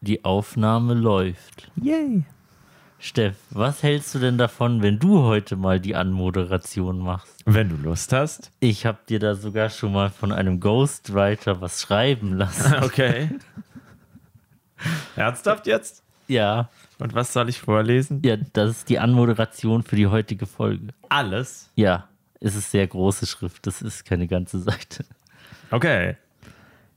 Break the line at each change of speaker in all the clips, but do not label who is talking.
Die Aufnahme läuft.
Yay.
Steff, was hältst du denn davon, wenn du heute mal die Anmoderation machst?
Wenn du Lust hast.
Ich habe dir da sogar schon mal von einem Ghostwriter was schreiben lassen.
Okay. Ernsthaft jetzt?
ja,
Und was soll ich vorlesen?
ja, das ist die Anmoderation für die heutige Folge.
Alles.
Ja, es ist sehr große Schrift, das ist keine ganze Seite.
Okay.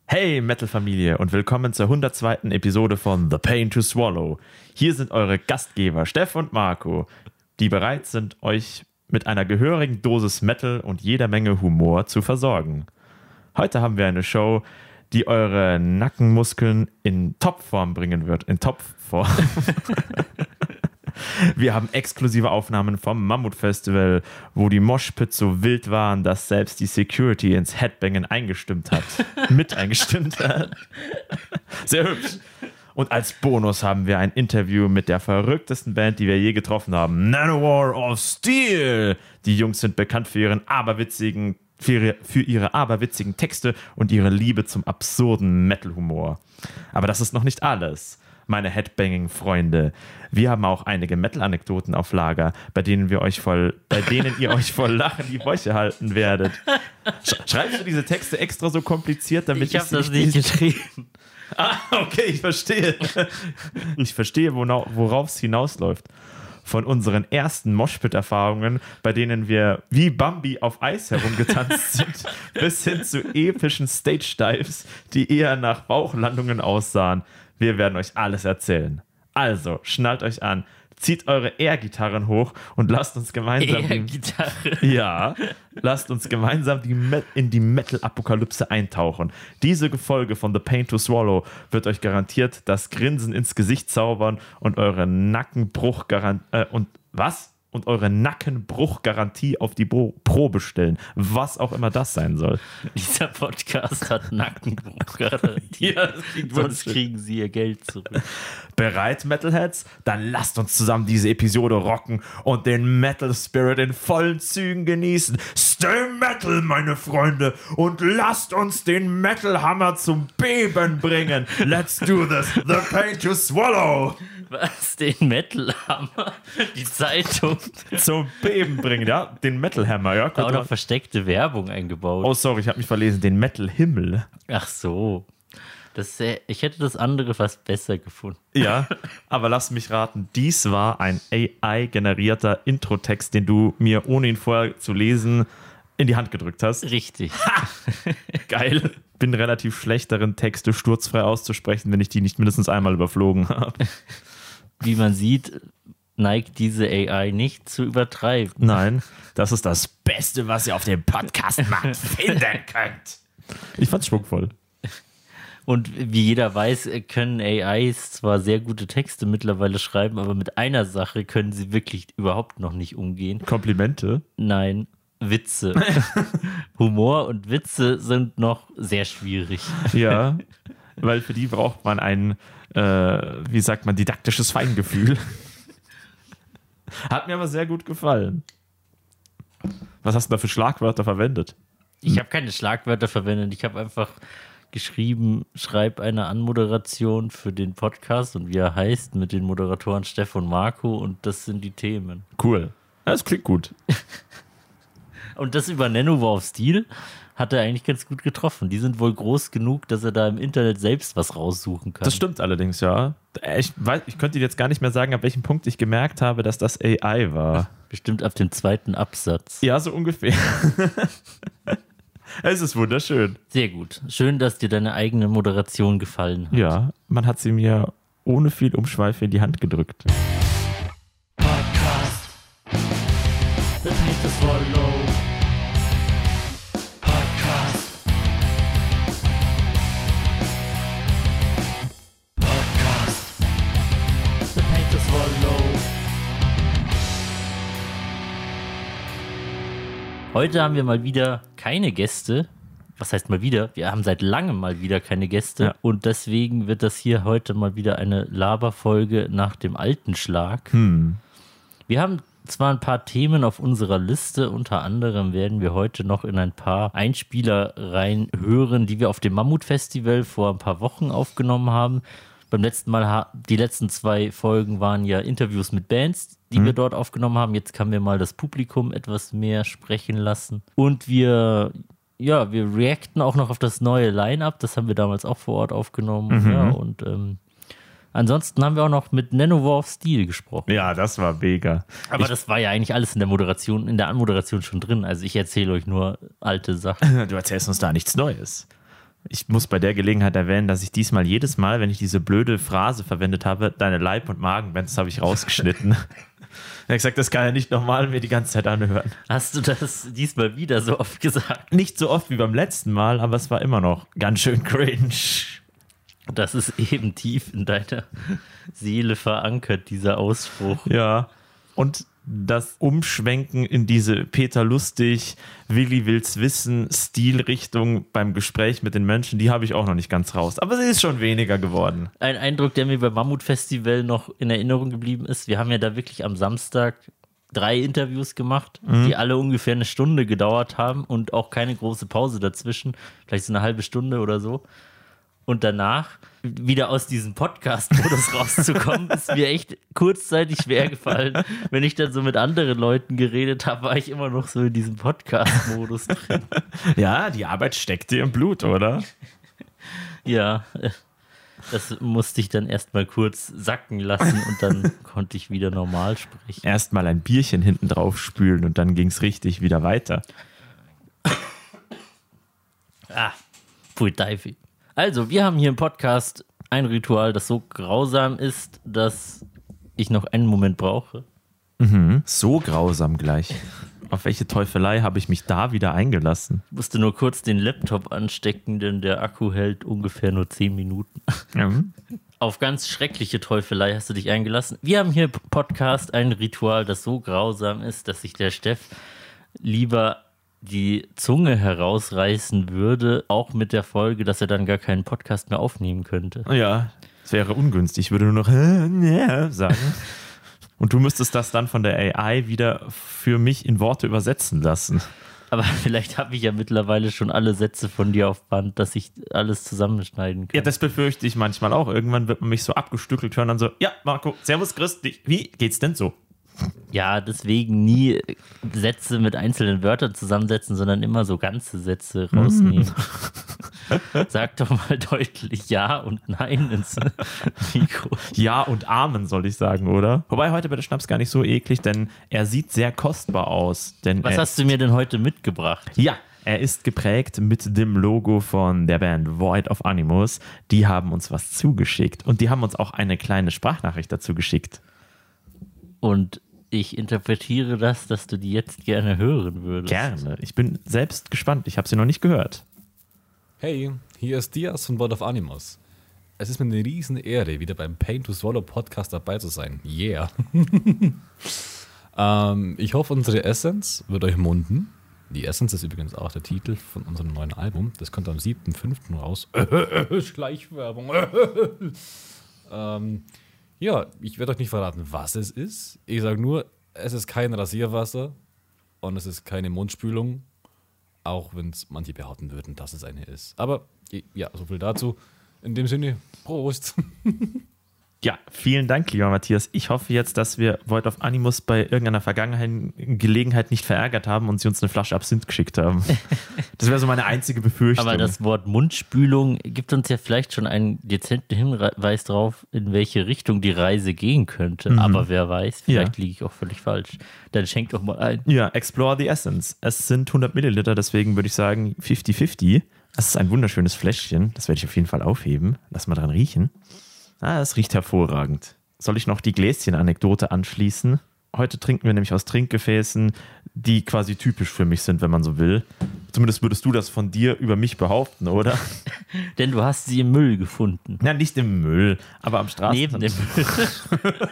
Hey Metal-Familie und willkommen zur 102. Episode von The Pain to Swallow. Hier sind eure Gastgeber Steff und Marco, die bereit sind, euch mit einer gehörigen Dosis Metal und jeder Menge Humor zu versorgen. Heute haben wir eine Show, die eure Nackenmuskeln in Topform bringen wird. In Topform. Wir haben exklusive Aufnahmen vom Mammut-Festival, wo die Moshpits so wild waren, dass selbst die Security ins Headbangen eingestimmt hat. Mit eingestimmt hat. Sehr hübsch. Und als Bonus haben wir ein Interview mit der verrücktesten Band, die wir je getroffen haben. Nanowar of Steel. Die Jungs sind bekannt für ihren aberwitzigen für ihre, für ihre aberwitzigen Texte und ihre Liebe zum absurden Metal-Humor. Aber das ist noch nicht alles meine Headbanging-Freunde. Wir haben auch einige Metal-Anekdoten auf Lager, bei denen wir euch voll, bei denen ihr euch voll Lachen die Bäuche halten werdet. Sch- Schreibst du diese Texte extra so kompliziert, damit ich,
Ich habe
sie
das nicht geschrieben.
Ah, okay, ich verstehe. Ich verstehe, worauf es hinausläuft. Von unseren ersten Moshpit-Erfahrungen, bei denen wir wie Bambi auf Eis herumgetanzt sind, bis hin zu epischen Stage-Dives, die eher nach Bauchlandungen aussahen. Wir werden euch alles erzählen. Also, schnallt euch an, zieht eure Air-Gitarren hoch und lasst uns gemeinsam die
Gitarre.
ja, lasst uns gemeinsam die Met in die Metal-Apokalypse eintauchen. Diese Folge von The Pain to Swallow wird euch garantiert das Grinsen ins Gesicht zaubern und eure Nackenbruch garan- äh, und was? Und eure Nackenbruchgarantie auf die Bo Probe stellen. Was auch immer das sein soll.
Dieser Podcast hat Nackenbruch garantiert.
das
Sonst kriegen sie ihr Geld zurück.
Bereit, Metalheads? Dann lasst uns zusammen diese Episode rocken und den Metal Spirit in vollen Zügen genießen. Stay Metal, meine Freunde, und lasst uns den Metal Hammer zum Beben bringen. Let's do this. The pain to swallow.
Was? Den Metalhammer? Die Zeitung?
Zum Beben bringen, ja? Den Metal Hammer, ja?
Da auch noch versteckte Werbung eingebaut.
Oh, sorry, ich habe mich verlesen. Den Metal Himmel.
Ach so. Das ist sehr, ich hätte das andere fast besser gefunden.
Ja, aber lass mich raten, dies war ein AI-generierter Introtext, den du mir, ohne ihn vorher zu lesen, in die Hand gedrückt hast.
Richtig.
Geil. Bin relativ schlecht darin, Texte sturzfrei auszusprechen, wenn ich die nicht mindestens einmal überflogen habe.
Wie man sieht, neigt diese AI nicht zu übertreiben.
Nein, das ist das Beste, was ihr auf dem Podcastmarkt finden könnt. Ich fand's schwungvoll.
Und wie jeder weiß, können AIs zwar sehr gute Texte mittlerweile schreiben, aber mit einer Sache können sie wirklich überhaupt noch nicht umgehen.
Komplimente.
Nein, Witze. Humor und Witze sind noch sehr schwierig.
Ja, weil für die braucht man ein, äh, wie sagt man, didaktisches Feingefühl. Hat mir aber sehr gut gefallen. Was hast du da für Schlagwörter verwendet?
Ich habe keine Schlagwörter verwendet. Ich habe einfach geschrieben, schreib eine Anmoderation für den Podcast und wie er heißt mit den Moderatoren Steff und Marco und das sind die Themen.
Cool. Ja, Das klingt gut.
Und das über Nano war auf Stil hat er eigentlich ganz gut getroffen. Die sind wohl groß genug, dass er da im Internet selbst was raussuchen kann.
Das stimmt allerdings, ja. Ich, weiß, ich könnte dir jetzt gar nicht mehr sagen, ab welchem Punkt ich gemerkt habe, dass das AI war.
Bestimmt ab dem zweiten Absatz.
Ja, so ungefähr. es ist wunderschön.
Sehr gut. Schön, dass dir deine eigene Moderation gefallen hat.
Ja, man hat sie mir ohne viel Umschweife in die Hand gedrückt.
Podcast. The Pain to Swallow. Podcast. Podcast. The Pain to Swallow. Heute haben wir mal wieder keine Gäste. Was heißt mal wieder? Wir haben seit langem mal wieder keine Gäste.
Ja.
Und deswegen wird das hier heute mal wieder eine Laberfolge nach dem alten Schlag.
Hm.
Wir haben zwar ein paar Themen auf unserer Liste, unter anderem werden wir heute noch in ein paar Einspieler reinhören, die wir auf dem Mammut-Festival vor ein paar Wochen aufgenommen haben. Beim letzten Mal, ha- die letzten zwei Folgen waren ja Interviews mit Bands, die wir dort aufgenommen haben. Jetzt können wir mal das Publikum etwas mehr sprechen lassen. Und wir, ja, wir reacten auch noch auf das neue Line-Up. Das haben wir damals auch vor Ort aufgenommen.
Mhm.
Ja, und ähm, ansonsten haben wir auch noch mit Nanowar of Steel gesprochen.
Ja, das war mega.
Aber das war ja eigentlich alles in der Moderation, in der Anmoderation schon drin. Also ich erzähle euch nur alte Sachen.
Du erzählst uns da nichts Neues. Ich muss bei der Gelegenheit erwähnen, dass ich diesmal jedes Mal, wenn ich diese blöde Phrase verwendet habe, deine Leib- und Magenbands habe ich rausgeschnitten. Er hat gesagt, das kann er nicht nochmal mir die ganze Zeit anhören.
Hast du das diesmal wieder so oft gesagt?
Nicht so oft wie beim letzten Mal, aber es war immer noch ganz schön cringe.
Das ist eben tief in deiner Seele verankert, dieser Ausspruch.
Ja. Und das Umschwenken in diese Peter Lustig, Willi will's wissen, Stilrichtung beim Gespräch mit den Menschen, die habe ich auch noch nicht ganz raus. Aber sie ist schon weniger geworden.
Ein Eindruck, der mir beim Mammut-Festival noch in Erinnerung geblieben ist. Wir haben ja da wirklich am Samstag drei Interviews gemacht, die alle ungefähr eine Stunde gedauert haben und auch keine große Pause dazwischen. Vielleicht so eine halbe Stunde oder so. Und danach wieder aus diesem Podcast-Modus rauszukommen, ist mir echt kurzzeitig schwergefallen. Wenn ich dann so mit anderen Leuten geredet habe, war ich immer noch so in diesem Podcast-Modus drin.
Ja, die Arbeit steckt dir im Blut, oder?
Ja, das musste ich dann erstmal kurz sacken lassen und dann konnte ich wieder normal sprechen.
Erstmal ein Bierchen hinten drauf spülen und dann ging's richtig wieder weiter.
Ah, pfui Teufel. Also, wir haben hier im Podcast ein Ritual, das so grausam ist, dass ich noch einen Moment brauche.
Mhm. So grausam gleich. Auf welche Teufelei habe ich mich da wieder eingelassen?
Ich musste nur kurz den Laptop anstecken, denn der Akku hält ungefähr nur 10 Minuten.
hm.
Auf ganz schreckliche Teufelei hast du dich eingelassen. Wir haben hier im Podcast ein Ritual, das so grausam ist, dass sich der Steff lieber die Zunge herausreißen würde, auch mit der Folge, dass er dann gar keinen Podcast mehr aufnehmen könnte.
Ja, es wäre ungünstig. Ich würde nur noch "Äh, nee" sagen. Und du müsstest das dann von der AI wieder für mich in Worte übersetzen lassen.
Aber vielleicht habe ich ja mittlerweile schon alle Sätze von dir auf Band, dass ich alles zusammenschneiden kann.
Ja, das befürchte ich manchmal auch. Irgendwann wird man mich so abgestückelt hören, dann so, ja, Marco, Servus, grüß dich. Wie geht's denn so?
Ja, deswegen nie Sätze mit einzelnen Wörtern zusammensetzen, sondern immer so ganze Sätze
Mm.
rausnehmen. Sag doch mal deutlich Ja und Nein ins Mikro.
Ja und Amen, soll ich sagen, oder? Wobei heute bei der Schnaps gar nicht so eklig, denn er sieht sehr kostbar aus. Denn
Was
er,
hast du mir denn heute mitgebracht?
Ja, er ist geprägt mit dem Logo von der Band Void of Animus. Die haben uns was zugeschickt und die haben uns auch eine kleine Sprachnachricht dazu geschickt.
Und ich interpretiere das, dass du die jetzt gerne hören würdest.
Gerne. Ich bin selbst gespannt. Ich habe sie noch nicht gehört.
Hey, hier ist Diaz von World of Animus. Es ist mir eine riesen Ehre, wieder beim Pain to Swallow Podcast dabei zu sein. Yeah. ähm, ich hoffe, unsere Essence wird euch munden. Die Essence ist übrigens auch der Titel von unserem neuen Album. Das kommt am 7.5. raus. Schleichwerbung. ähm, ja, ich werde euch nicht verraten, was es ist. Ich sage nur, es ist kein Rasierwasser und es ist keine Mundspülung auch wenn es manche behaupten würden, dass es eine ist. Aber eh, ja, so viel dazu. In dem Sinne, Prost.
Ja, vielen Dank, lieber Matthias. Ich hoffe jetzt, dass wir Void of Animus bei irgendeiner vergangenen Gelegenheit nicht verärgert haben und sie uns eine Flasche Absinth geschickt haben. Das wäre so meine einzige Befürchtung.
Aber das Wort Mundspülung gibt uns ja vielleicht schon einen dezenten Hinweis darauf, in welche Richtung die Reise gehen könnte.
Mhm.
Mhm.
Aber wer weiß, vielleicht liege ich auch völlig falsch. Dann schenkt doch mal ein.
Ja, Explore the Essence. Es sind 100 Milliliter, deswegen würde ich sagen 50-50. Das ist ein wunderschönes Fläschchen. Das werde ich auf jeden Fall aufheben. Lass mal dran riechen. Ah, es riecht hervorragend. Soll ich noch die Gläschen-Anekdote anschließen? Heute trinken wir nämlich aus Trinkgefäßen, die quasi typisch für mich sind, wenn man so will. Zumindest würdest du das von dir über mich behaupten, oder?
Denn du hast sie im Müll gefunden.
Na, nicht im Müll, aber am
Neben
Straßenrand.
dem Müll.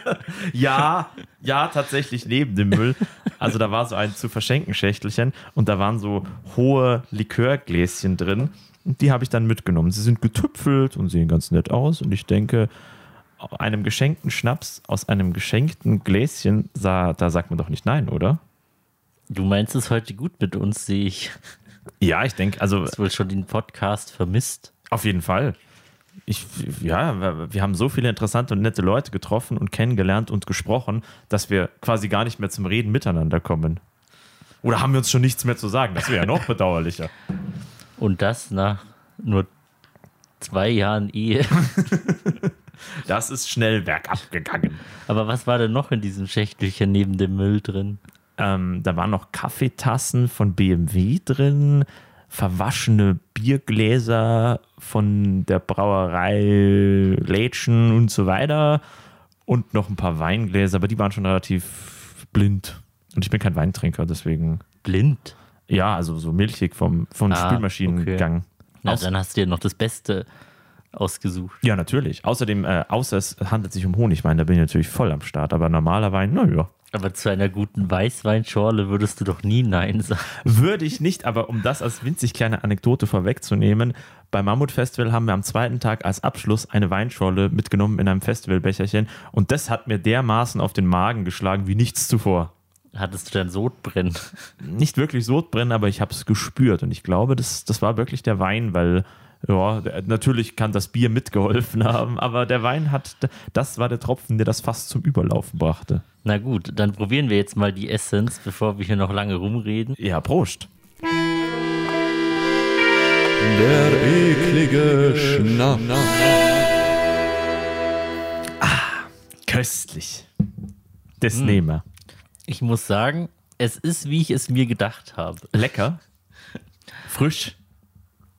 Ja, ja, tatsächlich neben dem Müll. Also da war so ein zu verschenken Schächtelchen und da waren so hohe Likörgläschen drin. Und die habe ich dann mitgenommen. Sie sind getüpfelt und sehen ganz nett aus. Und ich denke, einem geschenkten Schnaps aus einem geschenkten Gläschen, sah, da sagt man doch nicht nein, oder?
Du meinst es heute gut mit uns, sehe ich.
Ja, ich denke, also
Du hast wohl schon den Podcast vermisst.
auf jeden Fall.
ich, ja, wir- wir haben so viele interessante und nette Leute getroffen und kennengelernt und gesprochen, dass wir quasi gar nicht mehr zum Reden miteinander kommen. Oder haben wir uns schon nichts mehr zu sagen? Das wäre ja noch bedauerlicher.
Und das nach nur zwei Jahren Ehe.
Das ist schnell bergab gegangen.
Aber was war denn noch in diesem Schächtelchen neben dem Müll drin?
Ähm, da waren noch Kaffeetassen von BMW drin, verwaschene Biergläser von der Brauerei Lädchen und so weiter und noch ein paar Weingläser, aber die waren schon relativ blind. Und ich bin kein Weintrinker, deswegen.
Blind.
Ja, also so milchig vom, vom
Ah,
Spülmaschinengang.
Na,
Aus-
dann hast du dir noch das Beste ausgesucht.
Ja, natürlich. Außerdem, äh, außer es handelt sich um Honigwein, da bin ich natürlich voll am Start, aber normaler Wein, naja.
Aber zu einer guten Weißweinschorle würdest du doch nie Nein sagen.
Würde ich nicht, aber um das als winzig kleine Anekdote vorwegzunehmen, beim Mammut Festival haben wir am zweiten Tag als Abschluss eine Weinschorle mitgenommen in einem Festivalbecherchen und das hat mir dermaßen auf den Magen geschlagen wie nichts zuvor.
Hattest du dann Sodbrennen?
Nicht wirklich Sodbrennen, aber ich habe es gespürt und ich glaube, das, das war wirklich der Wein, weil ja, der- natürlich kann das Bier mitgeholfen haben, aber der Wein hat, das war der Tropfen, der das fast zum Überlaufen brachte.
Na gut, dann probieren wir jetzt mal die Essenz, bevor wir hier noch lange rumreden.
Ja, Prost!
Der eklige Schnaps.
Ah, Köstlich. Des Nehmer.
Hm. Ich muss sagen, es ist, wie ich es mir gedacht habe.
Lecker. Frisch.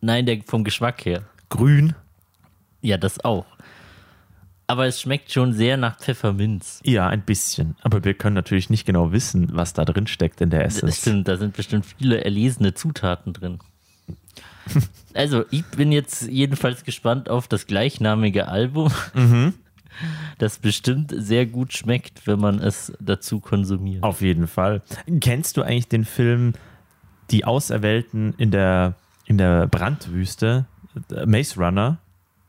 Nein, der, vom Geschmack her.
grün.
Ja, das auch. Aber es schmeckt schon sehr nach Pfefferminz.
Ja, ein bisschen. Aber wir können natürlich nicht genau wissen, was da drin steckt in der
Das
Essenz.
stimmt, da sind bestimmt viele erlesene Zutaten drin. Also, ich bin jetzt jedenfalls gespannt auf das gleichnamige Album, das bestimmt sehr gut schmeckt, wenn man es dazu konsumiert.
Auf jeden Fall. Kennst du eigentlich den Film Die Auserwählten in der, in der Brandwüste? Äh, Maze Runner.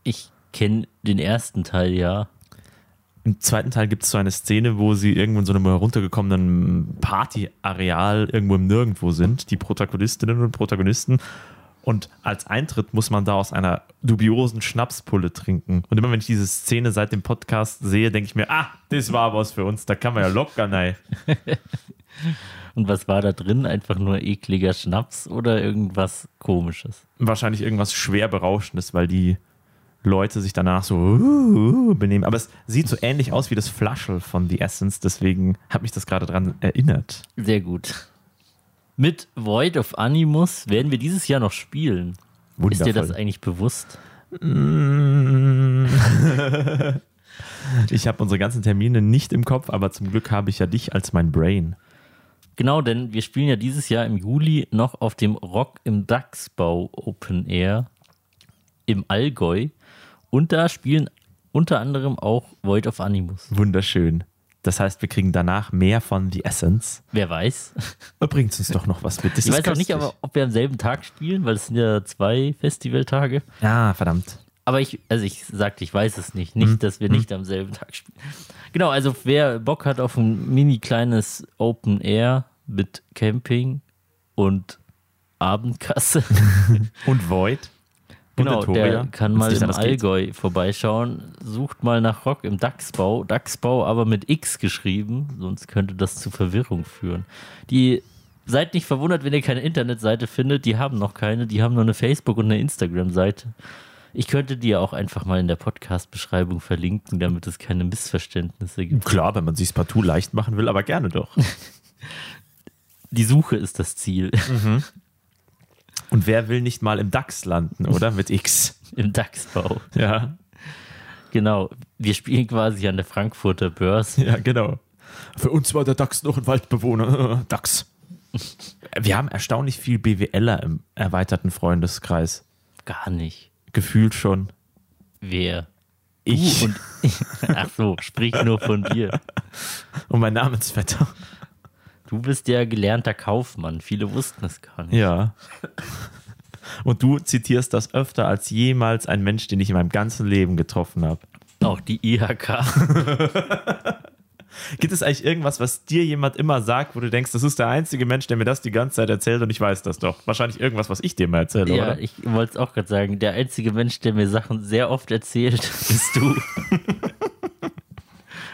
Ich kenne den ersten Teil ja.
Im zweiten Teil gibt es so eine Szene, wo sie irgendwo in so einem heruntergekommenen Partyareal irgendwo im Nirgendwo sind, die Protagonistinnen und Protagonisten. Und als Eintritt muss man da aus einer dubiosen Schnapspulle trinken. Und immer wenn ich diese Szene seit dem Podcast sehe, denke ich mir, ah, das war was für uns, da kann man ja locker nein.
Und was war da drin? Einfach nur ekliger Schnaps oder irgendwas komisches?
Wahrscheinlich irgendwas schwer Berauschendes, weil die Leute sich danach so uh, uh, benehmen. Aber es sieht so ähnlich aus wie das Flaschel von The Essence, deswegen hat mich das gerade dran erinnert.
Sehr gut. Mit Void of Animus werden wir dieses Jahr noch spielen. Ist dir das eigentlich bewusst?
Ich habe unsere ganzen Termine nicht im Kopf, aber zum Glück habe ich ja dich als mein Brain.
Genau, denn wir spielen ja dieses Jahr im Juli noch auf dem Rock im Dachsbau Open Air im Allgäu. Und da spielen unter anderem auch Void of Animus.
Wunderschön. Das heißt, wir kriegen danach mehr von The Essence.
Wer weiß?
Bringt uns doch noch was mit. Das
Ich
ist
weiß auch nicht,
köstlich.
aber ob wir am selben Tag spielen, weil es sind ja zwei Festivaltage.
Ah, verdammt. Mhm.
Aber ich, also ich sagte, ich weiß es nicht. Nicht, dass wir nicht am selben Tag spielen. Genau, also wer Bock hat auf ein mini kleines Open Air mit Camping und Abendkasse,
Und Void.
genau,
und Vittoria.
der kann
Wisst
mal
ihr,
im
das geht?
Allgäu vorbeischauen. Sucht mal nach Rock im Dachsbau. Dachsbau aber mit X geschrieben, sonst könnte das zu Verwirrung führen. Die seid nicht verwundert, wenn ihr keine Internetseite findet. Die haben noch keine. Die haben nur eine Facebook- und eine Instagram-Seite. Ich könnte die ja auch einfach mal in der Podcast-Beschreibung verlinken, damit es keine Missverständnisse gibt.
Klar, wenn man sich partout leicht machen will, aber gerne doch.
Die Suche ist das Ziel
Mhm. Und wer will nicht mal im DAX landen, oder? Mit X.
im Dachsbau.
Ja,
Genau. Wir spielen quasi an der Frankfurter Börse.
ja, genau. Für uns war der DAX noch ein Waldbewohner. DAX. Wir haben erstaunlich viel BWLer im erweiterten Freundeskreis.
Gar nicht.
Gefühlt schon.
Wer?
Ich.
Du und Ach so, sprich nur von dir.
Und mein Namensvetter.
Du bist ja gelernter Kaufmann. Viele wussten es gar nicht.
Ja. Und du zitierst das öfter als jemals ein Mensch, den ich in meinem ganzen Leben getroffen habe.
Auch die IHK.
Gibt es eigentlich irgendwas, was dir jemand immer sagt, wo du denkst, das ist der einzige Mensch, der mir das die ganze Zeit erzählt und ich weiß das doch? Wahrscheinlich irgendwas, was ich dir mal erzähle,
Ja,
oder?
ich wollte es auch gerade sagen. Der einzige Mensch, der mir Sachen sehr oft erzählt, bist du.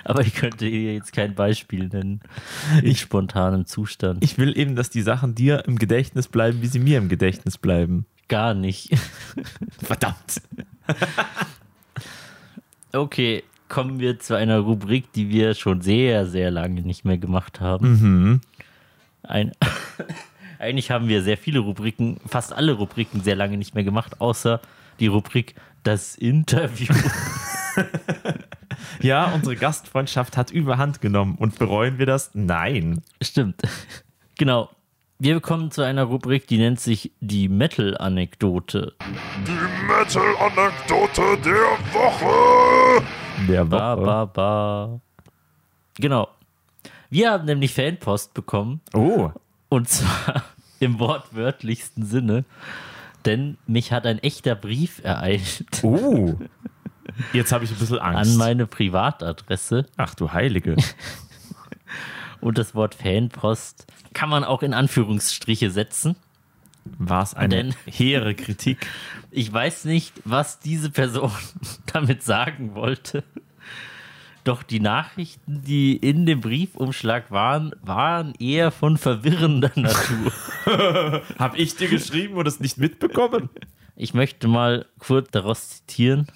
Aber ich könnte hier jetzt kein Beispiel nennen. In
Ich-
spontanem Zustand.
Ich will eben, dass die Sachen dir im Gedächtnis bleiben, wie sie mir im Gedächtnis bleiben.
Gar nicht.
Verdammt.
Okay, kommen wir zu einer Rubrik, die wir schon sehr, sehr lange nicht mehr gemacht haben.
Mhm.
Ein, eigentlich haben wir sehr viele Rubriken, fast alle Rubriken sehr lange nicht mehr gemacht, außer die Rubrik Das Interview.
Ja, unsere Gastfreundschaft hat überhand genommen. Und bereuen wir das? Nein.
Stimmt. Genau. Wir kommen zu einer Rubrik, die nennt sich die Metal-Anekdote.
Metal-Anekdote der Woche.
Der
Ba, ba, ba. Genau. Wir haben nämlich Fanpost bekommen
Oh,
Und zwar im wortwörtlichsten Sinne. Denn mich hat ein echter Brief ereilt
oh. Jetzt habe ich ein bisschen Angst.
an meine Privatadresse.
Ach du Heilige.
Und das Wort Fanpost kann man auch in Anführungsstriche setzen.
War es eine
Denn-
hehre Kritik?
Ich weiß nicht, was diese Person damit sagen wollte. Doch die Nachrichten, die in dem Briefumschlag waren, waren eher von verwirrender Natur.
Habe ich dir geschrieben und es nicht mitbekommen?
Ich möchte mal kurz daraus zitieren.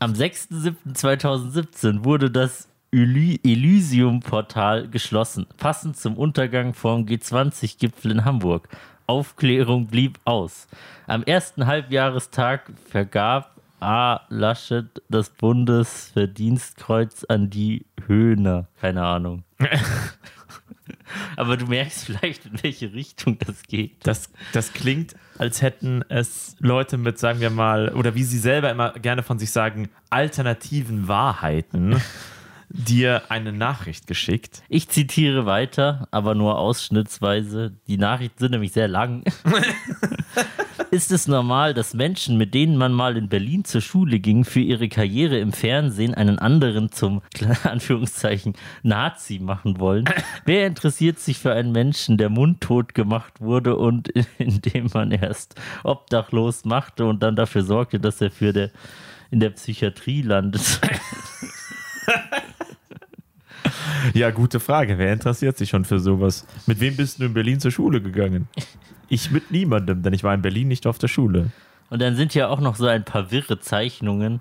Am 6.7.2017 wurde das Ely- Elysium-Portal geschlossen, passend zum Untergang vom G20-Gipfel in Hamburg. Aufklärung blieb aus. Am ersten Halbjahrestag vergab A. Laschet das Bundesverdienstkreuz an die Höhner. Keine Ahnung. Aber du merkst vielleicht, in welche Richtung das geht.
Das, das klingt, als hätten es Leute mit, sagen wir mal, oder wie sie selber immer gerne von sich sagen, alternativen Wahrheiten dir eine Nachricht geschickt.
Ich zitiere weiter, aber nur ausschnittsweise. Die Nachrichten sind nämlich sehr lang. Ist es normal, dass Menschen, mit denen man mal in Berlin zur Schule ging, für ihre Karriere im Fernsehen einen anderen zum Anführungszeichen Nazi machen wollen? Wer interessiert sich für einen Menschen, der mundtot gemacht wurde und indem man erst obdachlos machte und dann dafür sorgte, dass er für der, in der Psychiatrie landet?
Ja, gute Frage. Wer interessiert sich schon für sowas? Mit wem bist du in Berlin zur Schule gegangen? Ich mit niemandem, denn ich war in Berlin nicht auf der Schule.
Und dann sind ja auch noch so ein paar wirre Zeichnungen,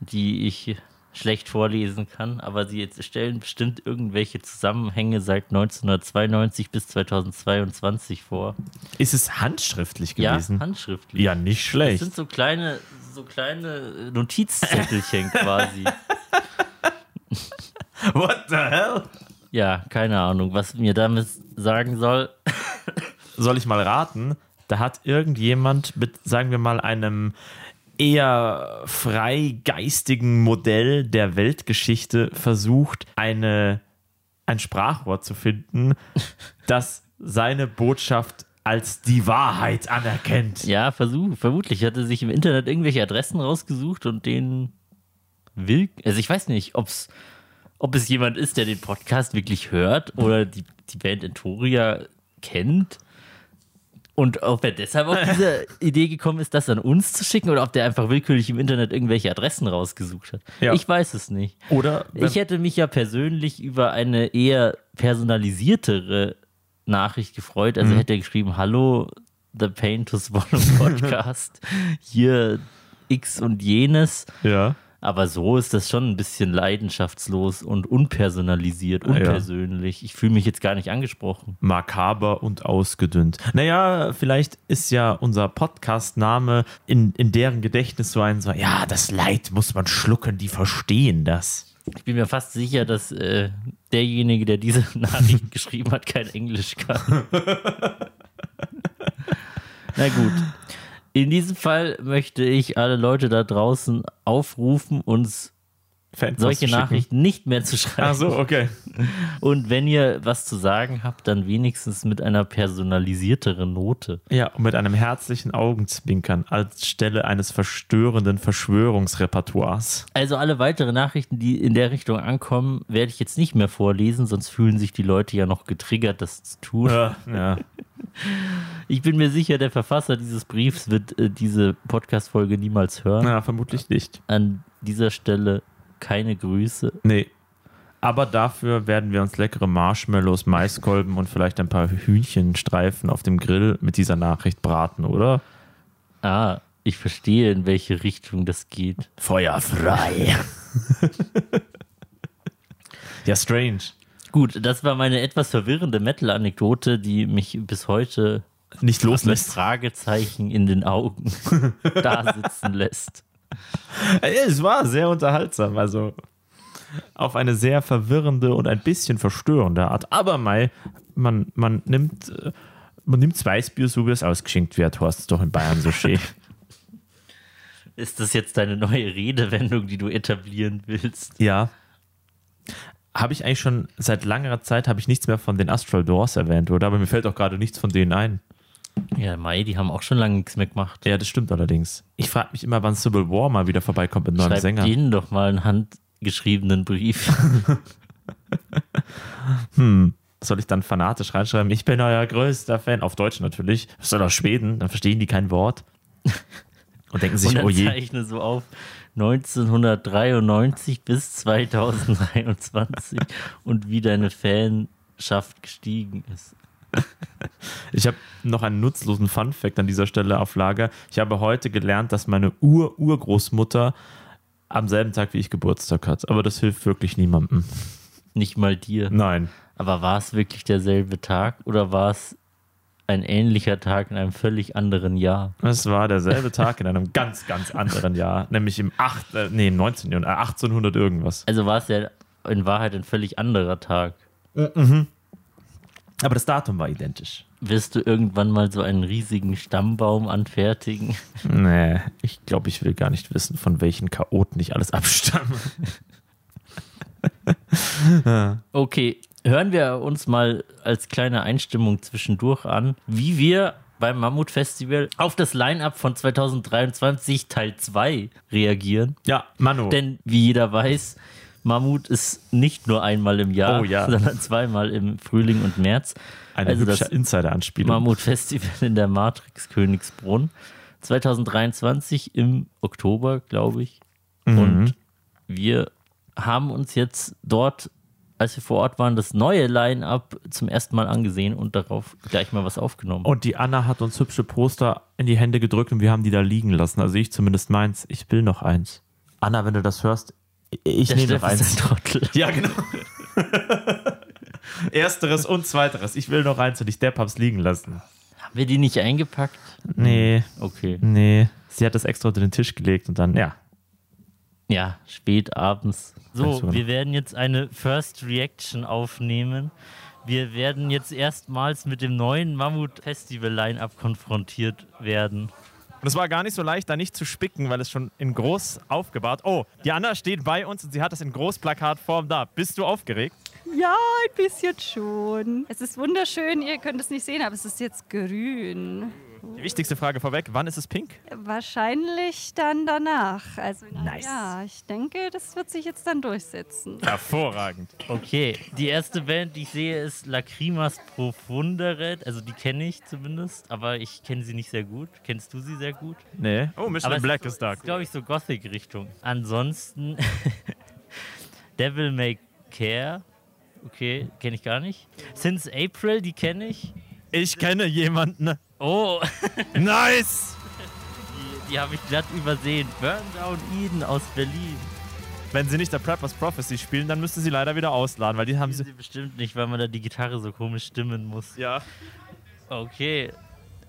die ich schlecht vorlesen kann, aber sie jetzt stellen bestimmt irgendwelche Zusammenhänge seit 1992 bis 2022 vor.
Ist es handschriftlich
Ja,
gewesen?
handschriftlich.
ja, nicht
das
schlecht.
sind so kleine, so kleine Notizzettelchen quasi.
What the hell?
Ja, keine Ahnung, was mir damit sagen soll.
soll ich mal raten, da hat irgendjemand mit, sagen wir mal, einem eher freigeistigen Modell der Weltgeschichte versucht, eine, ein Sprachwort zu finden, das seine Botschaft als die Wahrheit anerkennt.
Ja, versuch, vermutlich hatte sich im Internet irgendwelche Adressen rausgesucht und den will. Also ich weiß nicht, ob's, ob es jemand ist, der den Podcast wirklich hört oder die, die Band Entoria kennt. Und ob er deshalb auf diese Idee gekommen ist, das an uns zu schicken oder ob der einfach willkürlich im Internet irgendwelche Adressen rausgesucht hat.
Ja.
Ich weiß es nicht.
Oder
Ich hätte mich ja persönlich über eine eher personalisiertere Nachricht gefreut.
Mhm.
Also hätte er geschrieben, hallo, The Pain to Swallow Podcast, hier X und jenes.
ja.
Aber so ist das schon ein bisschen leidenschaftslos und unpersonalisiert,
Ah,
unpersönlich. Ich fühle mich jetzt gar nicht angesprochen.
makaber und ausgedünnt. Naja, vielleicht ist ja unser Podcast-Name in, in deren Gedächtnis so ein, so, ja, das Leid muss man schlucken, die verstehen das.
Ich bin mir fast sicher, dass äh, derjenige, der diese Nachricht geschrieben hat, kein Englisch kann. Na gut. In diesem Fall möchte ich alle Leute da draußen aufrufen, uns
Fanpost
solche
schicken.
Nachrichten nicht mehr zu schreiben.
Ach so, okay.
Und wenn ihr was zu sagen habt, dann wenigstens mit einer personalisierteren Note.
Ja, und mit einem herzlichen Augenzwinkern als Stelle eines verstörenden Verschwörungsrepertoires.
Also alle weiteren Nachrichten, die in der Richtung ankommen, werde ich jetzt nicht mehr vorlesen, sonst fühlen sich die Leute ja noch getriggert, das zu tun.
Ja, ja.
Ich bin mir sicher, der Verfasser dieses Briefs wird äh, diese Podcast-Folge niemals hören.
Na, vermutlich nicht.
An dieser Stelle keine Grüße.
Nee. Aber dafür werden wir uns leckere Marshmallows, Maiskolben und vielleicht ein paar Hühnchenstreifen auf dem Grill mit dieser Nachricht braten, oder?
Ah, ich verstehe, in welche Richtung das geht.
Feuerfrei. ja, strange.
Gut, das war meine etwas verwirrende Metal-Anekdote, die mich bis heute
Nicht
mit
loslässt.
Fragezeichen in den Augen da sitzen lässt.
Es war sehr unterhaltsam, also auf eine sehr verwirrende und ein bisschen verstörende Art. Aber Mai, man, man nimmt äh, man nimmt Weißbier, so wie es ausgeschenkt wird, heißt es doch in Bayern so schön.
Ist das jetzt deine neue Redewendung, die du etablieren willst?
ja. Habe ich eigentlich schon seit langer Zeit habe ich nichts mehr von den Astral Doors erwähnt, oder? Aber mir fällt auch gerade nichts von denen ein.
Ja, Mai, die haben auch schon lange nichts mehr gemacht.
Ja, das stimmt allerdings. Ich frage mich immer, wann Civil War mal wieder vorbeikommt mit neuem
Schreib
Sänger.
denen doch mal einen handgeschriebenen Brief.
Soll ich dann fanatisch reinschreiben, ich bin euer größter Fan, auf Deutsch natürlich, was soll aus Schweden, dann verstehen die kein Wort. Und denken
Und
sich,
dann
oh je,
zeichne so auf 1993 bis 2023 und wie deine Fanschaft gestiegen ist.
ich habe noch einen nutzlosen Fun-Fact an dieser Stelle auf Lager. Ich habe heute gelernt, dass meine Ur-Urgroßmutter am selben Tag wie ich Geburtstag hat. Aber das hilft wirklich niemandem.
Nicht mal dir.
Nein.
Aber war es wirklich derselbe Tag oder war es ein ähnlicher Tag in einem völlig anderen Jahr?
Es war derselbe Tag in einem ganz, ganz anderen Jahr, nämlich im 8, äh, nee, im 19. Jahrhundert, äh, 1800 irgendwas.
Also war es ja in Wahrheit ein völlig anderer Tag.
Mhm.
Aber das Datum war identisch.
Wirst du irgendwann mal so einen riesigen Stammbaum anfertigen?
Nee, ich glaube, ich will gar nicht wissen, von welchen Chaoten ich alles abstamme.
Okay, hören wir uns mal als kleine Einstimmung zwischendurch an, wie wir beim Mammut-Festival auf das Line-Up von 2023 Teil 2 reagieren.
Ja, Manu.
Denn wie jeder weiß, Mammut ist nicht nur einmal im Jahr,
Oh ja.
sondern zweimal im Frühling und März.
eine
also das
hübsche Insider-Anspielung.
Mammut-Festival in der Matrix Königsbrunn 2023 im Oktober, glaube ich. Und wir haben uns jetzt dort, als wir vor Ort waren, das neue Line-Up zum ersten Mal angesehen und darauf gleich mal was aufgenommen.
Und die Anna hat uns hübsche Poster in die Hände gedrückt und wir haben die da liegen lassen. Also ich zumindest meins. Ich will noch eins. Anna, wenn du das hörst, ich
Der
nehme noch
Steff ist
eins.
ein Trottel.
Ja, genau. Ersteres und zweiteres. Ich will noch eins und ich depp hab's liegen lassen.
Haben wir die nicht eingepackt?
Nee,
Okay.
nee. Sie hat das extra unter den Tisch gelegt und dann, ja.
Ja, spät abends.
Weiß
So,
sogar
wir
noch.
werden jetzt eine First Reaction aufnehmen. Wir werden jetzt erstmals mit dem neuen Mammut-Festival-Line-Up konfrontiert werden.
Und es war gar nicht so leicht, da nicht zu spicken, weil es schon in groß aufgebaut. Oh, die Anna steht bei uns und sie hat es in Großplakatform da. Bist du aufgeregt?
Ja, ein bisschen schon. Es ist wunderschön, ihr könnt es nicht sehen, aber es ist jetzt grün.
Die wichtigste Frage vorweg, wann ist es pink?
Wahrscheinlich dann danach. Also
Nice.
ja, ich denke, das wird sich jetzt dann durchsetzen.
Hervorragend.
Okay, die erste Band, die ich sehe, ist Lacrimas Profunderet. Also die kenne ich zumindest, aber ich kenne sie nicht sehr gut. Kennst du sie sehr gut?
Nee. Oh, Mission
Aber
in Black
es
ist da.
ist, glaube ich, so Gothic-Richtung. Ansonsten Devil May Care. Okay, kenne ich gar nicht. Since April, die kenne ich.
Ich kenne jemanden.
Oh,
Nice!
die, die habe ich glatt übersehen. Burn Down Eden aus Berlin.
Wenn sie nicht der Preppers Prophecy spielen, dann müssten sie leider wieder ausladen, weil die haben sie.
Sie bestimmt nicht, weil man da die Gitarre so komisch stimmen muss.
Ja.
Okay.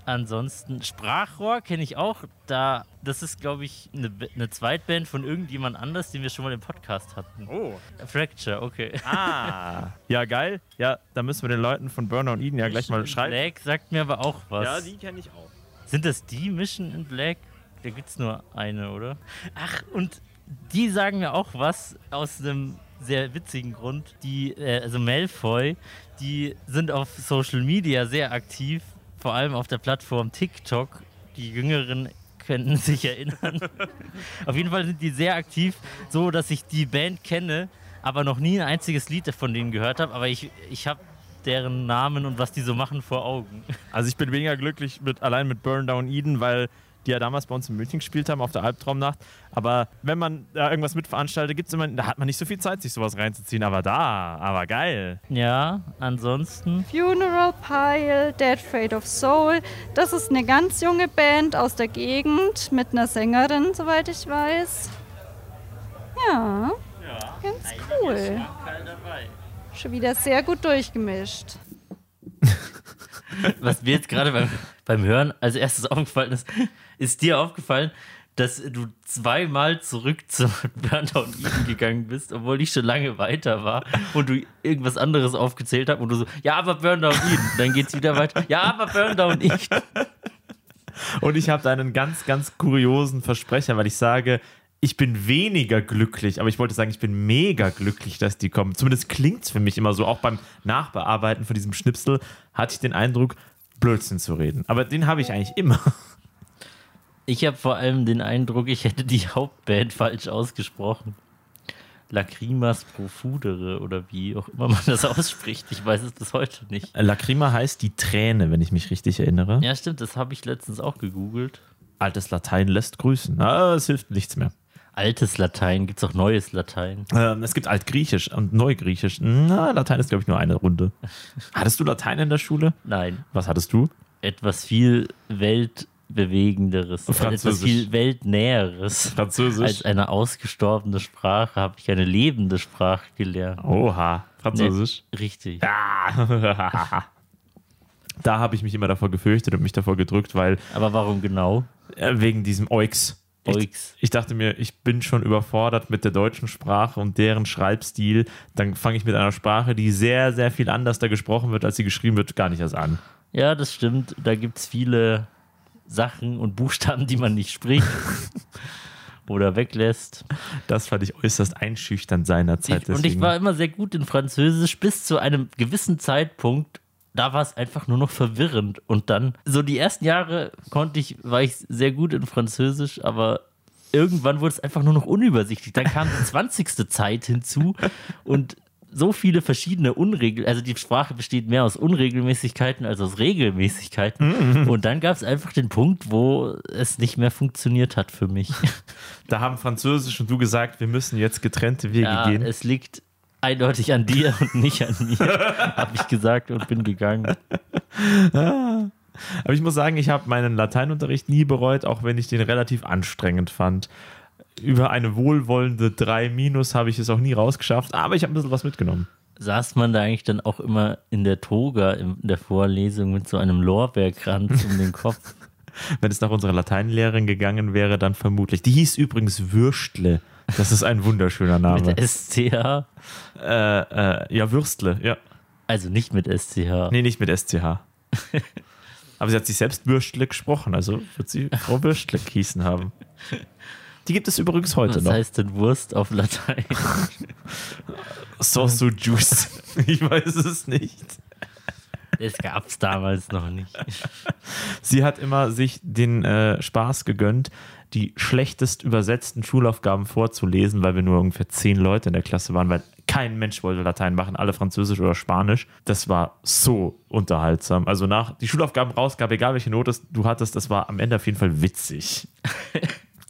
Ansonsten Sprachrohr kenne ich auch. Da, das ist, glaube ich, eine ne Zweitband von irgendjemand anders, den wir schon mal im Podcast hatten.
Oh.
Fracture, okay.
Ah. ja, geil. Ja, da müssen wir den Leuten von Burner und Eden ja gleich mal
Mission in
schreiben.
Black sagt mir aber auch was.
kenne ich auch.
Sind das die Mission in Black? Da gibt's nur eine, oder? Ach, und die sagen mir auch was aus einem sehr witzigen Grund. Die, äh, also Malfoy, die sind auf Social Media sehr aktiv, vor allem auf der Plattform TikTok. Die Jüngeren könnten sich erinnern. auf jeden Fall sind die sehr aktiv, so dass ich die Band kenne, aber noch nie ein einziges Lied von denen gehört habe. Aber ich, ich habe deren Namen und was die so machen vor Augen.
Also ich bin weniger glücklich mit, allein mit Burn Down Eden, weil die ja damals bei uns in München gespielt haben auf der Albtraumnacht. Aber wenn man da irgendwas mitveranstaltet, gibt's immer, da hat man nicht so viel Zeit, sich sowas reinzuziehen. Aber da, aber geil.
Ja, ansonsten.
Funeral Pile, Dead Fate of Soul. Das ist eine ganz junge Band aus der Gegend mit einer Sängerin, soweit ich weiß. Ja, ganz cool. Schon wieder sehr gut durchgemischt.
Was mir jetzt gerade beim, beim Hören als erstes aufgefallen ist, ist dir aufgefallen, dass du zweimal zurück zu Bernd und Eden gegangen bist, obwohl ich schon lange weiter war und du irgendwas anderes aufgezählt hast und du so, ja, aber Burn und Eden. Dann geht's wieder weiter. Ja, aber Burn und Eden.
Und ich habe da einen ganz, ganz kuriosen Versprecher, weil ich sage, ich bin weniger glücklich, aber ich wollte sagen, ich bin mega glücklich, dass die kommen. Zumindest klingt es für mich immer so. Auch beim Nachbearbeiten von diesem Schnipsel hatte ich den Eindruck, Blödsinn zu reden. Aber den habe ich eigentlich immer.
Ich habe vor allem den Eindruck, ich hätte die Hauptband falsch ausgesprochen. Lacrimas Profudere oder wie auch immer man das ausspricht. Ich weiß es bis heute nicht.
Äh, Lacrima heißt die Träne, wenn ich mich richtig erinnere.
Ja, stimmt, das habe ich letztens auch gegoogelt.
Altes Latein lässt grüßen. Ah, es hilft nichts mehr.
Altes Latein, gibt's auch neues Latein?
Ähm, es gibt Altgriechisch und Neugriechisch. Na, Latein ist, glaube ich, nur eine Runde. Hattest du Latein in der Schule?
Nein,
Was hattest du?
etwas viel weltbewegenderes, etwas
Französisch.
viel weltnäheres.
Französisch.
Als eine ausgestorbene Sprache habe ich eine lebende Sprache gelernt.
Oha, Französisch. Ah.
Nee, richtig.
Da habe ich mich immer davor gefürchtet und mich davor gedrückt, weil
Aber warum genau?
äh, wegen diesem Oix. Ich,
Oix.
ich dachte mir, ich bin schon überfordert mit der deutschen Sprache und deren Schreibstil. Dann fange ich mit einer Sprache, die sehr, sehr viel anders da gesprochen wird, als sie geschrieben wird, gar nicht erst an.
Ja, das stimmt. Da gibt es viele Sachen und Buchstaben, die man nicht spricht oder weglässt.
Das fand ich äußerst einschüchternd seinerzeit.
Ich, und ich
deswegen.
war immer sehr gut in Französisch bis zu einem gewissen Zeitpunkt. Da war es einfach nur noch verwirrend. Und dann, so die ersten Jahre konnte ich, war ich sehr gut in Französisch, aber irgendwann wurde es einfach nur noch unübersichtlich. Dann kam die 20. Zeit hinzu und so viele verschiedene Unregel, also die Sprache besteht mehr aus Unregelmäßigkeiten als aus also
Mhm.
Regelmäßigkeiten. Und dann gab es einfach den Punkt, wo es nicht mehr funktioniert hat für mich.
da haben Französisch und du gesagt, wir müssen jetzt getrennte Wege
Ja,
gehen.
es liegt eindeutig an dir und nicht an mir, habe ich gesagt und bin gegangen.
Ah.
Aber ich muss sagen, ich habe meinen Lateinunterricht nie bereut, auch wenn ich den relativ anstrengend fand. Über eine wohlwollende 3 minus habe ich es auch nie rausgeschafft, aber ich habe ein bisschen was mitgenommen.
Saß man da eigentlich dann auch immer in der Toga in der Vorlesung mit so einem Lorbeerkranz um den Kopf?
Wenn es nach unserer Lateinlehrerin gegangen wäre, dann vermutlich. Die hieß übrigens Würstle. Das ist ein wunderschöner Name.
Mit SCH?
Äh, äh, ja, Würstle, ja.
Also nicht mit SCH.
Nee, nicht mit SCH. aber sie hat sich selbst Würstle gesprochen, also wird sie Frau Würstle hießen haben. Die gibt es übrigens heute
Was
noch.
heißt denn Wurst auf Latein?
Sauce Juice. Ich weiß es nicht.
Das gab es damals noch nicht.
Sie hat immer sich den äh, Spaß gegönnt, die schlechtest übersetzten Schulaufgaben vorzulesen, weil wir nur ungefähr zehn Leute in der Klasse waren, weil kein Mensch wollte Latein machen, alle Französisch oder Spanisch. Das war so unterhaltsam. Also nach die Schulaufgaben rausgab, egal welche Note es- du hattest, das war am Ende auf jeden Fall witzig.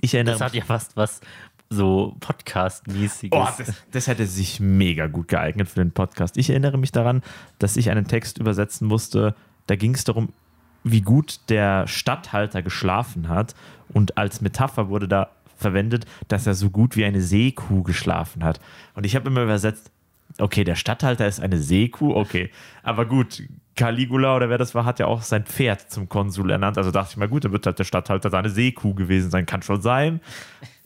Ich erinnere
Das hat
mich.
ja fast was so Podcast-mäßiges.
Oh, das, das hätte sich mega gut geeignet für den Podcast. Ich erinnere mich daran, dass ich einen Text übersetzen musste. Da ging es darum, wie gut der Statthalter geschlafen hat. Und als Metapher wurde da verwendet, dass er so gut wie eine Seekuh geschlafen hat. Und ich habe immer übersetzt, okay, der Statthalter ist eine Seekuh, okay. Aber gut, Caligula oder wer das war, hat ja auch sein Pferd zum Konsul ernannt. Also dachte ich mal, gut, dann wird halt der Statthalter seine Seekuh gewesen sein. Kann schon sein.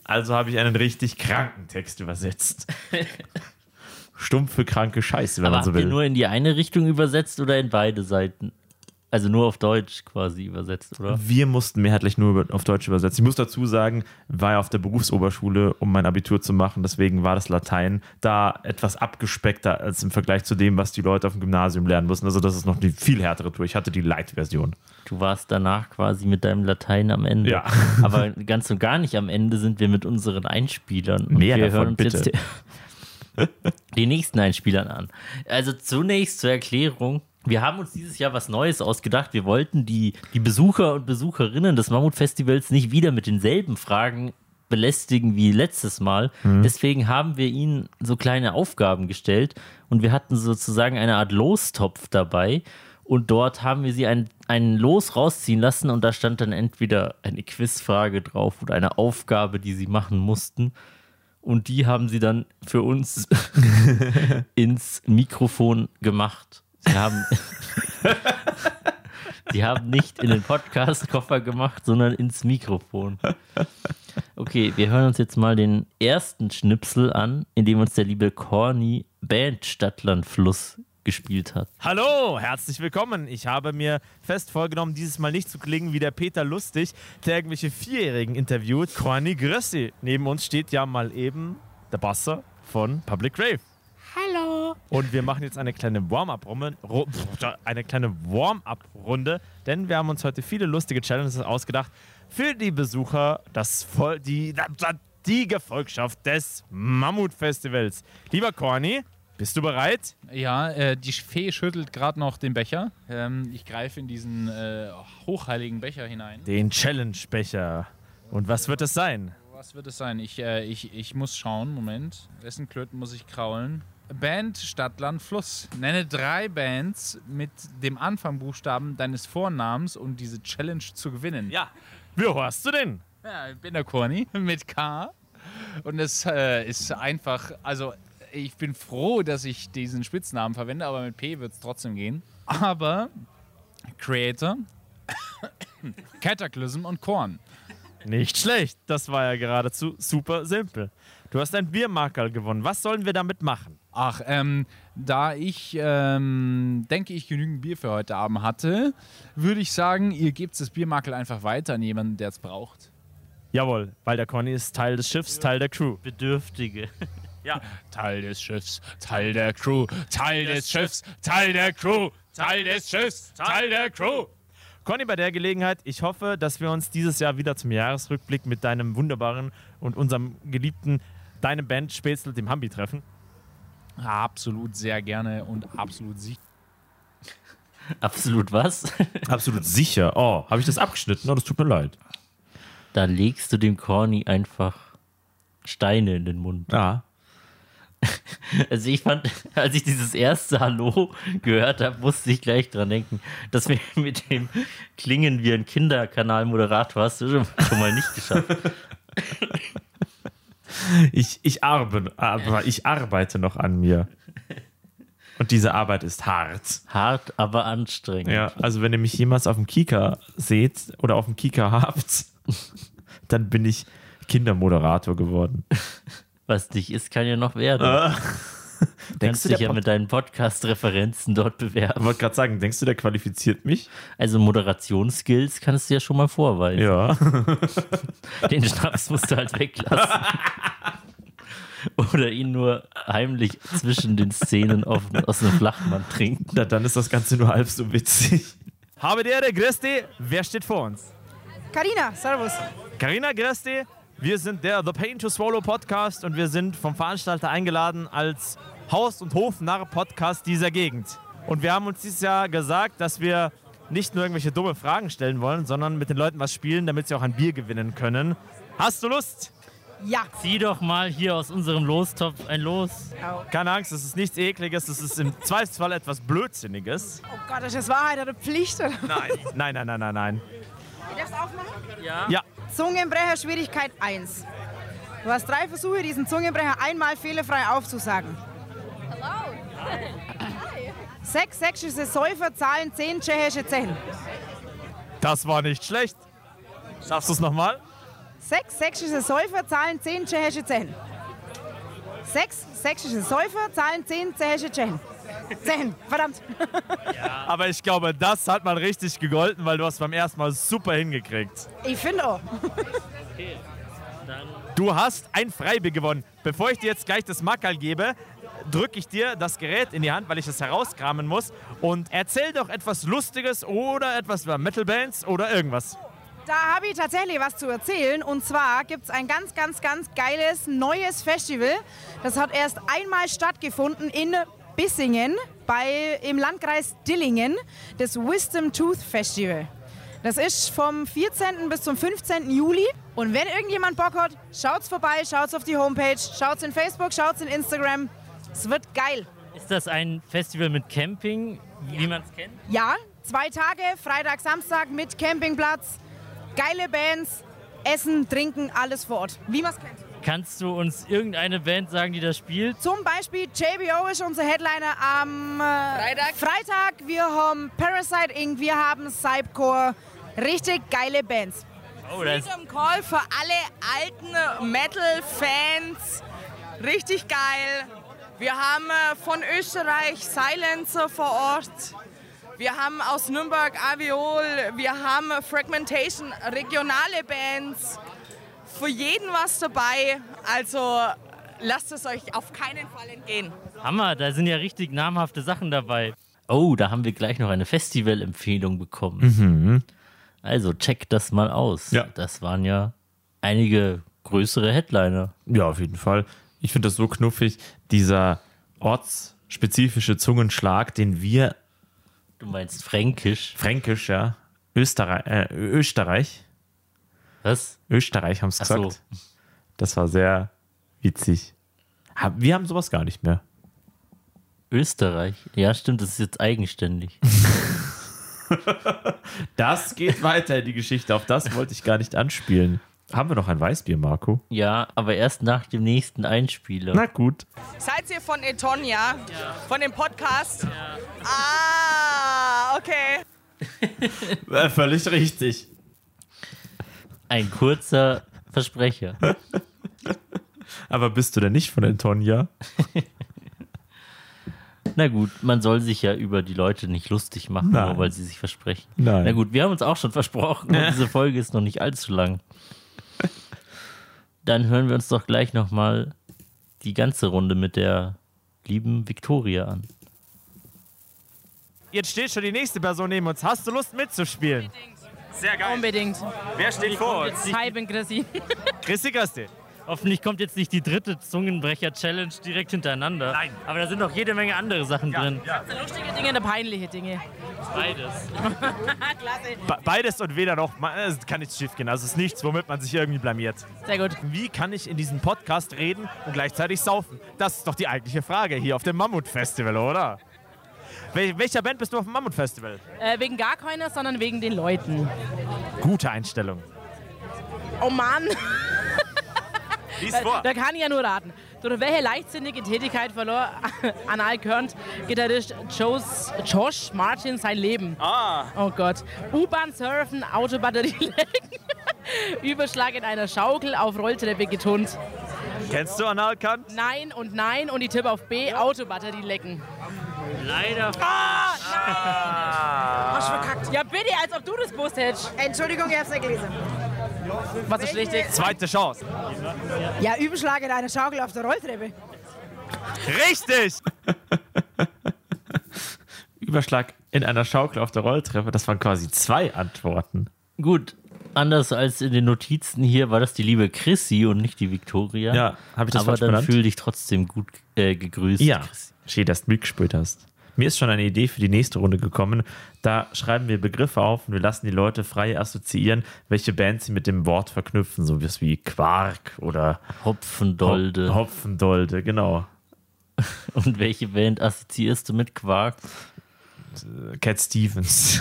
Also habe ich einen richtig kranken Text übersetzt. Stumpfe, kranke Scheiße, wenn
Aber
man so
habt ihr
will.
nur in die eine Richtung übersetzt oder in beide Seiten? Also nur auf Deutsch quasi übersetzt, oder?
Wir mussten mehrheitlich nur über- auf Deutsch übersetzen. Ich muss dazu sagen, war ja auf der Berufsoberschule, um mein Abitur zu machen, deswegen war das Latein da etwas abgespeckter als im Vergleich zu dem, was die Leute auf dem Gymnasium lernen mussten. Also das ist noch die viel härtere Tour. Ich hatte die Light-Version.
Du warst danach quasi mit deinem Latein am Ende.
Ja.
Aber ganz und gar nicht am Ende sind wir mit unseren Einspielern. Und
Mehr
wir
davon,
hören uns
bitte.
jetzt die, die nächsten Einspielern an. Also zunächst zur Erklärung. Wir haben uns dieses Jahr was Neues ausgedacht. Wir wollten die, die Besucher und Besucherinnen des Mammutfestivals nicht wieder mit denselben Fragen belästigen wie letztes Mal.
Mhm.
Deswegen haben wir ihnen so kleine Aufgaben gestellt und wir hatten sozusagen eine Art Lostopf dabei. Und dort haben wir sie ein, ein Los rausziehen lassen und da stand dann entweder eine Quizfrage drauf oder eine Aufgabe, die sie machen mussten. Und die haben sie dann für uns ins Mikrofon gemacht. Sie haben, sie haben nicht in den Podcast-Koffer gemacht, sondern ins Mikrofon. Okay, wir hören uns jetzt mal den ersten Schnipsel an, in dem uns der liebe Corny Band Stadtlandfluss gespielt hat.
Hallo, herzlich willkommen. Ich habe mir fest vorgenommen, dieses Mal nicht zu klingen wie der Peter Lustig, der irgendwelche Vierjährigen interviewt. Corny Grössi. Neben uns steht ja mal eben der Basser von Public Rave. Hallo. Und wir machen jetzt eine kleine Warm-up-Runde, Ru- eine kleine Warm-up-Runde, denn wir haben uns heute viele lustige Challenges ausgedacht für die Besucher, das Vol die, die Gefolgschaft des Mammut-Festivals. Lieber Corny, bist du bereit?
Ja, äh, die Fee schüttelt gerade noch den Becher. Ähm, ich greife in diesen äh, hochheiligen Becher hinein.
Den Challenge-Becher. Und was wird es sein?
Was wird es sein? Ich, äh, ich, ich muss schauen, Moment. Wessen Klöten muss ich kraulen? Band, Stadt, Land, Fluss. Nenne drei Bands mit dem Anfangbuchstaben deines Vornamens, um diese Challenge zu gewinnen.
Ja. Wie hast du denn?
Ja, ich bin der Corny mit K. Und es äh, ist einfach, also ich bin froh, dass ich diesen Spitznamen verwende, aber mit P wird es trotzdem gehen. Aber Creator, Cataclysm und Korn.
Nicht schlecht. Das war ja geradezu super simpel. Du hast ein Biermarkerl gewonnen. Was sollen wir damit machen?
Ach, ähm, da ich ähm, denke, ich genügend Bier für heute Abend hatte, würde ich sagen, ihr gebt das Biermakel einfach weiter an jemanden, der es braucht.
Jawohl, weil der Conny ist Teil des Schiffs, Teil der Crew.
Bedürftige.
Teil des Schiffs, Teil der Crew, Teil des Schiffs, Teil der Crew, Teil des Schiffs, Teil der Crew.
Conny, bei der Gelegenheit, ich hoffe, dass wir uns dieses Jahr wieder zum Jahresrückblick mit deinem wunderbaren und unserem geliebten, deinem Band Spätzle, dem Hambi, treffen.
Absolut sehr gerne und absolut sicher.
Absolut was?
Absolut sicher. Oh, habe ich das abgeschnitten? Oh, das tut mir leid.
Da legst du dem Corny einfach Steine in den Mund.
Ja.
Also ich fand, als ich dieses erste Hallo gehört habe, musste ich gleich dran denken, dass wir mit dem Klingen wie ein Kinderkanal-Moderator hast du schon, schon mal nicht geschafft.
Ich, ich, arbe, aber ich arbeite noch an mir. Und diese Arbeit ist hart.
Hart, aber anstrengend.
Ja, also wenn ihr mich jemals auf dem Kika seht oder auf dem Kika habt, dann bin ich Kindermoderator geworden.
Was dich ist, kann ja noch werden.
Ah.
Du kannst dich ja mit deinen Podcast-Referenzen dort
Ich
bewerben.
wollte gerade sagen, denkst du, der qualifiziert mich?
Also Moderationsskills kannst du ja schon mal vorweisen.
Ja.
Den Schnaps musst du halt weglassen. Oder ihn nur heimlich zwischen den Szenen offen aus einem Flachmann trinken.
Na, dann ist das Ganze nur halb so witzig. Habe die Ehre, Christi. Wer steht vor uns?
Karina, servus.
Carina Christi. Wir sind der The Pain to Swallow Podcast und wir sind vom Veranstalter eingeladen als Haus- und Hofnarr-Podcast dieser Gegend. Und wir haben uns dieses Jahr gesagt, dass wir nicht nur irgendwelche dumme Fragen stellen wollen, sondern mit den Leuten was spielen, damit sie auch ein Bier gewinnen können. Hast du Lust?
Ja.
Zieh doch mal hier aus unserem Lostopf ein Los.
Keine Angst, es ist nichts Ekliges, es ist im Zweifelsfall etwas Blödsinniges.
Oh Gott, ist das Wahrheit oder Pflicht? Oder?
Nein, nein, nein, nein, nein, nein.
Du darfst aufmachen.
Ja,
Zungenbrecher Schwierigkeit 1. Du hast drei Versuche, diesen Zungenbrecher einmal fehlerfrei aufzusagen. Hello. Sechs sächsische Säufer zahlen zehn tschechische Zechen.
das war nicht schlecht. Schaffst du es nochmal?
Sechs sächsische Säufer zahlen zehn tschechische Zechen. Sechs sächsische Säufer zahlen zehn tschechische Zechen. Zehn, verdammt.
Aber ich glaube, das hat man richtig gegolten, weil du hast beim ersten Mal super hingekriegt.
Ich finde auch.
Du hast ein Freibier gewonnen. Bevor ich dir jetzt gleich das Mackerl gebe, drücke ich dir das Gerät in die Hand, weil ich es herauskramen muss. Und erzähl doch etwas Lustiges oder etwas über Metal-Bands oder irgendwas.
Da habe ich tatsächlich was zu erzählen. Und zwar gibt es ein ganz, ganz, ganz geiles neues Festival. Das hat erst einmal stattgefunden in Bissingen bei, im Landkreis Dillingen, das Wisdom Tooth Festival. Das ist vom 14. bis zum 15. Juli. Und wenn irgendjemand Bock hat, schaut's vorbei, schaut's auf die Homepage, schaut's in Facebook, schaut's in Instagram. Es wird geil.
Ist das ein Festival mit Camping, wie man es kennt?
Ja, zwei Tage, Freitag, Samstag mit Campingplatz, geile Bands, Essen, Trinken, alles vor Ort, wie man es kennt.
Kannst du uns irgendeine Band sagen, die das spielt?
Zum Beispiel JBO ist unser Headliner am äh, Freitag. Wir haben Parasite Inc., wir haben Cypcore. Richtig geile Bands.
Oh, das
Freedom Call für alle alten Metal-Fans. Richtig geil. Wir haben äh, von Österreich Silencer vor Ort. Wir haben aus Nürnberg Aviol. Wir haben äh, Fragmentation, regionale Bands. Für jeden was dabei. Also lasst es euch auf keinen Fall entgehen.
Hammer, da sind ja richtig namhafte Sachen dabei. Oh, da haben wir gleich noch eine Festivalempfehlung bekommen. Also check das mal aus.
Mhm. Ja.
Das waren ja einige größere Headliner.
Ja, auf jeden Fall. Ich finde das so knuffig, dieser ortsspezifische Zungenschlag, den wir
Du meinst fränkisch.
fränkisch, ja, Österreich, äh, Österreich,
Was?
Österreich haben es
Ach so.
gesagt. Das war sehr witzig. Hab- Wir haben sowas gar nicht mehr.
Österreich. Ja, stimmt, das ist jetzt eigenständig.
Das geht weiter, die Geschichte. Auf das wollte ich gar nicht anspielen. Haben wir noch ein Weißbier, Marco?
ja, aber erst nach dem nächsten Einspieler.
Na gut.
Seid ihr von Etonia? Von dem Podcast? Ah, okay.
Äh, völlig richtig.
Ein kurzer Versprecher.
Aber bist du denn nicht von Antonia?
Na gut, man soll sich ja über die Leute nicht lustig machen,
Nein.
nur weil sie sich versprechen.
Nein.
Na gut, wir haben uns auch schon versprochen und diese Folge ist noch nicht allzu lang. Dann hören wir uns doch gleich nochmal die ganze Runde mit der lieben Victoria an.
Jetzt steht schon die nächste Person neben uns. Hast du Lust mitzuspielen? Sehr geil.
Unbedingt.
Wer steht vor uns?
Hi, bin Chrissy.
Christi Christi.
Hoffentlich kommt jetzt nicht die dritte Zungenbrecher-Challenge direkt hintereinander.
Nein.
Aber da sind noch jede Menge andere Sachen drin.
Lustige Dinge und peinliche Dinge.
Beides.
Be- Beides und weder noch. Ma- Es kann nichts schief gehen. Also es ist nichts, womit man sich irgendwie blamiert.
Sehr gut.
Wie kann ich in diesem Podcast reden und gleichzeitig saufen? Das ist doch die eigentliche Frage hier auf dem Mammut-Festival, oder? Wel welcher Band bist du auf dem Mammut-Festival?
Äh, wegen gar keiner, sondern wegen den Leuten.
Gute Einstellung.
Oh Mann,
Lies vor.
da kann ich ja nur raten. Durch welche leichtsinnige Tätigkeit verlor Anal Körnt Gitarrist Josh, Josh Martin sein Leben?
Ah.
Oh Gott. U-Bahn surfen, Autobatterie legen, Überschlag in einer Schaukel auf Rolltreppe getunt.
Kennst du Analkant?
Nein und nein und die Tipp auf B, Autobatterie lecken.
Leider.
Ah,
Hast du verkackt.
Ja bitte, als ob du das gewusst hättest.
Entschuldigung, ich hab's nicht gelesen.
Was ist richtig?
Zweite Chance.
Ja, Überschlag in einer Schaukel auf der Rolltreppe.
Richtig! Überschlag in einer Schaukel auf der Rolltreppe. Das waren quasi zwei Antworten.
Gut, anders als in den Notizen hier war das die liebe Chrissy und nicht die Victoria.
Ja, habe ich das
Aber
falsch
dann
benannt?
fühl dich trotzdem gut äh, gegrüßt.
Ja,
Chrissy.
schön, dass du mitgespielt hast. Mir ist schon eine Idee für die nächste Runde gekommen. Da schreiben wir Begriffe auf und wir lassen die Leute frei assoziieren, welche Bands sie mit dem Wort verknüpfen. So was wie Quark oder
Hopfendolde.
Hop- Hopfendolde, genau.
Und welche Band assoziierst du mit Quark?
Äh, Cat Stevens.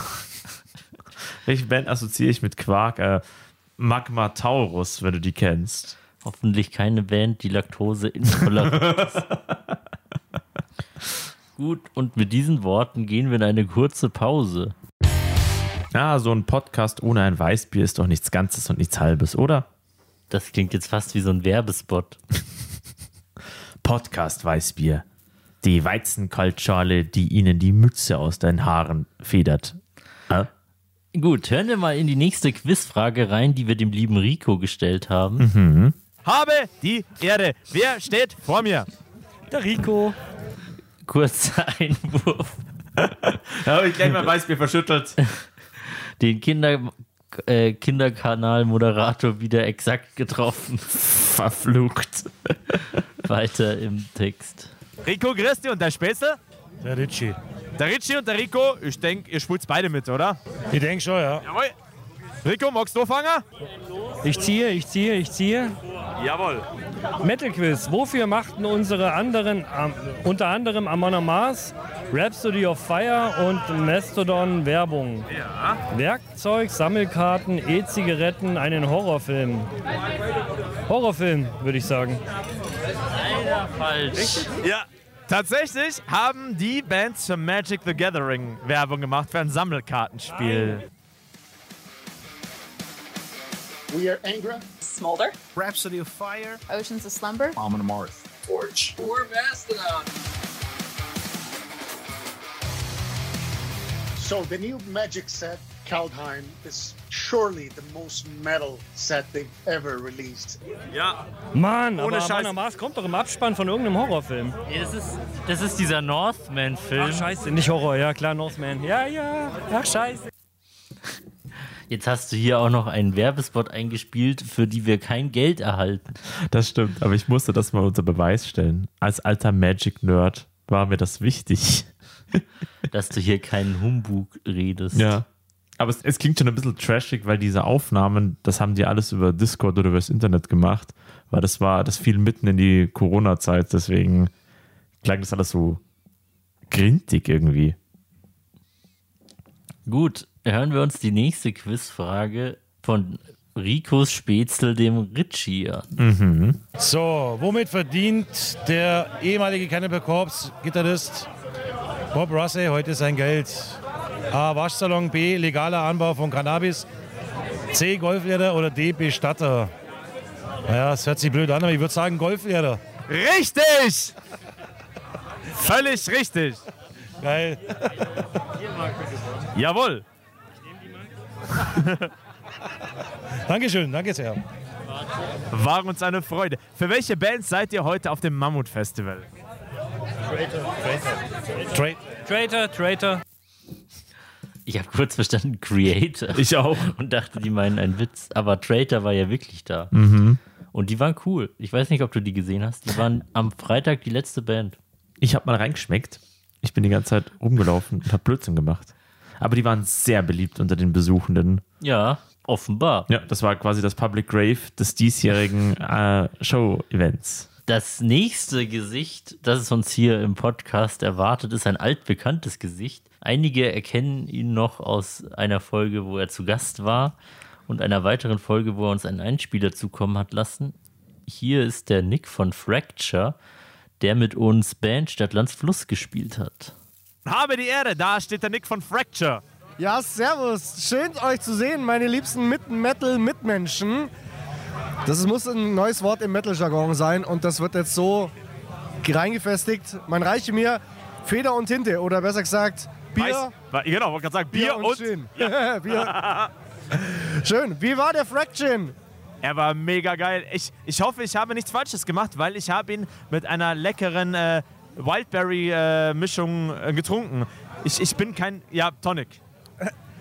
welche Band assoziiere ich mit Quark? Äh, Magma Taurus, wenn du die kennst.
Hoffentlich keine Band, die Laktose intolerant ist. Gut, und mit diesen Worten gehen wir in eine kurze Pause.
Ja, so ein Podcast ohne ein Weißbier ist doch nichts Ganzes und nichts Halbes, oder?
Das klingt jetzt fast wie so ein Werbespot.
Podcast Weißbier. die Weizenkaltschale, die ihnen die Mütze aus den Haaren federt. Äh?
Gut, hören wir mal in die nächste Quizfrage rein, die wir dem lieben Rico gestellt haben.
Mhm. Habe die Ehre. Wer steht vor mir?
Der Rico.
Kurzer Einwurf.
Da habe ich gleich mein Weißbier verschüttelt.
Den Kinder, äh, Kinderkanal-Moderator wieder exakt getroffen.
Verflucht.
Weiter im Text.
Rico Christi und der Spätzle?
Der Ritchie.
Der Ritchie und der Rico, ich denke, ihr spult beide mit, oder?
Ich denke schon, ja.
Jawohl. Rico, magst du fangen?
Ich ziehe, ich ziehe, ich ziehe.
Jawohl.
Metal Quiz. Wofür machten unsere anderen, am- unter anderem Amon Mars, Rhapsody of Fire und Mastodon Werbung? Werkzeug, Sammelkarten, E-Zigaretten, einen Horrorfilm. Horrorfilm, würde ich sagen.
Falsch.
Ja. Tatsächlich haben die Bands für Magic the Gathering Werbung gemacht für ein Sammelkartenspiel.
Smolder,
Rhapsody of Fire,
Oceans of Slumber,
Amon Amarth, Torch.
or Mastodon.
So the new Magic set, Kaldheim, is surely the most metal set they've ever released.
Ja.
Mann,
Ohne
aber
Scheiß.
Amon Mars kommt doch im Abspann von irgendeinem Horrorfilm.
Nee, das, ist, das ist dieser Northman-Film.
Ach, scheiße, nicht Horror, ja klar, Northman. Ja, ja, ach, scheiße.
Jetzt hast du hier auch noch einen Werbespot eingespielt, für die wir kein Geld erhalten.
Das stimmt, aber ich musste das mal unter Beweis stellen. Als alter Magic-Nerd war mir das wichtig.
Dass du hier keinen Humbug redest.
Ja. Aber es, es klingt schon ein bisschen trashig, weil diese Aufnahmen, das haben die alles über Discord oder übers Internet gemacht, weil das war, das fiel mitten in die Corona-Zeit, deswegen klang das alles so grintig irgendwie.
Gut, hören wir uns die nächste Quizfrage von Ricos Spätzle, dem Ritchie, an.
Mhm.
So, womit verdient der ehemalige Cannibal Corpse Gitarrist Bob Russey heute sein Geld? A. Waschsalon, B. Legaler Anbau von Cannabis, C. Golflehrer oder D. Bestatter? Naja, es hört sich blöd an, aber ich würde sagen Golflehrer.
Richtig! Völlig richtig!
Geil.
Jawohl!
Dankeschön, danke sehr.
War uns eine Freude. Für welche Band seid ihr heute auf dem Mammut-Festival?
Tra
Traitor, Traitor.
Ich habe kurz verstanden, Creator.
Ich auch.
Und dachte, die meinen einen Witz. Aber Traitor war ja wirklich da.
Mhm.
Und die waren cool. Ich weiß nicht, ob du die gesehen hast. Die waren am Freitag die letzte Band.
Ich habe mal reingeschmeckt. Ich bin die ganze Zeit rumgelaufen und habe Blödsinn gemacht. Aber die waren sehr beliebt unter den Besuchenden.
Ja, offenbar.
Ja, das war quasi das Public Grave des diesjährigen äh, Show-Events.
Das nächste Gesicht, das es uns hier im Podcast erwartet, ist ein altbekanntes Gesicht. Einige erkennen ihn noch aus einer Folge, wo er zu Gast war und einer weiteren Folge, wo er uns einen Einspieler zukommen hat lassen. Hier ist der Nick von Fracture, der mit uns Band Stadtlands Fluss gespielt hat.
Habe die Ehre, da steht der Nick von Fracture.
Ja, servus. Schön euch zu sehen, meine liebsten Mit-Metal-Mitmenschen. Das muss ein neues Wort im Metal-Jargon sein und das wird jetzt so reingefestigt. Man reiche mir Feder und Tinte oder besser gesagt Bier,
Weiß, genau, wollte gerade sagen, Bier,
und,
und.
Gin. Bier. Schön. Wie war der Fraction?
Er war mega geil. Ich, ich hoffe, ich habe nichts Falsches gemacht, weil ich habe ihn mit einer leckeren äh, Wildberry-Mischung äh, getrunken. Ich, ich bin kein, ja, Tonic.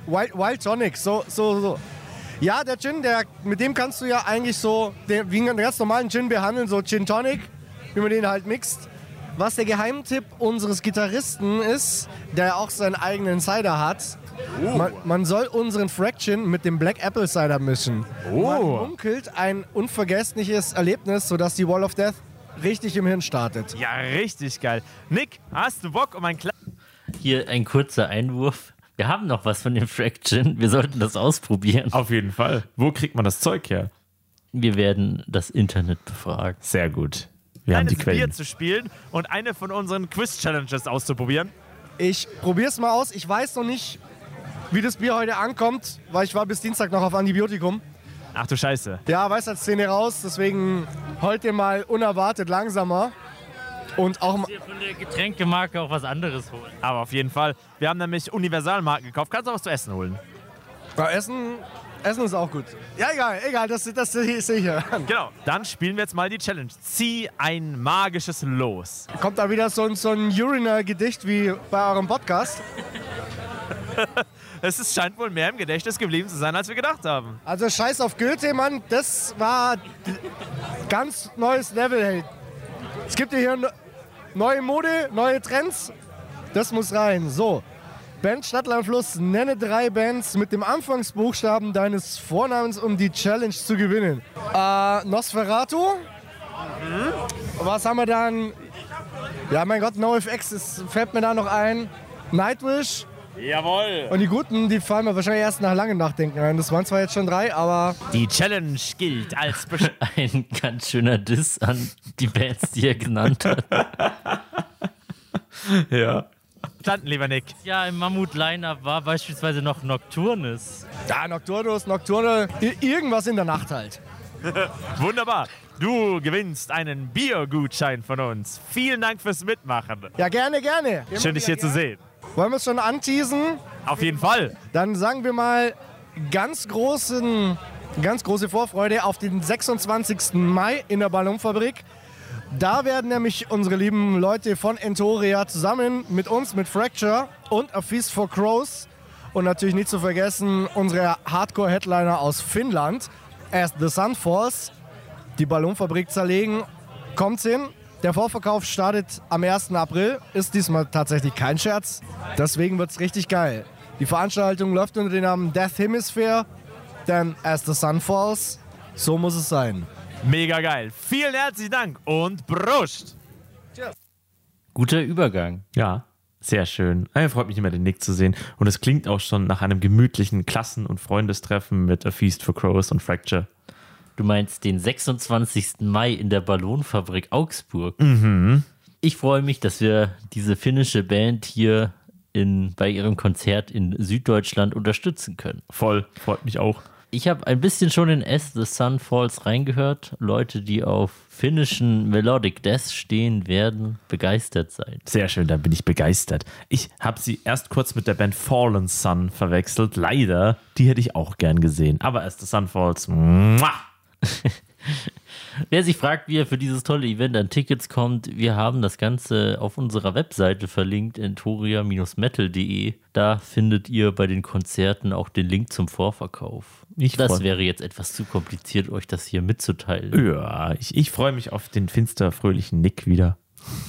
Wild, Wild Tonic, so, so, so. Ja, der Gin, der, mit dem kannst du ja eigentlich so den, wie einen ganz normalen Gin behandeln, so Gin Tonic, wie man den halt mixt. Was der Geheimtipp unseres Gitarristen ist, der ja auch seinen eigenen Cider hat,
Oh.
man, man soll unseren Fraction mit dem Black Apple Cider mischen. Man
Oh.
munkelt ein unvergessliches Erlebnis, sodass die Wall of Death richtig im Hirn startet.
Ja, richtig geil. Nick, hast du Bock um ein kleines.
Hier ein kurzer Einwurf. Wir haben noch was von dem Fraction. Wir sollten das ausprobieren.
Auf jeden Fall. Wo kriegt man das Zeug her?
Wir werden das Internet befragen.
Sehr gut. Wir haben die
Quellen.
Bier zu spielen und eine von unseren Quiz-Challenges auszuprobieren?
Ich probier's mal aus. Ich weiß noch nicht, wie das Bier heute ankommt, weil ich war bis Dienstag noch auf Antibiotikum.
Ach du Scheiße.
Ja, Weisheitszähne raus, deswegen heute mal unerwartet langsamer. Und auch
mal. Von der Getränkemarke auch was anderes holen.
Aber auf jeden Fall, wir haben nämlich Universalmarken gekauft. Kannst du auch was zu essen holen?
Ja, Essen, Essen ist auch gut. Ja, egal, egal, das, das sehe ich hier an.
Genau, dann spielen wir jetzt mal die Challenge. Zieh ein magisches Los.
Kommt da wieder so, ein- so ein Uriner-Gedicht wie bei eurem Podcast?
Es ist, scheint wohl mehr im Gedächtnis geblieben zu sein, als wir gedacht haben.
Also scheiß auf Goethe, Mann, das war d- ganz neues Level, hey. Es gibt ja hier ne- neue Mode, neue Trends. Das muss rein. So. Band Stadtland Fluss, nenne drei Bands mit dem Anfangsbuchstaben deines Vornamens, um die Challenge zu gewinnen. Äh, Nosferatu. Mhm. Was haben wir dann? Ja, mein Gott, NoFX ist, fällt mir da noch ein. Nightwish.
Jawohl.
Und die guten, die fallen mir wahrscheinlich erst nach langem Nachdenken ein. Das waren zwar jetzt schon drei, aber.
Die Challenge gilt als besch-
Ein ganz schöner Diss an die Bands, die er genannt hat.
ja. Standen, lieber Nick.
Ja, im Mammut-Line-Up war beispielsweise noch Nocturnus.
Ja, Nocturnus, Nocturne, i- irgendwas in der Nacht halt.
Wunderbar. Du gewinnst einen Biergutschein von uns. Vielen Dank fürs Mitmachen.
Ja, gerne, gerne.
Schön, dich hier zu sehen.
Wollen wir es schon anteasen?
Auf jeden Fall.
Dann sagen wir mal ganz großen, ganz große Vorfreude auf den 26. Mai in der Ballonfabrik. Da werden nämlich unsere lieben Leute von Entoria zusammen mit uns, mit Fracture und A Feast for Crows und natürlich nicht zu vergessen unsere Hardcore-Headliner aus Finnland, erst The Sun Force, die Ballonfabrik zerlegen. Kommt's hin. Der Vorverkauf startet am 1. April. Ist diesmal tatsächlich kein Scherz. Deswegen wird's richtig geil. Die Veranstaltung läuft unter dem Namen Death Hemisphere, dann As the Sun Falls. So muss es sein.
Mega geil. Vielen herzlichen Dank und Brust.
Guter Übergang.
Ja, sehr schön. Ah, Ja, freut mich immer, den Nick zu sehen. Und es klingt auch schon nach einem gemütlichen Klassen- und Freundestreffen mit A Feast for Crows und Fracture.
Du meinst den 26. Mai in der Ballonfabrik Augsburg.
Mhm.
Ich freue mich, dass wir diese finnische Band hier in, bei ihrem Konzert in Süddeutschland unterstützen können.
Voll, freut mich auch.
Ich habe ein bisschen schon in As the Sun Falls reingehört. Leute, die auf finnischen Melodic Death stehen, werden begeistert sein.
Sehr schön, dann bin ich begeistert. Ich habe sie erst kurz mit der Band Fallen Sun verwechselt. Leider, die hätte ich auch gern gesehen. Aber erst das Sunfalls. Mua!
Wer sich fragt, wie er für dieses tolle Event an Tickets kommt, wir haben das Ganze auf unserer Webseite verlinkt, entoria-metal.de. Da findet ihr bei den Konzerten auch den Link zum Vorverkauf.
Ich
das
freu-
wäre jetzt etwas zu kompliziert, euch das hier mitzuteilen.
Ja, ich, ich freue mich auf den finsterfröhlichen Nick wieder.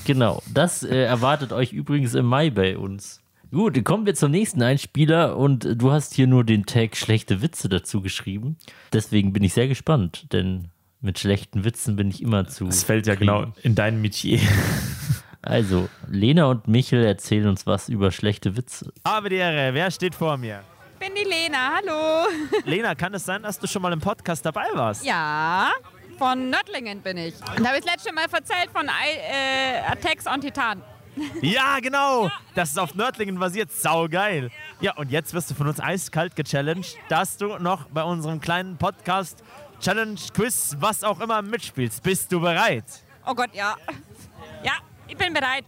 Genau, das äh, erwartet euch übrigens im Mai bei uns. Gut, kommen wir zum nächsten Einspieler und äh, du hast hier nur den Tag schlechte Witze dazu geschrieben. Deswegen bin ich sehr gespannt, denn mit schlechten Witzen bin ich immer zu.
Es fällt ja genau in dein Metier.
Also, Lena und Michel erzählen uns was über schlechte Witze.
Aber die Ehre, Äh, wer steht vor mir?
bin die Lena, hallo.
Lena, kann es sein, dass du schon mal im Podcast dabei warst?
Ja, von Nördlingen bin ich. Und da habe ich das letzte Mal erzählt von äh, Attacks on Titan.
Ja, genau. Das ist auf Nördlingen basiert. Saugeil. Ja, und jetzt wirst du von uns eiskalt gechallenged, dass du noch bei unserem kleinen Podcast Challenge Quiz, was auch immer, mitspielst. Bist du bereit?
Oh Gott, ja. Ja, ich bin bereit.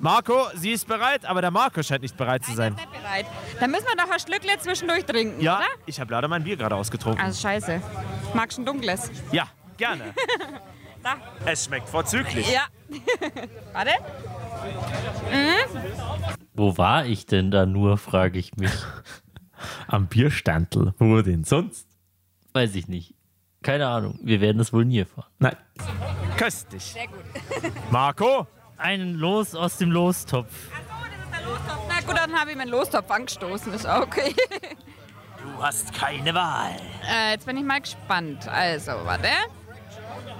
Marco, sie ist bereit, aber der Marco scheint nicht bereit zu sein.
Bereit. Dann müssen wir doch ein Schlückle zwischendurch trinken,
Ja, Oh.
oder?
ich habe leider mein Bier gerade ausgetrunken.
Also scheiße. Magst du ein dunkles?
Ja, gerne.
Also. Da.
Es schmeckt vorzüglich.
Ja. Warte. Mhm.
Wo war ich denn da nur, frage ich mich.
Am Bierstandl. Wo denn sonst?
Weiß ich nicht. Keine Ahnung. Wir werden es wohl nie erfahren.
Nein. Köstlich. Sehr gut. Marco?
Einen Los aus dem Lostopf.
Na gut, dann habe ich meinen Lostopf angestoßen. Ist auch okay.
Du hast keine Wahl.
Äh, jetzt bin ich mal gespannt. Also, warte.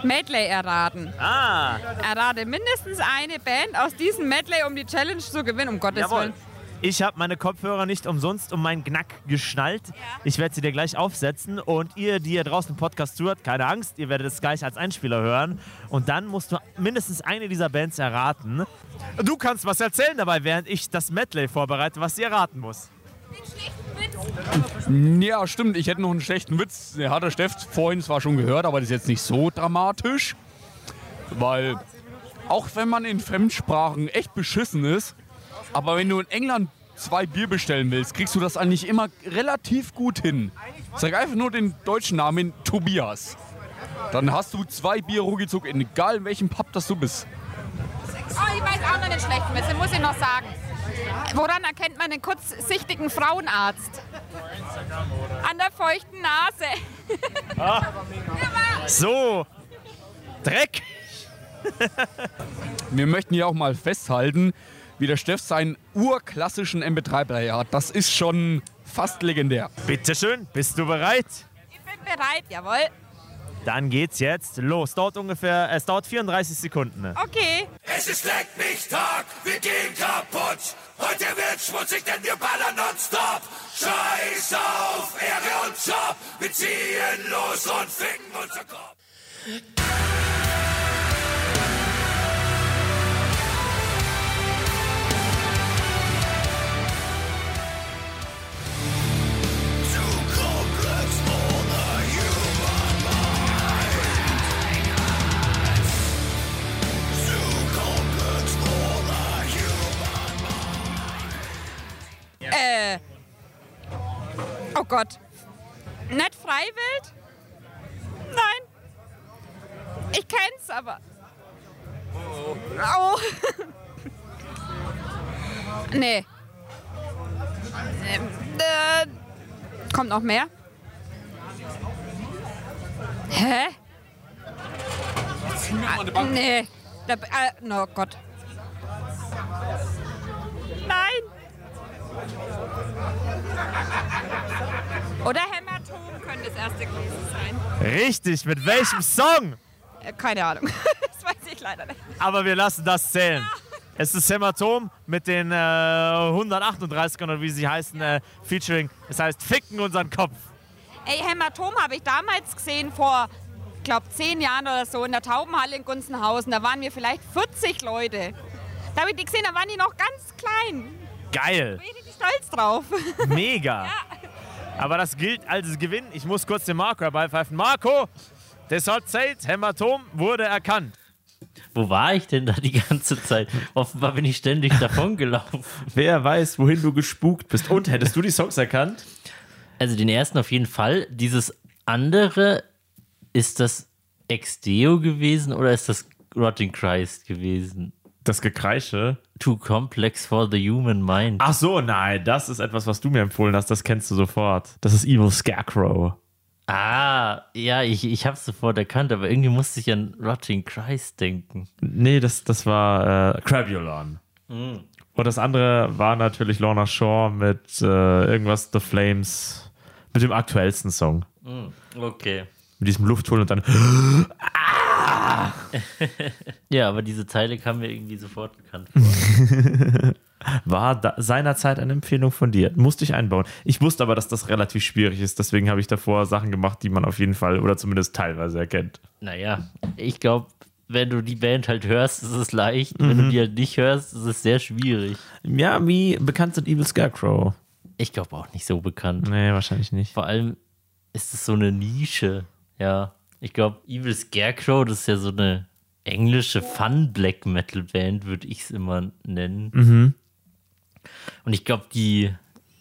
Medley erraten.
Ah.
Errate mindestens eine Band aus diesem Medley, um die Challenge zu gewinnen. Um Gottes
Jawohl.
Willen.
Ich habe meine Kopfhörer nicht umsonst um meinen Knack geschnallt. Ich werde sie dir gleich aufsetzen und ihr, die ihr draußen im Podcast zuhört, keine Angst, ihr werdet es gleich als Einspieler hören. Und dann musst du mindestens eine dieser Bands erraten. Du kannst was erzählen dabei, während ich das Medley vorbereite, was sie erraten muss.
Ja, stimmt. Ich hätte noch einen schlechten Witz. Der hat der Steff vorhin zwar schon gehört, aber das ist jetzt nicht so dramatisch. Weil auch wenn man in Fremdsprachen echt beschissen ist, aber wenn du in England zwei Bier bestellen willst, kriegst du das eigentlich immer relativ gut hin. Sag einfach nur den deutschen Namen Tobias. Dann hast du zwei Bier ruckzuck, in egal in welchem Pub das du bist.
Oh, ich weiß auch noch einen schlechten Witz, den muss ich noch sagen. Woran erkennt man einen kurzsichtigen Frauenarzt? An der feuchten Nase.
Ah. So, Dreck.
Wir möchten hier auch mal festhalten, wie der Steff seinen urklassischen MP3-Player hat. Das ist schon fast legendär.
Bitteschön, bist du bereit?
Bin bereit, jawohl.
Dann geht's jetzt los. Dauert ungefähr, es dauert 34 Sekunden.
Okay.
Es ist Leck mich Tag, wir gehen kaputt. Heute wird schmutzig, denn wir ballern nonstop. Scheiß auf Ehre und Job. Wir ziehen los und ficken unser Kopf.
Äh. Oh Gott. Nicht freiwillig? Nein. Ich kenn's, aber. Oh. nee. Ähm, Äh, kommt noch mehr? Hä? Ah, nee. Da, ah, no Gott. Nein. Oder Hämatom könnte das erste gewesen sein.
Richtig, mit welchem Song?
Äh, Keine Ahnung. das weiß ich leider nicht.
Aber wir lassen das zählen. Es ist Hämatom mit den äh, 138 oder wie sie heißen, äh, featuring. Es heißt Ficken unseren Kopf.
Ey, Hämatom habe ich damals gesehen vor, glaube zehn Jahren oder so in der Taubenhalle in Gunzenhausen. Da waren wir vielleicht 40 Leute. Da habe ich die gesehen, da waren die noch ganz klein.
Geil.
Ich bin stolz drauf.
Mega. Aber das gilt als Gewinn. Ich muss kurz den Marco herbeipfeifen. Marco, deshalb zählt, Hämatom wurde erkannt.
Wo war ich denn da die ganze Zeit? Offenbar bin ich ständig davon gelaufen.
Wer weiß, wohin du gespukt bist. Und hättest du die Songs erkannt?
Also den ersten auf jeden Fall. Dieses andere, ist das Exdeo gewesen oder ist das Rotting Christ gewesen?
Das Gekreische?
Too complex for the human mind.
Ach so, nein, das ist etwas, was du mir empfohlen hast. Das kennst du sofort. Das ist Evil Scarecrow.
Ah, ja, ich, ich hab's sofort erkannt, aber irgendwie musste ich an Rotting Christ denken.
Nee, das, das war äh, Crabulon.
Mhm.
Und das andere war natürlich Lorna Shaw mit äh, irgendwas The Flames, mit dem aktuellsten Song.
Okay.
Mit diesem Luftholen und dann. Ah.
ja, aber diese Teile kamen mir irgendwie sofort bekannt vor.
war da, seinerzeit eine Empfehlung von dir. Musste ich einbauen. Ich wusste aber, dass das relativ schwierig ist. Deswegen habe ich davor Sachen gemacht, die man auf jeden Fall oder zumindest teilweise erkennt.
Naja, ich glaube, wenn du die Band halt hörst, ist es leicht. Wenn du
Mhm.
die halt nicht hörst, ist es sehr schwierig.
Ja, wie bekannt sind Evil Scarecrow?
Ich glaube auch nicht so bekannt.
Nee, wahrscheinlich nicht.
Vor allem ist es so eine Nische. Ja, ich glaube, Evil Scarecrow, das ist ja so eine englische Fun-Black-Metal-Band, würde ich es immer nennen.
Mhm.
Und ich glaube, die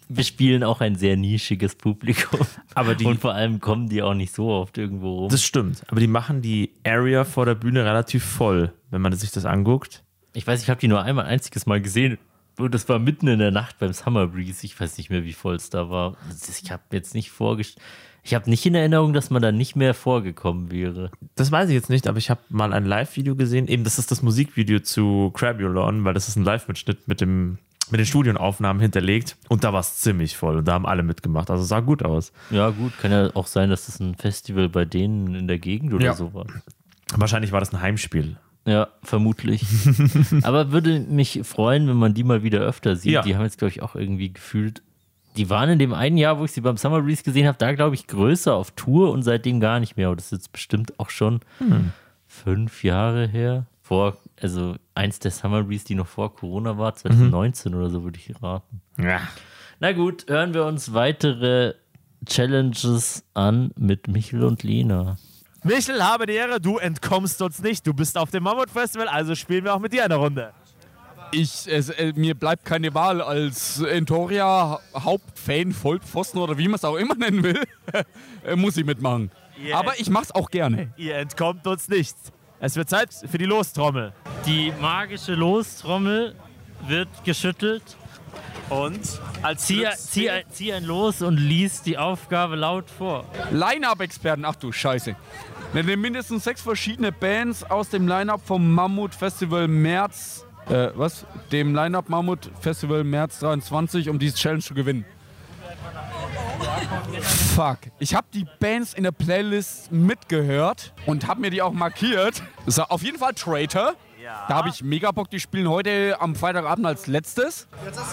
bespielen auch ein sehr nischiges Publikum.
Aber die-
Und vor allem kommen die auch nicht so oft irgendwo rum.
Das stimmt. Aber die machen die Area vor der Bühne relativ voll, wenn man sich das anguckt.
Ich weiß, ich habe die nur einmal ein einziges Mal gesehen. Und das war mitten in der Nacht beim Summer Breeze. Ich weiß nicht mehr, wie voll es da war. Das- Ich habe jetzt nicht vorgestellt. Ich habe nicht in Erinnerung, dass man da nicht mehr vorgekommen wäre.
Das weiß ich jetzt nicht, aber ich habe mal ein Live-Video gesehen. Eben, das ist das Musikvideo zu Crabulon, weil das ist ein Live-Mitschnitt mit, dem, mit den Studienaufnahmen hinterlegt. Und da war es ziemlich voll. Und da haben alle mitgemacht. Also sah gut aus.
Ja, gut, kann ja auch sein, dass das ein Festival bei denen in der Gegend oder
Ja.
so war.
Wahrscheinlich war das ein Heimspiel.
Ja, vermutlich. Aber würde mich freuen, wenn man die mal wieder öfter sieht.
Ja.
Die haben jetzt, glaube ich, auch irgendwie gefühlt. Die waren in dem einen Jahr, wo ich sie beim Summer Breeze gesehen habe, da, glaube ich, größer auf Tour und seitdem gar nicht mehr. Aber das ist jetzt bestimmt auch schon
Hm.
fünf Jahre her. Vor, also eins der Summer Breeze, die noch vor Corona war, 2019 oder so, würde ich raten.
Mhm. Ja.
Na gut, hören wir uns weitere Challenges an mit Michel und Lena.
Michel, habe die Ehre, du entkommst uns nicht. Du bist auf dem Mammut-Festival, also spielen wir auch mit dir eine Runde.
Ich, es, äh, mir bleibt keine Wahl als Entoria Hauptfan, Vollpfosten oder wie man es auch immer nennen will, äh, muss ich mitmachen.
Ihr
Aber
ent-
ich mach's auch gerne.
Ihr entkommt uns nicht. Es wird Zeit für die Lostrommel.
Die magische Lostrommel wird geschüttelt.
Und als
zieh,
Glücks-
zieh, ein- zieh ein Los und lies die Aufgabe laut vor.
Line-Up-Experten, ach du Scheiße. Nennen mindestens sechs verschiedene Bands aus dem Line-Up vom Mammut Festival März. Äh, was? Dem Line-Up Mammut Festival März 23, um diese Challenge zu gewinnen. Fuck. Ich habe die Bands in der Playlist mitgehört und habe mir die auch markiert. Das war auf jeden Fall Traitor. Da habe ich mega Bock. Die spielen heute am Freitagabend als letztes.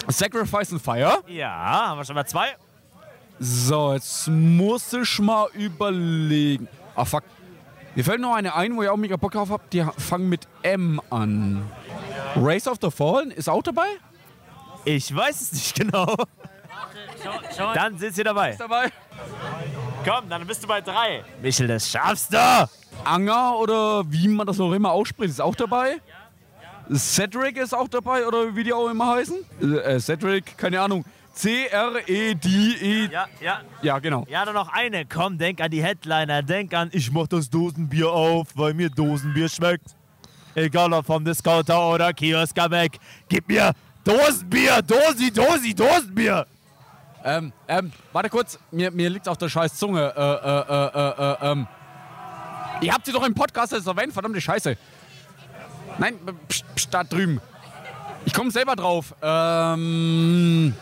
Sacrifice and Fire.
Ja, haben wir schon mal zwei.
So, jetzt muss ich mal überlegen. Ah, fuck. Mir fällt noch eine ein, wo ich auch mega Bock drauf habe. Die ha- fangen mit M an. Race of the Fallen ist auch dabei?
Ich weiß es nicht genau. Dann sind sie dabei. Äh. Komm, dann bist du bei drei. Michel, das schaffst du!
Anger oder wie man das noch immer ausspricht, ist auch dabei? Cedric ist auch dabei oder wie die auch immer heißen? Äh, äh, Cedric, keine Ahnung. C-R-E-D-E.
Ja, ja.
E. Ja, genau.
Ja, dann noch eine. Komm, denk an die Headliner. Denk an, ich mach das Dosenbier auf, weil mir Dosenbier schmeckt. Egal ob vom Discounter oder Kiosker weg. Gib mir Dosenbier, Dosi, Dosi, Dosenbier.
Ähm, ähm, warte kurz, mir, mir liegt auf der scheiß Zunge. Äh, äh, äh, äh, äh, ähm. Ihr habt sie doch im Podcast jetzt erwähnt, verdammte Scheiße. Nein, pst, pst, da drüben. Ich komme selber drauf. Ähm,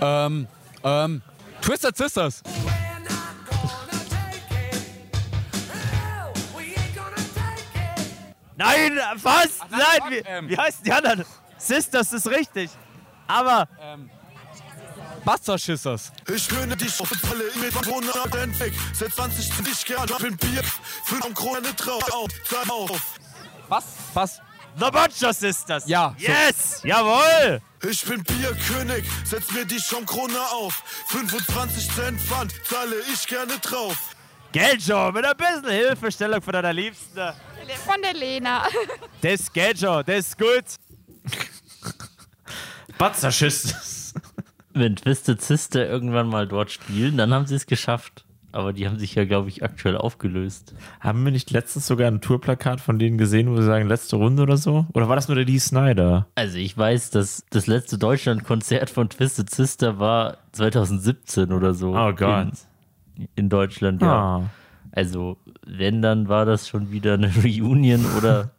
ähm, ähm, Twisted Sisters.
Nein, was?
nein, fuck,
nein, wie,
ähm.
wie heißen die anderen? Sisters ist richtig. Aber.
Ähm. Buster Schissers.
Ich höre dich auf alle mit Corona den Weg. Seit 20 sind ich gern auf ein Bier. Für am Krone drauf, da auf.
Was? Was?
The Butcher Sisters.
Ja.
Yes! Jawohl!
Ich bin Bierkönig, setz mir die Schaumkrone auf. 25 Cent Pfand, zahle ich gerne drauf.
Geljo, mit ein bisschen Hilfestellung von deiner Liebsten.
Von der Lena.
Das geht schon, das ist gut. Batzerschiss.
Wenn Twisted Sister irgendwann mal dort spielen, dann haben sie es geschafft. Aber die haben sich ja, glaube ich, aktuell aufgelöst.
Haben wir nicht letztens sogar ein Tourplakat von denen gesehen, wo sie sagen, letzte Runde oder so? Oder war das nur der Dee Snyder?
Also ich weiß, dass das letzte Deutschlandkonzert von Twisted Sister war 2017 oder so.
Oh Gott.
In, in Deutschland, ja.
Ah.
Also wenn, dann war das schon wieder eine Reunion oder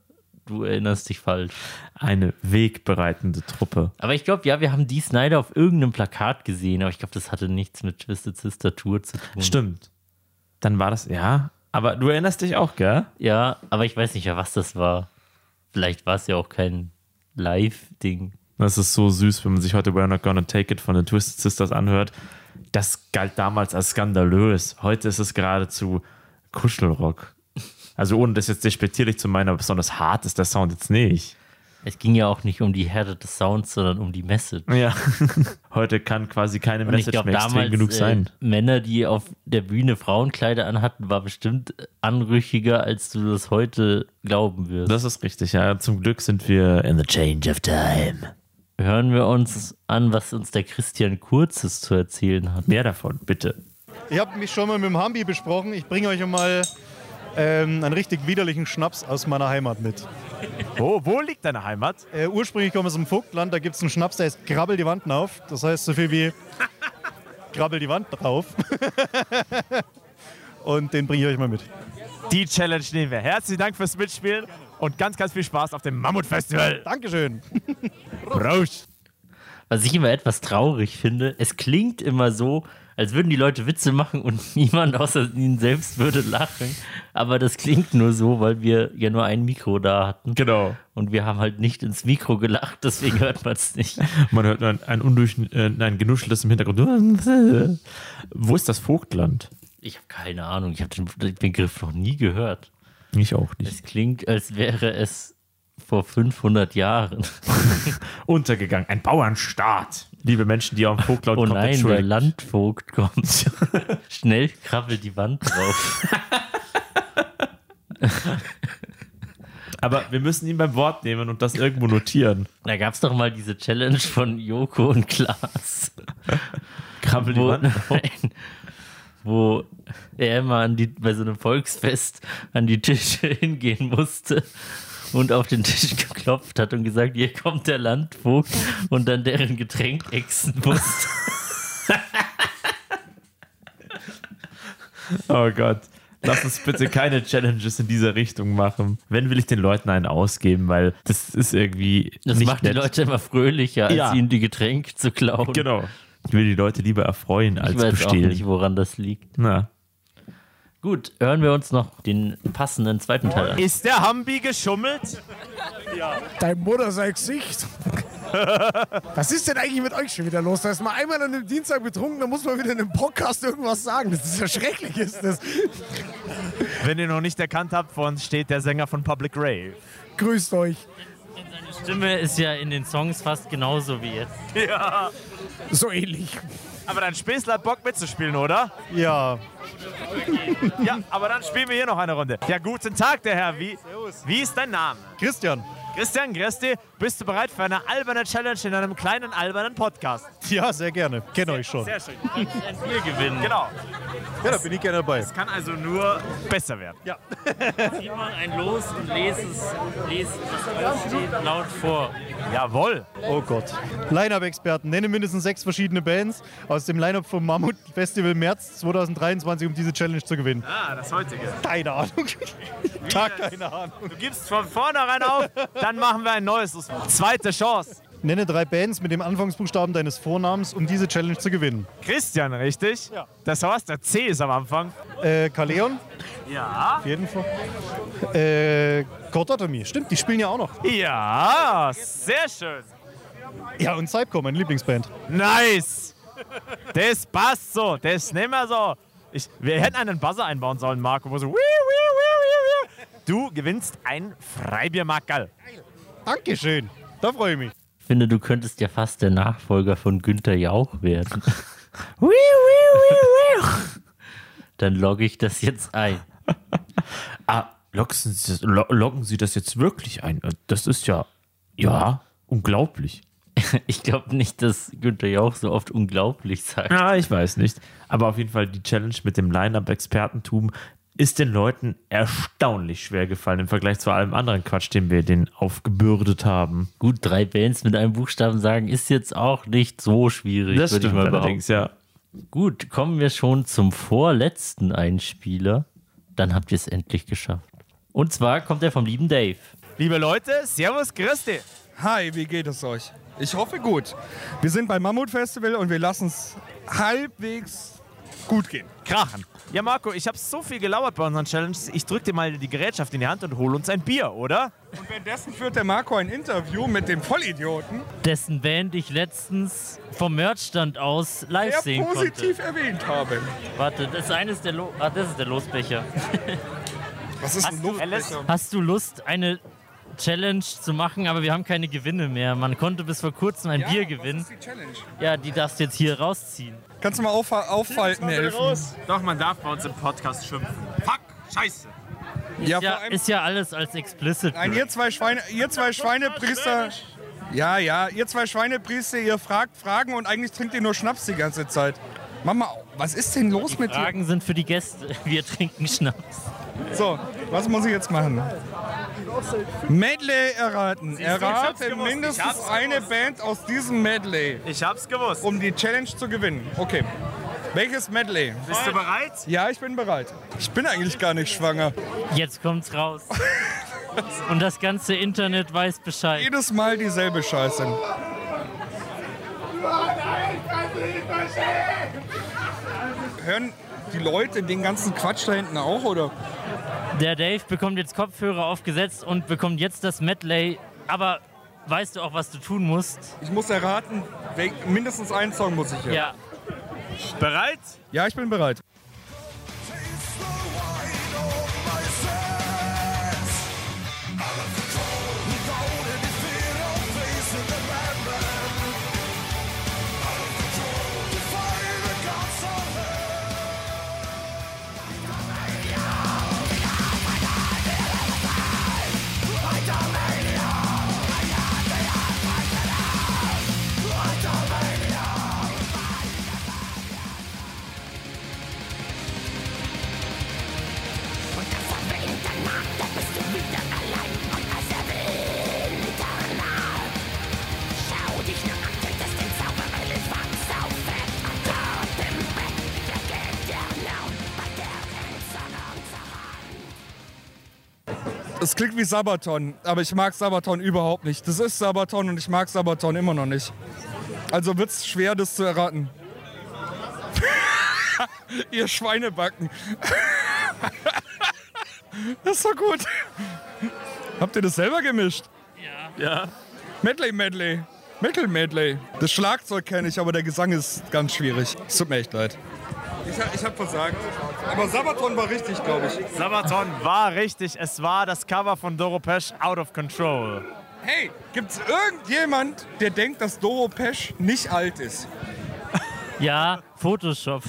du erinnerst dich falsch.
Eine wegbereitende Truppe.
Aber ich glaube, ja, wir haben Dee Snyder auf irgendeinem Plakat gesehen, aber ich glaube, das hatte nichts mit Twisted Sister Tour zu tun.
Stimmt. Dann war das, ja. Aber du erinnerst dich auch, gell?
Ja, aber ich weiß nicht mehr, was das war. Vielleicht war es ja auch kein Live-Ding.
Das ist so süß, wenn man sich heute We're Not Gonna Take It von den Twisted Sisters anhört. Das galt damals als skandalös. Heute ist es geradezu Kuschelrock. Also ohne das jetzt despektierlich zu meinen, aber besonders hart ist der Sound jetzt nicht.
Es ging ja auch nicht um die Härte des Sounds, sondern um die Message.
Ja. heute kann quasi keine
Und ich
Message
glaube,
mehr extrem
damals
genug sein.
Äh, Männer, die auf der Bühne Frauenkleider anhatten, war bestimmt anrüchiger, als du das heute glauben wirst.
Das ist richtig, ja. Zum Glück sind wir in the change of time.
Hören wir uns an, was uns der Christian Kurzes zu erzählen hat.
Mehr davon, bitte.
Ich habe mich schon mal mit dem Hambi besprochen. Ich bringe euch mal ähm, einen richtig widerlichen Schnaps aus meiner Heimat mit.
Wo, wo liegt deine Heimat?
Äh, ursprünglich komme ich aus dem Vogtland. Da gibt es einen Schnaps, der heißt Krabbel die Wand auf. Das heißt so viel wie Krabbel die Wand drauf. Und den bringe ich euch mal mit.
Die Challenge nehmen wir. Herzlichen Dank fürs Mitspielen und ganz, ganz viel Spaß auf dem Mammut-Festival.
Dankeschön.
Prost.
Was ich immer etwas traurig finde, es klingt immer so, als würden die Leute Witze machen und niemand außer ihnen selbst würde lachen. Aber das klingt nur so, weil wir ja nur ein Mikro da hatten.
Genau.
Und wir haben halt nicht ins Mikro gelacht, deswegen hört man es nicht.
Man hört ein, ein, undurch, äh, ein Genuscheltes im Hintergrund. Wo ist das Vogtland?
Ich habe keine Ahnung, ich habe den Begriff noch nie gehört.
Ich auch nicht.
Es klingt, als wäre es vor 500 Jahren. Oh
Untergegangen. Ein Bauernstaat. Liebe Menschen, die am Vogtland
Oh
kommen,
nein, der
entschuldigt.
Landvogt kommt. Schnell krabbelt die Wand drauf.
Aber wir müssen ihn beim Wort nehmen und das irgendwo notieren.
Da gab es doch mal diese Challenge von Joko und Klaas.
Krabbel die
wo,
Wand auf.
nein, wo er immer an die, bei so einem Volksfest an die Tische hingehen musste und auf den Tisch geklopft hat und gesagt, hier kommt der Landvogt und dann deren Getränk ächzen musste.
Oh Gott. Lass uns bitte keine Challenges in dieser Richtung machen. Wenn will ich den Leuten einen ausgeben, weil das ist irgendwie.
Das
nicht
macht die
nett.
Leute immer fröhlicher, als
Ja.
ihnen die Getränke zu klauen.
Genau. Ich will die Leute lieber erfreuen als
Ich weiß auch
bestehlen.
nicht, woran das liegt.
Na.
Gut, hören wir uns noch den passenden zweiten Teil an.
Ist der Hambi geschummelt?
Ja. Dein Mutter sein Gesicht. Was ist denn eigentlich mit euch schon wieder los? Da ist man einmal an einem Dienstag betrunken, dann muss man wieder in einem Podcast irgendwas sagen. Das ist ja schrecklich, ist das.
Wenn ihr noch nicht erkannt habt, vor uns steht der Sänger von Public Rave.
Grüßt euch.
Die Stimme ist ja in den Songs fast genauso wie jetzt.
Ja.
So ähnlich.
Aber dein Späßler hat Bock mitzuspielen, oder? Ja. ja, aber dann spielen wir hier noch eine Runde. Ja, guten Tag, der Herr. Wie, wie ist dein Name? Christian. Christian, Christi, bist du bereit für eine alberne Challenge in einem kleinen albernen Podcast? Ja, sehr gerne. Kenne euch schon. Sehr schön. Ein Spiel gewinnen. Genau. Ja, da bin ich gerne dabei. Es kann also nur besser werden. Ja.
Zieh mal ein Los und lese es, lese es laut vor.
Jawohl.
Oh Gott.
Line-Up-Experten nenne mindestens sechs verschiedene Bands aus dem Line-Up vom Mammut Festival März 2023, um diese Challenge zu gewinnen.
Ah, das heutige.
Keine Ahnung.
Tag, keine Ahnung. Du gibst von vornherein auf, dann machen wir ein neues.
Zweite Chance. Nenne drei Bands mit dem Anfangsbuchstaben deines Vornamens, um diese Challenge zu gewinnen. Christian, richtig? Ja. Das war's, der C ist am Anfang. Ah. Äh, Kaleon? Ja. Auf jeden Fall. Äh, Kortotomie. Stimmt, die spielen ja auch noch.
Ja, sehr schön.
Ja, und Cypco, meine Lieblingsband.
Nice. Das passt so. Das nehmen wir so. Ich, wir hätten einen Buzzer einbauen sollen, Marco. Wo so, wii, wii, wii, wii, wii. Du gewinnst ein Freibiermarkerl.
Dankeschön. Da freue ich mich.
Ich finde, du könntest ja fast der Nachfolger von Günther Jauch werden. Dann logge ich das jetzt ein.
Ah, locken Sie, das- lo- loggen Sie das jetzt wirklich ein? Äh, Das ist ja, ja, unglaublich.
Ich glaube nicht, dass Günther Jauch so oft unglaublich sagt.
Ah, ich weiß nicht. Aber auf jeden Fall die Challenge mit dem Line-Up-Expertentum ist den Leuten erstaunlich schwer gefallen im Vergleich zu allem anderen Quatsch, den wir denen aufgebürdet haben.
Gut, drei Bands mit einem Buchstaben sagen, ist jetzt auch nicht so schwierig,
Das
würde ich
stimmt
mal
allerdings,
behaupten. Gut, kommen wir schon zum vorletzten Einspieler. Dann habt ihr es endlich geschafft. Und zwar kommt er vom lieben Dave.
Liebe Leute, Servus, Christi.
Hi, wie geht es euch? Ich hoffe gut. Wir sind beim Mammut Festival und wir lassen es halbwegs gut gehen.
Krachen. Ja, Marco, ich habe so viel gelauert bei unseren Challenges. Ich drück dir mal die Gerätschaft in die Hand und hol uns ein Bier, oder?
Und währenddessen führt der Marco ein Interview mit dem Vollidioten,
Dessen Band ich letztens vom Merchstand aus live
der
sehen
positiv
konnte.
erwähnt habe.
Warte, das ist eines der Lo Ah, das ist der Losbecher.
Was ist ein Luftbecher?
Hast du Lust, eine Challenge zu machen, aber wir haben keine Gewinne mehr. Man konnte bis vor kurzem ein Bier gewinnen.
Die Challenge.
Ja, die darfst du jetzt hier rausziehen.
Kannst du mal auf, auffalten helfen?
Doch, man darf bei uns im Podcast schimpfen. Fuck, scheiße.
Ja,
ist, ja,
vor allem-
ist ja alles als explicit.
Nein, ihr zwei Schweine, ihr zwei Schweinepriester. Ja, ja, ihr zwei Schweinepriester, ihr fragt Fragen und eigentlich trinkt ihr nur Schnaps die ganze Zeit. Mama, was ist denn los mit dir?
Fragen sind für die Gäste. Wir trinken Schnaps.
So, was muss ich jetzt machen? Medley erraten.
Siehst du, ich hab's
Errate
gewusst, ich
mindestens
hab's
eine
gewusst.
Band aus diesem Medley. Ich hab's gewusst. Um die Challenge zu gewinnen. Okay. Welches Medley?
Bist du bereit?
Ja, ich bin bereit. Ich bin eigentlich gar nicht schwanger.
Jetzt kommt's raus. Und das ganze Internet weiß Bescheid.
Jedes Mal dieselbe Scheiße. Hören die Leute den ganzen Quatsch da hinten auch, oder?
Der Dave bekommt jetzt Kopfhörer aufgesetzt und bekommt jetzt das Medley. Aber weißt du auch, was du tun musst?
Ich muss erraten, wel- mindestens einen Song muss ich hören.
Ja.
Bereit? Ja, ich bin bereit. Es klingt wie Sabaton, aber ich mag Sabaton überhaupt nicht. Das ist Sabaton und ich mag Sabaton immer noch nicht. Also wird's schwer, das zu erraten. Ihr Schweinebacken. das ist doch gut. Habt ihr das selber gemischt? Ja. Ja. Medley Medley. Metal Medley. Das Schlagzeug kenne ich, aber der Gesang ist ganz schwierig. Es tut mir echt leid. Ich, ich habe versagt. Aber Sabaton war richtig, glaube ich.
Sabaton war richtig. Es war das Cover von Doro Pesch, Out of Control.
Hey, gibt's irgendjemand, der denkt, dass Doro Pesch nicht alt ist?
Ja, Photoshop.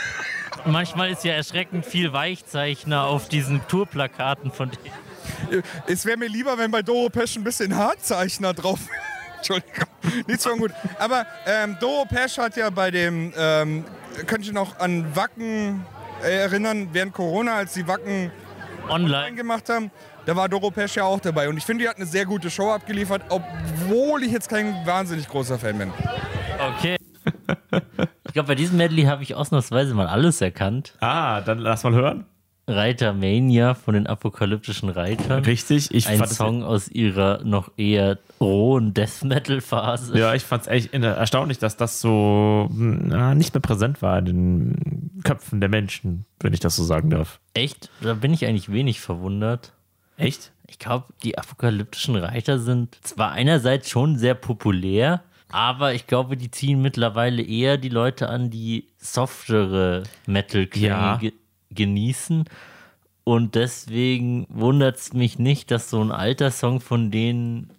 Manchmal ist ja erschreckend viel Weichzeichner auf diesen Tourplakaten von denen.
Es wäre mir lieber, wenn bei Doro Pesch ein bisschen Haarzeichner drauf wäre. Entschuldigung, nichts von gut. Aber ähm, Doro Pesch hat ja bei dem, ähm, könnt ihr noch an Wacken erinnern, während Corona, als die Wacken online gemacht haben, da war Doro Pesch ja auch dabei. Und ich finde, die hat eine sehr gute Show abgeliefert, obwohl ich jetzt kein wahnsinnig großer Fan bin.
Okay. Ich glaube, bei diesem Medley habe ich ausnahmsweise mal alles erkannt.
Ah, dann lass mal hören.
Reitermania von den apokalyptischen Reitern.
Richtig, ich
Ein
fand es-
Song aus ihrer noch eher rohen Death Metal Phase.
Ja, ich fand es echt in- erstaunlich, dass das so hm, na, nicht mehr präsent war in den Köpfen der Menschen, wenn ich das so sagen darf.
Echt? Da bin ich eigentlich wenig verwundert.
Echt?
Ich glaube, die apokalyptischen Reiter sind zwar einerseits schon sehr populär, aber ich glaube, die ziehen mittlerweile eher die Leute an, die softere Metal-Klänge
Ja.
ge genießen. Und deswegen wundert es mich nicht, dass so ein alter Song von denen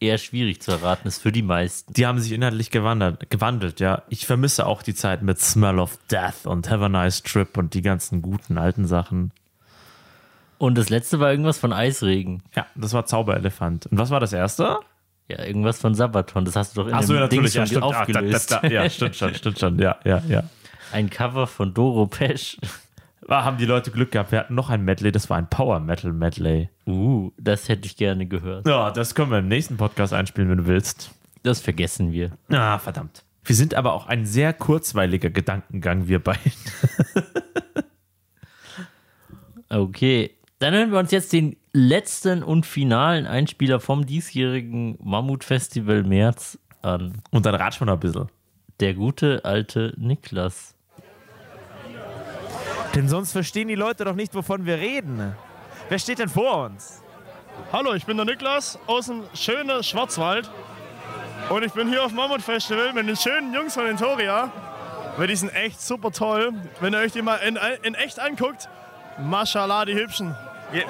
eher schwierig zu erraten ist für die meisten.
Die haben sich inhaltlich gewandert, gewandelt, ja. Ich vermisse auch die Zeit mit Smell of Death und Have a Nice Trip und die ganzen guten alten Sachen.
Und das letzte war irgendwas von Eisregen.
Ja, das war Zauberelefant. Und was war das erste?
Ja, irgendwas von Sabaton. Das hast du doch in
Ach so,
dem
ja,
Ding
natürlich,
schon
ja, stimmt. Ah, da, da,
aufgelöst.
da, ja, stimmt schon, stimmt schon. Ja, ja, ja.
Ein Cover von Doro Pesch.
Ah, haben die Leute Glück gehabt. Wir hatten noch ein Medley, das war ein Power Metal Medley.
Uh, das hätte ich gerne gehört.
Ja, das können wir im nächsten Podcast einspielen, wenn du willst.
Das vergessen wir.
Ah, verdammt. Wir sind aber auch ein sehr kurzweiliger Gedankengang, wir beiden.
Okay. Dann hören wir uns jetzt den letzten und finalen Einspieler vom diesjährigen Mammutfestival März an.
Und dann ratsch mal ein bisschen.
Der gute alte Niklas.
Denn sonst verstehen die Leute doch nicht, wovon wir reden. Wer steht denn vor uns?
Hallo, ich bin der Niklas aus dem schönen Schwarzwald. Und ich bin hier auf dem Mammut-Festival mit den schönen Jungs von Entoria. Weil die sind echt super toll. Wenn ihr euch die mal in, in echt anguckt, mashallah, die Hübschen.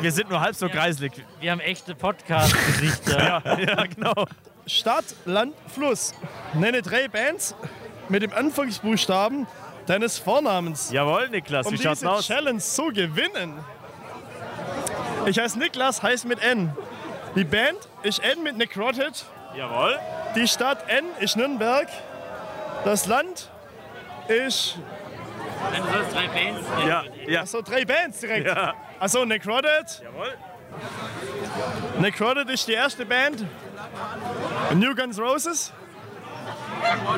Wir, sind nur halb so kreislig.
Wir haben echte Podcast-Gesichter.
ja, genau. Stadt, Land, Fluss. Nenne drei Bands mit dem Anfangsbuchstaben deines Vornamens.
Jawohl, Niklas,
um
wie schaut's
diese
aus?
Challenge zu gewinnen. Ich heiße Niklas, heiß mit N. Die Band ist N mit Necrotic. Jawohl. Die Stadt N ist Nürnberg. Das Land ist
Du sollst drei Bands
ja, ja. Achso, drei Bands direkt. Ja. Achso, Necroded. Jawohl. Necroded ist die erste Band. New Guns Roses.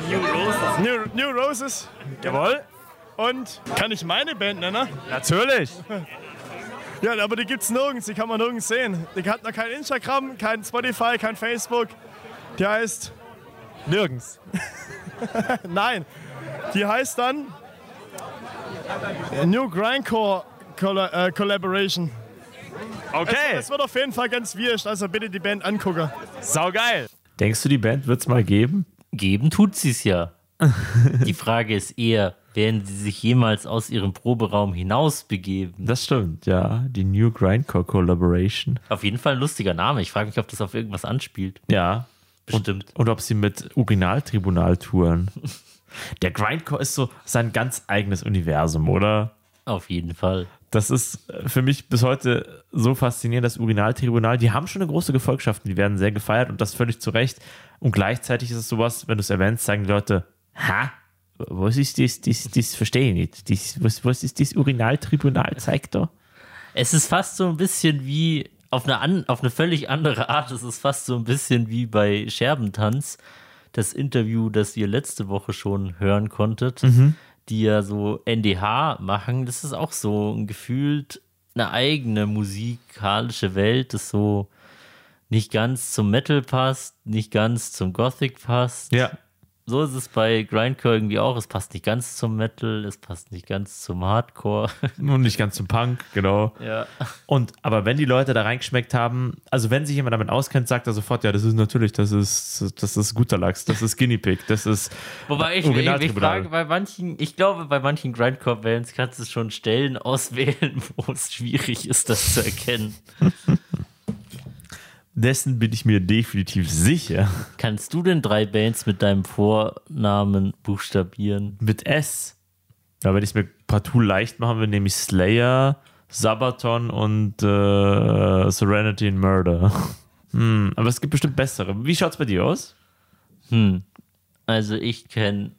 New Roses. New, Roses. Jawohl. Und kann ich meine Band nennen?
Natürlich.
Ja, aber die gibt's nirgends, die kann man nirgends sehen. Die hat noch kein Instagram, kein Spotify, kein Facebook. Die heißt. Nirgends. Nein. Die heißt dann New Grindcore Colla äh, Collaboration.
Okay.
Es, es wird auf jeden Fall ganz wirsch, also bitte die Band angucken.
Saugeil.
Denkst du, die Band wird's mal geben? Geben tut sie's ja. die Frage ist eher, werden sie sich jemals aus ihrem Proberaum hinausbegeben?
Das stimmt, ja. Die New Grindcore Collaboration.
Auf jeden Fall ein lustiger Name. Ich frage mich, ob das auf irgendwas anspielt.
Ja. Bestimmt. Und, und ob sie mit Originaltribunal touren. Der Grindcore ist so sein ganz eigenes Universum, oder?
Auf jeden Fall.
Das ist äh, für mich bis heute so faszinierend, das Originaltribunal. Die haben schon eine große Gefolgschaft, die werden sehr gefeiert und das völlig zu Recht. Und gleichzeitig ist es sowas, wenn du es erwähnst, sagen die Leute, ha? Was ist das? Das, das verstehe ich nicht. Das, was, was ist das Originaltribunal? Zeigt doch.
Es ist fast so ein bisschen wie, auf eine, an, auf eine völlig andere Art, es ist fast so ein bisschen wie bei Scherbentanz, das Interview, das ihr letzte Woche schon hören konntet,
Mhm.
die ja so NDH machen. Das ist auch so ein gefühlt eine eigene musikalische Welt, das so nicht ganz zum Metal passt, nicht ganz zum Gothic passt.
Ja.
So ist es bei Grindcore irgendwie auch. Es passt nicht ganz zum Metal, es passt nicht ganz zum Hardcore.
Nur nicht ganz zum Punk, genau.
Ja.
Und aber wenn die Leute da reingeschmeckt haben, also wenn sich jemand damit auskennt, sagt er sofort, ja, das ist natürlich, das ist, das ist guter Lachs, das ist Guinea Pig, das ist
Wobei
Um
ich, ich, ich
Originaltribunal.
frage, bei manchen, ich glaube, bei manchen Grindcore-Bands kannst du schon Stellen auswählen, wo es schwierig ist, das zu erkennen.
Dessen bin ich mir definitiv sicher.
Kannst du denn drei Bands mit deinem Vornamen buchstabieren?
Mit S. Ja, wenn ich es mir partout leicht machen will, nehme ich Slayer, Sabaton und äh, Serenity and Murder. Hm, aber es gibt bestimmt bessere. Wie schaut's bei dir aus?
Hm. Also ich kenne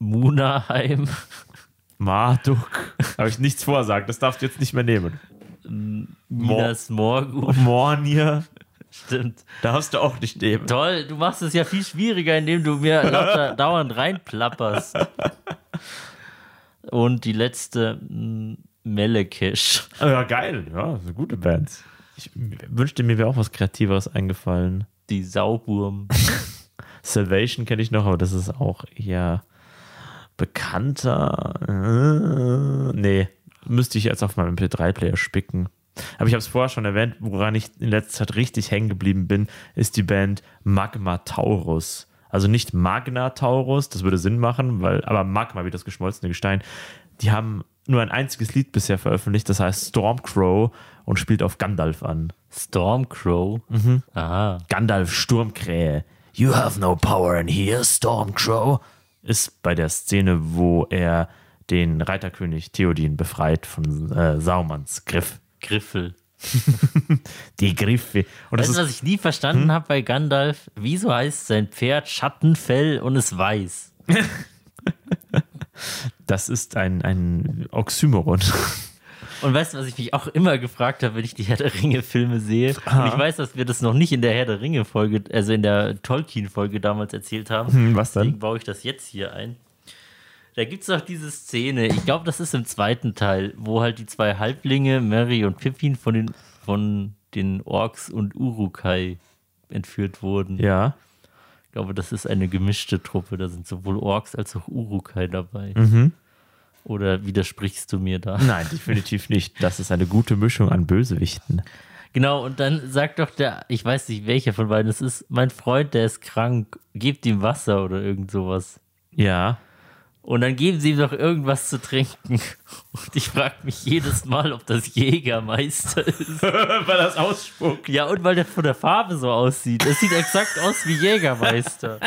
Munaheim.
Marduk. Habe ich nichts vorsagt. Das darfst du jetzt nicht mehr nehmen.
hm, Minas Morgu.
Mornir.
Stimmt.
Darfst du auch nicht nehmen.
Toll, du machst es ja viel schwieriger, indem du mir lauter, dauernd reinplapperst. Und die letzte, hm, Melekesh.
Ah Ja, geil. Ja, so gute Bands. Ich wünschte, mir wäre auch was Kreativeres eingefallen.
Die Sauburm.
Salvation kenne ich noch, aber das ist auch eher bekannter. Äh, Nee, müsste ich jetzt auf meinem MP3-Player spicken. Aber ich habe es vorher schon erwähnt, woran ich in letzter Zeit richtig hängen geblieben bin, ist die Band Magma Taurus. Also nicht Magna Taurus, das würde Sinn machen, weil, aber Magma wie das geschmolzene Gestein. Die haben nur ein einziges Lied bisher veröffentlicht, das heißt Stormcrow und spielt auf Gandalf an.
Stormcrow?
Mhm.
Aha.
Gandalf Sturmkrähe. You have no power in here, Stormcrow. Ist bei der Szene, wo er den Reiterkönig Theodin befreit von äh, Saumans Griff.
Griffel.
Die Griffe. Und das
weißt du, was
ist, Hm?
ich nie verstanden habe bei Gandalf? Wieso heißt sein Pferd Schattenfell und es weiß?
das ist ein, ein Oxymoron.
Und weißt du, was ich mich auch immer gefragt habe, wenn ich die Herr der Ringe-Filme sehe? Und ich
Aha.
weiß, dass wir das noch nicht in der Herr der Ringe-Folge, also in der Tolkien-Folge damals erzählt haben.
Hm, was denn?
Deswegen baue ich das jetzt hier ein. Da gibt es doch diese Szene, ich glaube, das ist im zweiten Teil, wo halt die zwei Halblinge, Mary und Pippin, von den, von den Orks und Urukai entführt wurden.
Ja.
Ich glaube, das ist eine gemischte Truppe. Da sind sowohl Orks als auch Urukai dabei.
Mhm.
Oder widersprichst du mir da?
Nein, definitiv nicht. Das ist eine gute Mischung an Bösewichten.
Genau, und dann sagt doch der, ich weiß nicht welcher von beiden es ist, mein Freund, der ist krank, gebt ihm Wasser oder irgend sowas.
Ja.
Und dann geben sie ihm doch irgendwas zu trinken. Und ich frage mich jedes Mal, ob das Jägermeister ist.
weil das ausspuckt.
Ja, und weil der von der Farbe so aussieht. Es sieht exakt aus wie Jägermeister.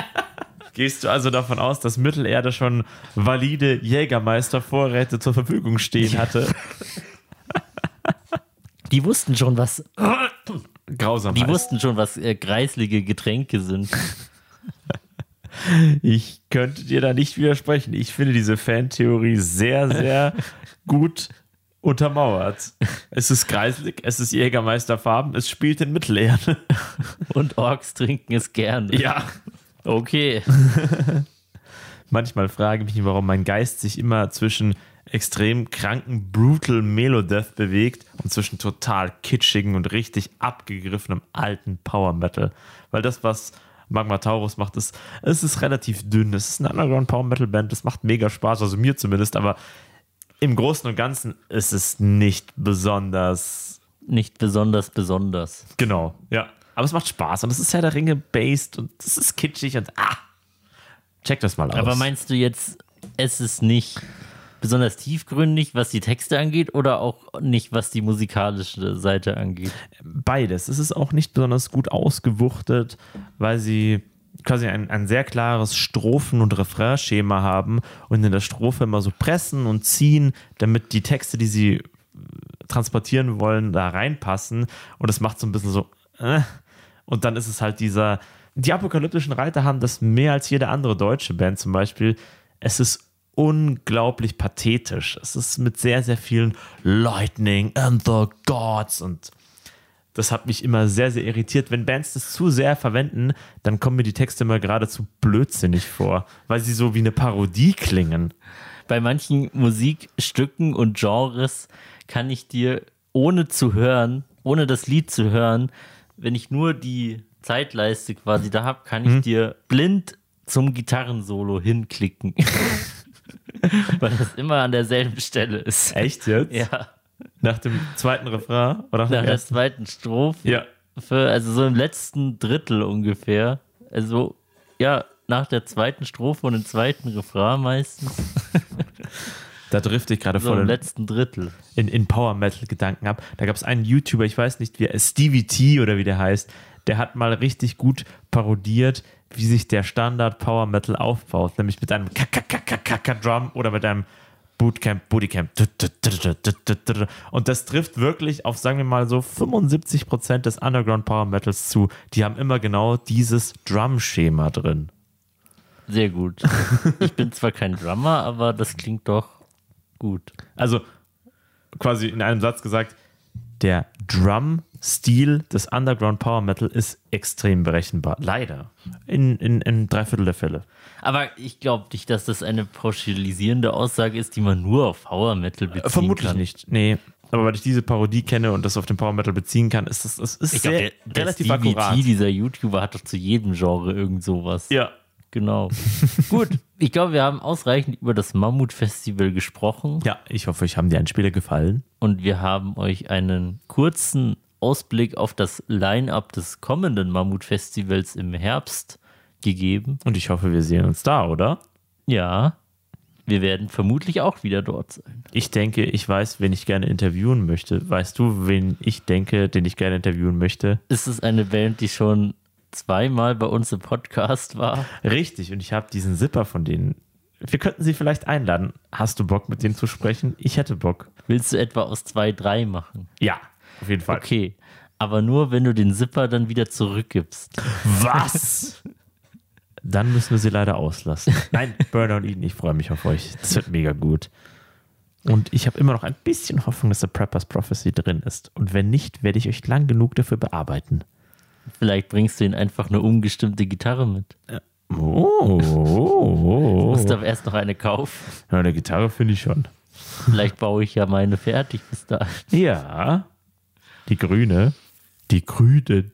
Gehst du also davon aus, dass Mittelerde schon valide Jägermeistervorräte zur Verfügung stehen hatte?
Die wussten schon, was.
Grausam.
Die wussten schon, was äh, greislige Getränke sind.
Ich könnte dir da nicht widersprechen. Ich finde diese Fantheorie sehr, sehr gut untermauert. Es ist kreislig, es ist Jägermeisterfarben, es spielt in Mittelerde.
Und Orks trinken es gern.
Ja.
Okay.
Manchmal frage ich mich, warum mein Geist sich immer zwischen extrem kranken Brutal Melodeath bewegt und zwischen total kitschigen und richtig abgegriffenem alten Power Metal. Weil das, was Magma Taurus macht, ist, es ist relativ dünn. Es ist eine Underground Power Metal Band, das macht mega Spaß, also mir zumindest, aber im Großen und Ganzen ist es nicht besonders.
Nicht besonders besonders.
Genau, ja. Aber es macht Spaß und es ist Herr der Ringe based und es ist kitschig und ah! Check das mal aus.
Aber meinst du jetzt, es ist nicht besonders tiefgründig, was die Texte angeht, oder auch nicht, was die musikalische Seite angeht?
beides. Es ist auch nicht besonders gut ausgewuchtet, weil sie quasi ein, ein sehr klares Strophen- und Refrainschema haben und in der Strophe immer so pressen und ziehen, damit die Texte, die sie äh, transportieren wollen, da reinpassen. Und das macht so ein bisschen so. Äh. Und dann ist es halt dieser. Die apokalyptischen Reiter haben das mehr als jede andere deutsche Band zum Beispiel. Es ist unglaublich pathetisch. Es ist mit sehr, sehr vielen Lightning and the Gods und das hat mich immer sehr, sehr irritiert. Wenn Bands das zu sehr verwenden, dann kommen mir die Texte immer geradezu blödsinnig vor, weil sie so wie eine Parodie klingen.
Bei manchen Musikstücken und Genres kann ich dir ohne zu hören, ohne das Lied zu hören, wenn ich nur die Zeitleiste quasi da habe, kann ich
Hm?
dir blind zum Gitarrensolo hinklicken. Weil das immer an derselben Stelle ist.
Echt jetzt?
Ja.
Nach dem zweiten Refrain oder nach
Nach
dem
der
ersten?
zweiten Strophe.
Ja.
Für, also so im letzten Drittel ungefähr. Also, ja, nach der zweiten Strophe und dem zweiten Refrain meistens.
Da drifte ich gerade
So,
voll
im
in-
letzten Drittel.
in, in Power Metal Gedanken ab. Da gab es einen YouTuber, ich weiß nicht, wie er Stevie T oder wie der heißt, der hat mal richtig gut parodiert, wie sich der Standard Power Metal aufbaut, nämlich mit einem Kaka-Drum oder mit einem Bootcamp, Bootycamp. Und das trifft wirklich auf, sagen wir mal, so 75% des Underground Power Metals zu. Die haben immer genau dieses Drum-Schema drin.
Sehr gut. Ich bin zwar kein Drummer, aber das klingt doch gut.
Also quasi in einem Satz gesagt, der Drum-Stil des Underground Power Metal ist extrem berechenbar. Leider. In, in, in drei Viertel der Fälle.
Aber ich glaube nicht, dass das eine pauschalisierende Aussage ist, die man nur auf Power Metal bezieht.
Äh, Vermutlich
kann.
nicht. Nee. Aber weil ich diese Parodie kenne und das auf den Power Metal beziehen kann, ist das, das ist
Ich
sehr,
glaube, der,
relativ
der Stevie
akkurat.
T, dieser YouTuber, hat doch zu jedem Genre irgend sowas.
Ja.
Genau. Gut, ich glaube, wir haben ausreichend über das Mammut-Festival gesprochen.
Ja, ich hoffe, ich haben die Einspieler gefallen.
Und wir haben euch einen kurzen Ausblick auf das Line-Up des kommenden Mammut-Festivals im Herbst gegeben.
Und ich hoffe, wir sehen uns da, oder?
Ja. Wir werden vermutlich auch wieder dort sein.
Ich denke, ich weiß, wen ich gerne interviewen möchte. Weißt du, wen ich denke, den ich gerne interviewen möchte?
Ist es eine Band, die schon zweimal bei uns im Podcast war?
Richtig, und ich habe diesen Zipper von denen. Wir könnten sie vielleicht einladen. Hast du Bock, mit denen zu sprechen? Ich hätte Bock.
Willst du etwa aus zwei, drei machen?
Ja, auf jeden Fall.
Okay. Aber nur, wenn du den Zipper dann wieder zurückgibst.
Was? Dann müssen wir sie leider auslassen. Nein, Burner und Eden, ich freue mich auf euch. Das wird mega gut. Und ich habe immer noch ein bisschen Hoffnung, dass der Preppers Prophecy drin ist. Und wenn nicht, werde ich euch lang genug dafür bearbeiten.
Vielleicht bringst du ihn einfach eine umgestimmte Gitarre mit.
Äh, Oh.
Du
oh,
musst
oh.
aber erst noch eine kaufen.
Ja, eine Gitarre finde ich schon.
Vielleicht baue ich ja meine fertig bis dahin.
Ja. Die grüne. Die grünen.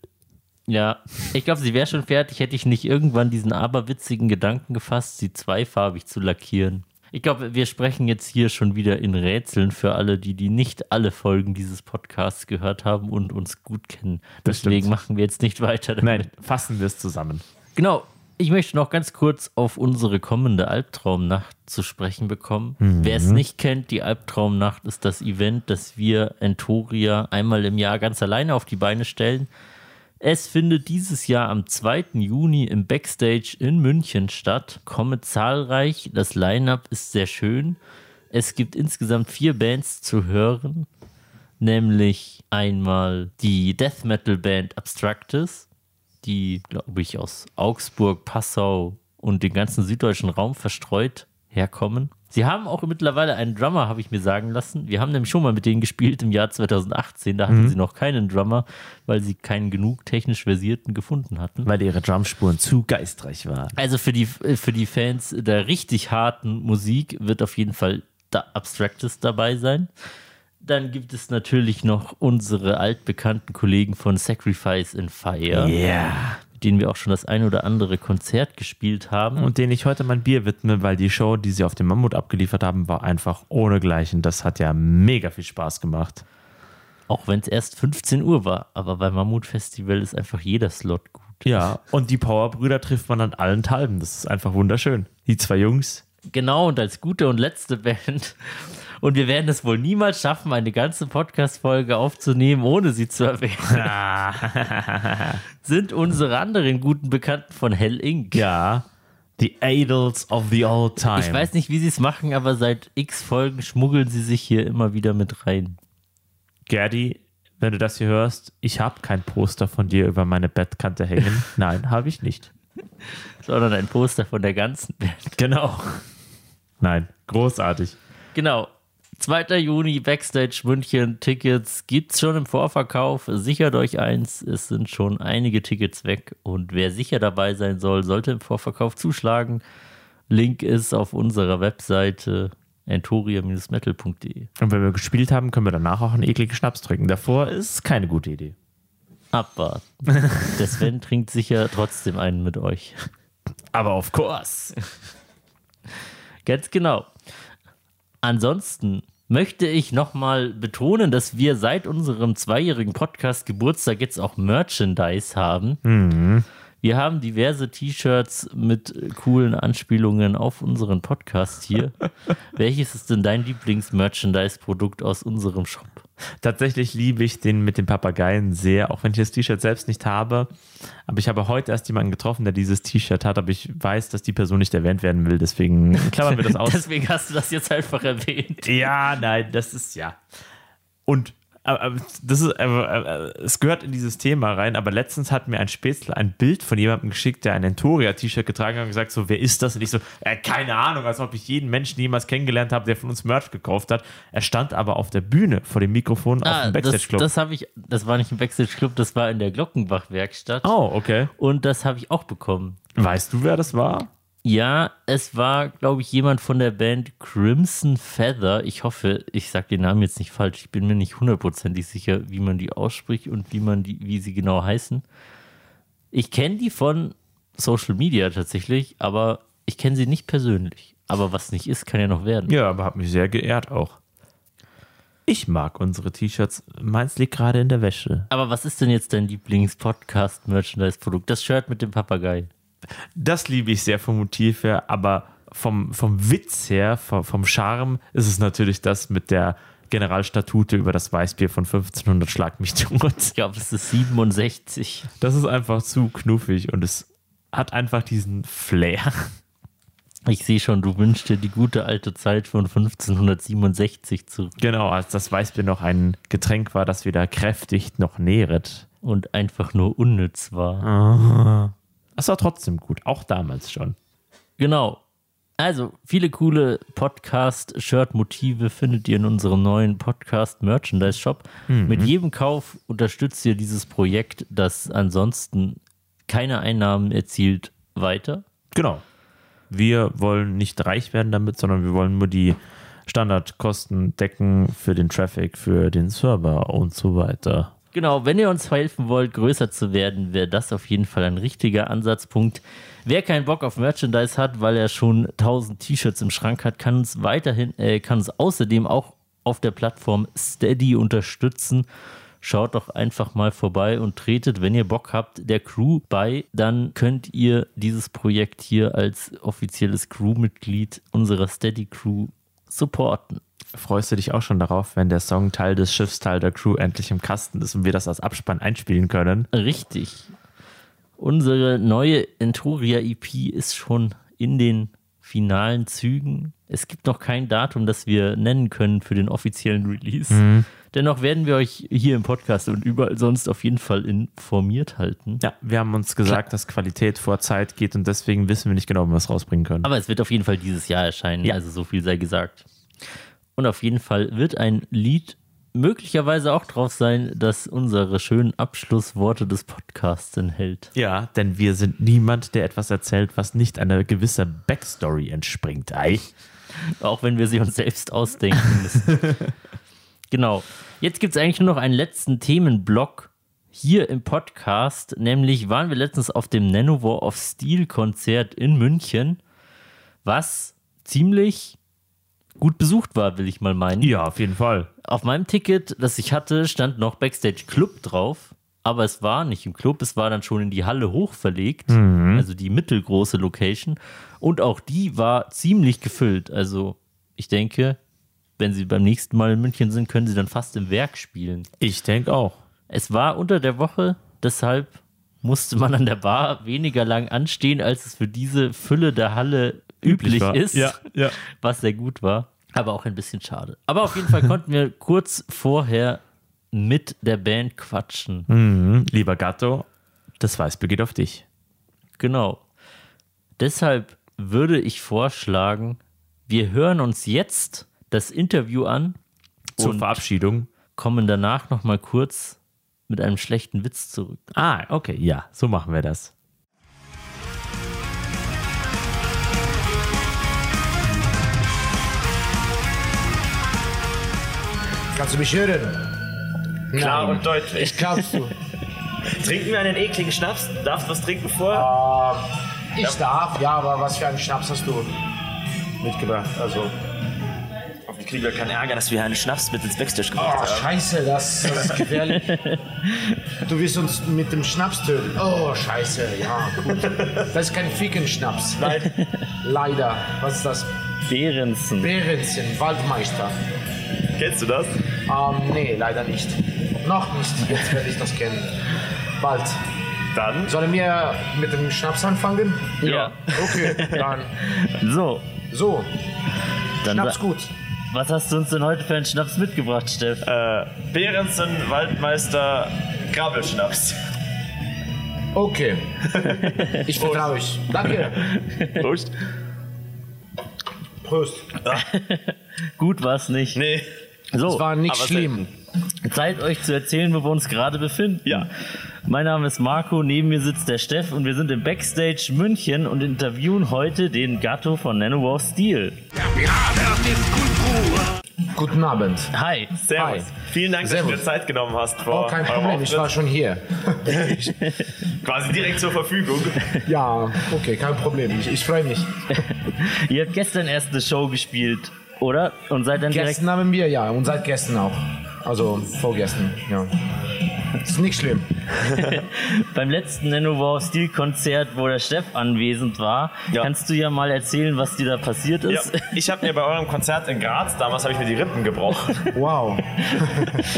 Ja, ich glaube, sie wäre schon fertig, hätte ich nicht irgendwann diesen aberwitzigen Gedanken gefasst, sie zweifarbig zu lackieren. Ich glaube, wir sprechen jetzt hier schon wieder in Rätseln für alle, die, die nicht alle Folgen dieses Podcasts gehört haben und uns gut kennen.
Das stimmt.
Deswegen machen wir jetzt nicht weiter. Damit.
Nein, fassen wir es zusammen.
Genau, ich möchte noch ganz kurz auf unsere kommende Albtraumnacht zu sprechen bekommen.
Mhm.
Wer es nicht kennt, die Albtraumnacht ist das Event, das wir Entoria einmal im Jahr ganz alleine auf die Beine stellen. Es findet dieses Jahr am 2. Juni im Backstage in München statt. Komme zahlreich, das Line-up ist sehr schön. Es gibt insgesamt vier Bands zu hören, nämlich einmal die Death Metal Band Abstractus, die, glaube ich, aus Augsburg, Passau und den ganzen süddeutschen Raum verstreut herkommen. Sie haben auch mittlerweile einen Drummer, habe ich mir sagen lassen. Wir haben nämlich schon mal mit denen gespielt im Jahr 2018. Da hatten
Mhm.
sie noch keinen Drummer, weil sie keinen genug technisch versierten gefunden hatten.
Weil ihre Drumspuren zu geistreich waren.
Also für die, für die Fans der richtig harten Musik wird auf jeden Fall da Abstractus dabei sein. Dann gibt es natürlich noch unsere altbekannten Kollegen von Sacrifice in Fire,
Yeah.
mit denen wir auch schon das ein oder andere Konzert gespielt haben.
Und denen ich heute mein Bier widme, weil die Show, die sie auf dem Mammut abgeliefert haben, war einfach ohnegleichen. Das hat ja mega viel Spaß gemacht.
auch wenn es erst 15 Uhr war, aber beim Mammut Festival ist einfach jeder Slot gut.
Ja, und die Powerbrüder trifft man an allen Talben. Das ist einfach wunderschön. Die zwei Jungs.
Genau, und als gute und letzte Band. Und wir werden es wohl niemals schaffen, eine ganze Podcast-Folge aufzunehmen, ohne sie zu erwähnen. Sind unsere anderen guten Bekannten von Hell Inc.
Ja, die Adels of the Old Time.
Ich weiß nicht, wie sie es machen, aber seit x Folgen schmuggeln sie sich hier immer wieder mit rein.
Gerdi, wenn du das hier hörst, ich habe kein Poster von dir über meine Bettkante hängen. Nein, habe ich nicht.
Sondern ein Poster von der ganzen Band.
Genau. Nein, großartig.
Genau. 2. Juni, Backstage München, Tickets gibt's schon im Vorverkauf. Sichert euch eins, es sind schon einige Tickets weg und wer sicher dabei sein soll, sollte im Vorverkauf zuschlagen. Link ist auf unserer Webseite entoria-metal.de.
Und wenn wir gespielt haben, können wir danach auch einen ekligen Schnaps trinken. Davor ist keine gute Idee.
Abwarten. Der Sven trinkt sicher trotzdem einen mit euch.
Aber auf Kurs.
Ganz genau. Ansonsten möchte ich nochmal betonen, dass wir seit unserem zweijährigen Podcast Geburtstag jetzt auch Merchandise haben.
Mhm.
Wir haben diverse T-Shirts mit coolen Anspielungen auf unseren Podcast hier. Welches ist denn dein Lieblings-Merchandise-Produkt aus unserem Shop?
Tatsächlich liebe ich den mit den Papageien sehr, auch wenn ich das T-Shirt selbst nicht habe. Aber ich habe heute erst jemanden getroffen, der dieses T-Shirt hat, aber ich weiß, dass die Person nicht erwähnt werden will, deswegen klammern wir das aus.
Deswegen hast du das jetzt einfach erwähnt.
Ja, nein, das ist ja. Und aber, aber das ist, aber, aber, es gehört in dieses Thema rein, aber letztens hat mir ein Spätzle ein Bild von jemandem geschickt, der ein Entoria-T-Shirt getragen hat und gesagt, so, wer ist das? Und ich so, äh, keine Ahnung, als ob ich jeden Menschen jemals kennengelernt habe, der von uns Merch gekauft hat. Er stand aber auf der Bühne vor dem Mikrofon auf
Ah,
dem
das,
Backstage-Club.
das habe ich, das war nicht im Backstage-Club, das war in der Glockenbach-Werkstatt.
Oh, okay.
Und das habe ich auch bekommen.
Weißt du, wer das war?
Ja, es war, glaube ich, jemand von der Band Crimson Feather. Ich hoffe, ich sage den Namen jetzt nicht falsch. Ich bin mir nicht hundertprozentig sicher, wie man die ausspricht und wie man die, wie sie genau heißen. Ich kenne die von Social Media tatsächlich, aber ich kenne sie nicht persönlich. Aber was nicht ist, kann ja noch werden.
Ja, aber hat mich sehr geehrt auch. Ich mag unsere T-Shirts. Meins liegt gerade in der Wäsche.
Aber was ist denn jetzt dein Lieblings-Podcast-Merchandise-Produkt? Das Shirt mit dem Papagei.
Das liebe ich sehr vom Motiv her, aber vom, vom Witz her, vom, vom Charme, ist es natürlich das mit der Generalstatute über das Weißbier von 1500 Schlag mich tot. Ich
glaube, es ist 67.
Das ist einfach zu knuffig und es hat einfach diesen Flair.
Ich sehe schon, du wünschst dir die gute alte Zeit von 1567 zurück.
Genau, als das Weißbier noch ein Getränk war, das weder kräftigt noch nähret.
Und einfach nur unnütz war.
Ah. Es war trotzdem gut, auch damals schon.
Genau. Also, viele coole Podcast-Shirt-Motive findet ihr in unserem neuen Podcast-Merchandise-Shop.
Mhm.
Mit jedem Kauf unterstützt ihr dieses Projekt, das ansonsten keine Einnahmen erzielt, weiter.
Genau. Wir wollen nicht reich werden damit, sondern wir wollen nur die Standardkosten decken für den Traffic, für den Server und so weiter.
Genau, wenn ihr uns helfen wollt, größer zu werden, wäre das auf jeden Fall ein richtiger Ansatzpunkt. Wer keinen Bock auf Merchandise hat, weil er schon 1000 T-Shirts im Schrank hat, kann uns weiterhin, äh, kann uns außerdem auch auf der Plattform Steady unterstützen. Schaut doch einfach mal vorbei und tretet, wenn ihr Bock habt, der Crew bei. Dann könnt ihr dieses Projekt hier als offizielles Crewmitglied unserer Steady Crew supporten.
Freust du dich auch schon darauf, wenn der Song Teil des Schiffs, Teil der Crew endlich im Kasten ist und wir das als Abspann einspielen können?
Richtig. Unsere neue Entoria EP ist schon in den finalen Zügen. Es gibt noch kein Datum, das wir nennen können für den offiziellen Release.
Mhm.
Dennoch werden wir euch hier im Podcast und überall sonst auf jeden Fall informiert halten.
Ja, wir haben uns gesagt, dass Qualität vor Zeit geht und deswegen wissen wir nicht genau, ob wir es rausbringen können.
Aber es wird auf jeden Fall dieses Jahr erscheinen, also so viel sei gesagt. Und auf jeden Fall wird ein Lied möglicherweise auch drauf sein, das unsere schönen Abschlussworte des Podcasts enthält.
Ja, denn wir sind niemand, der etwas erzählt, was nicht einer gewissen Backstory entspringt. Ei.
Auch wenn wir sie uns selbst ausdenken müssen. genau. Jetzt gibt es eigentlich nur noch einen letzten Themenblock hier im Podcast. Nämlich waren wir letztens auf dem Nanowar of Steel Konzert in München, was ziemlich gut besucht war, will ich mal meinen.
Ja, auf jeden Fall.
Auf meinem Ticket, das ich hatte, stand noch Backstage Club drauf. Aber es war nicht im Club, es war dann schon in die Halle hoch verlegt,
Mhm.
also die mittelgroße Location. Und auch die war ziemlich gefüllt. Also ich denke, wenn sie beim nächsten Mal in München sind, können sie dann fast im Werk spielen.
Ich denke auch.
Es war unter der Woche, deshalb musste man an der Bar weniger lang anstehen, als es für diese Fülle der Halle üblich,
Üblich war.
ist,
Ja, ja.
was sehr gut war, aber auch ein bisschen schade. Aber auf jeden Fall konnten wir kurz vorher mit der Band quatschen.
Mhm. Lieber Gatto, das Weißbier geht auf dich.
Genau. Deshalb würde ich vorschlagen, wir hören uns jetzt das Interview an.
Zur
Verabschiedung. Kommen danach nochmal kurz mit einem schlechten Witz zurück.
Ah, okay, ja, so machen wir das.
Musik
Kannst du mich hören?
Klar
Nein.
und deutlich.
Ich glaub's du.
Trinken wir einen ekligen Schnaps? Darfst du was trinken vor?
Ah, Ich darf, ja, aber was für einen Schnaps hast du mitgebracht? Also.
Hoffentlich kriegen wir keinen Ärger, dass wir einen Schnaps mit ins Backstage gebracht
Oh,
haben.
scheiße, das, das ist gefährlich. Du wirst uns mit dem Schnaps töten. Oh, scheiße, ja, gut. Das ist kein Ficken-Schnaps. Nein. Leider. Was ist das?
Behrensen.
Behrensen, Waldmeister.
Kennst du das?
Ähm, nee, leider nicht. Noch nicht. Jetzt werde ich das kennen. Bald.
Dann?
Sollen wir mit dem Schnaps anfangen?
Ja.
Okay, dann.
So.
So.
Dann
Schnaps
sa-
gut.
Was hast du uns denn heute für einen Schnaps mitgebracht, Steff? Äh, Behrensen, Waldmeister, Grabbelschnaps.
Okay. Ich vertraue euch. Danke.
Prost.
Prost.
Gut war's nicht. Nee. So,
Es war nicht
aber
schlimm.
Zeit euch zu erzählen, wo wir uns gerade befinden. Ja. Mein Name ist Marco, neben mir sitzt der Steff und wir sind im Backstage München und interviewen heute den Gatto von Nanowar Steel.
Guten Abend.
Hi. Servus. Vielen Dank,
Servus.
dass du dir Zeit genommen hast.
Oh, kein Problem, ich war schon hier.
Quasi direkt zur Verfügung.
Ja, okay, kein Problem. Ich, ich freue mich.
Ihr habt gestern erst eine Show gespielt, oder? Und seid dann direkt.
Gestern haben wir, ja, und seit gestern auch. Also vorgestern, ja. Ist nicht schlimm.
Beim letzten Nanowar Steel Konzert, wo der Steff anwesend war, kannst du ja mal erzählen, was dir da passiert
Ja.
ist.
Ich habe mir bei eurem Konzert in Graz, damals habe ich mir die Rippen gebrochen.
Wow.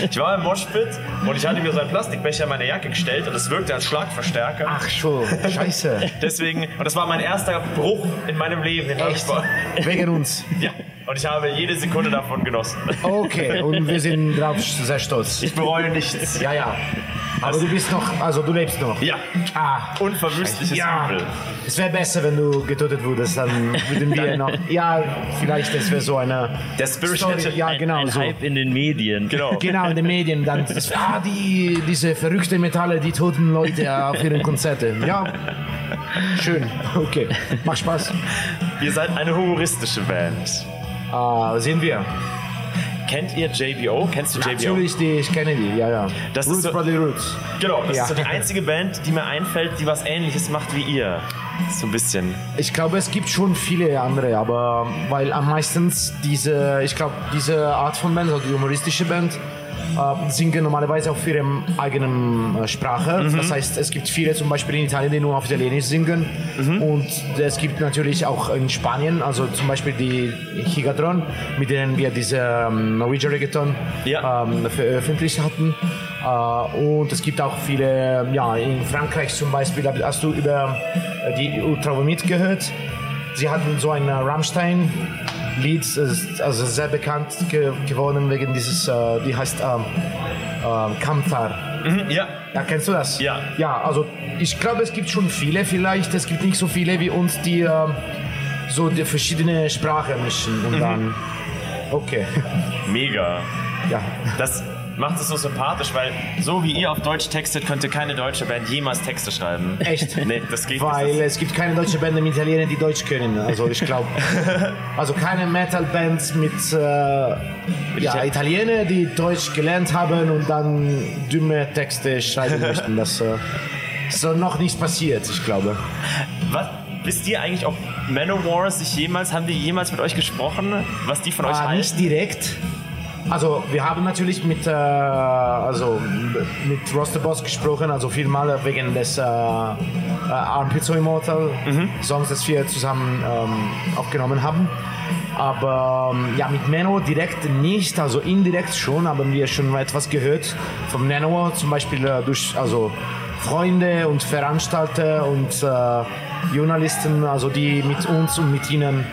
Ich war im Moshpit und ich hatte mir so einen Plastikbecher in meine Jacke gestellt und es wirkte als Schlagverstärker.
Ach schon, scheiße.
Deswegen, und das war mein erster Bruch in meinem Leben. Den hab ich vor-
Wegen uns.
Ja, und ich habe jede Sekunde davon genossen.
Okay, und wir sind drauf sehr stolz.
Ich bereue nichts.
Ja, ja. Aber du bist noch, also du lebst noch.
Ja.
Ah.
Unverwüstliches
Ja.
Übel.
Es wäre besser, wenn du getötet wurdest, dann würden wir noch. Ja, vielleicht das wäre so eine.
Der Spirit
Story,
hätte
ja,
ein,
genau
ein
so.
Hype in den Medien. Genau.
Genau, in den Medien dann. Das, ah, die, diese verrückten Metalle, die toten Leute auf ihren Konzerten. Ja, schön. Okay, macht Spaß.
Ihr seid eine humoristische Band.
Ah, sehen wir.
Kennt ihr JBO? Kennst du JBO?
Natürlich, die, ich kenne die, ja, ja.
Das
Roots
ist so,
Brother Roots.
Genau, das
Ja.
ist so die einzige Band, die mir einfällt, die was ähnliches macht wie ihr. So ein bisschen.
Ich glaube, es gibt schon viele andere, aber weil am meisten diese, ich glaube, diese Art von Band, also die humoristische Band, äh, singen normalerweise auf ihrem eigenen äh, Sprache.
Mhm.
Das heißt, es gibt viele zum Beispiel in Italien, die nur auf Italienisch singen. Und es gibt natürlich auch in Spanien, also zum Beispiel die Higatron, mit denen wir diese ähm, Norwegian Reggaeton ähm, veröffentlicht hatten. Äh, und es gibt auch viele, ja, in Frankreich zum Beispiel, hast du über äh, die Ultravomit gehört? Sie hatten so ein äh, Rammstein-Lied, es ist also sehr bekannt ge geworden wegen dieses, äh, die heißt ähm, ähm, Kamtar.
Mhm, ja.
Ja, kennst du das?
Ja.
Ja, also ich glaube, es gibt schon viele vielleicht. Es gibt nicht so viele wie uns, die ähm, so die verschiedene Sprachen mischen
Mhm.
und dann. Okay.
Mega.
Ja.
Das macht es so sympathisch, weil so wie ihr auf Deutsch textet, könnte keine deutsche Band jemals Texte schreiben.
Echt?
Nee, das geht
Weil
nicht.
es gibt keine deutsche Band im Italiener, die Deutsch können. Also ich glaube, also keine Metal-Bands mit äh, ja, Italiener, die Deutsch gelernt haben und dann dumme Texte schreiben möchten. Das äh, ist noch nicht passiert, ich glaube.
Was, wisst ihr eigentlich, ob Manowar sich jemals, haben die jemals mit euch gesprochen, was die von euch
Ah,
halten?
nicht direkt. Also wir haben natürlich mit, äh, also, mit Roster Boss gesprochen, also viermal wegen des äh, äh, Armpit So Immortal Songs, das wir zusammen ähm, aufgenommen haben. Aber ähm, ja, mit Menno direkt nicht, also indirekt schon, haben wir schon mal etwas gehört vom Menno, zum Beispiel äh, durch also Freunde und Veranstalter und äh, Journalisten, also die mit uns und mit ihnen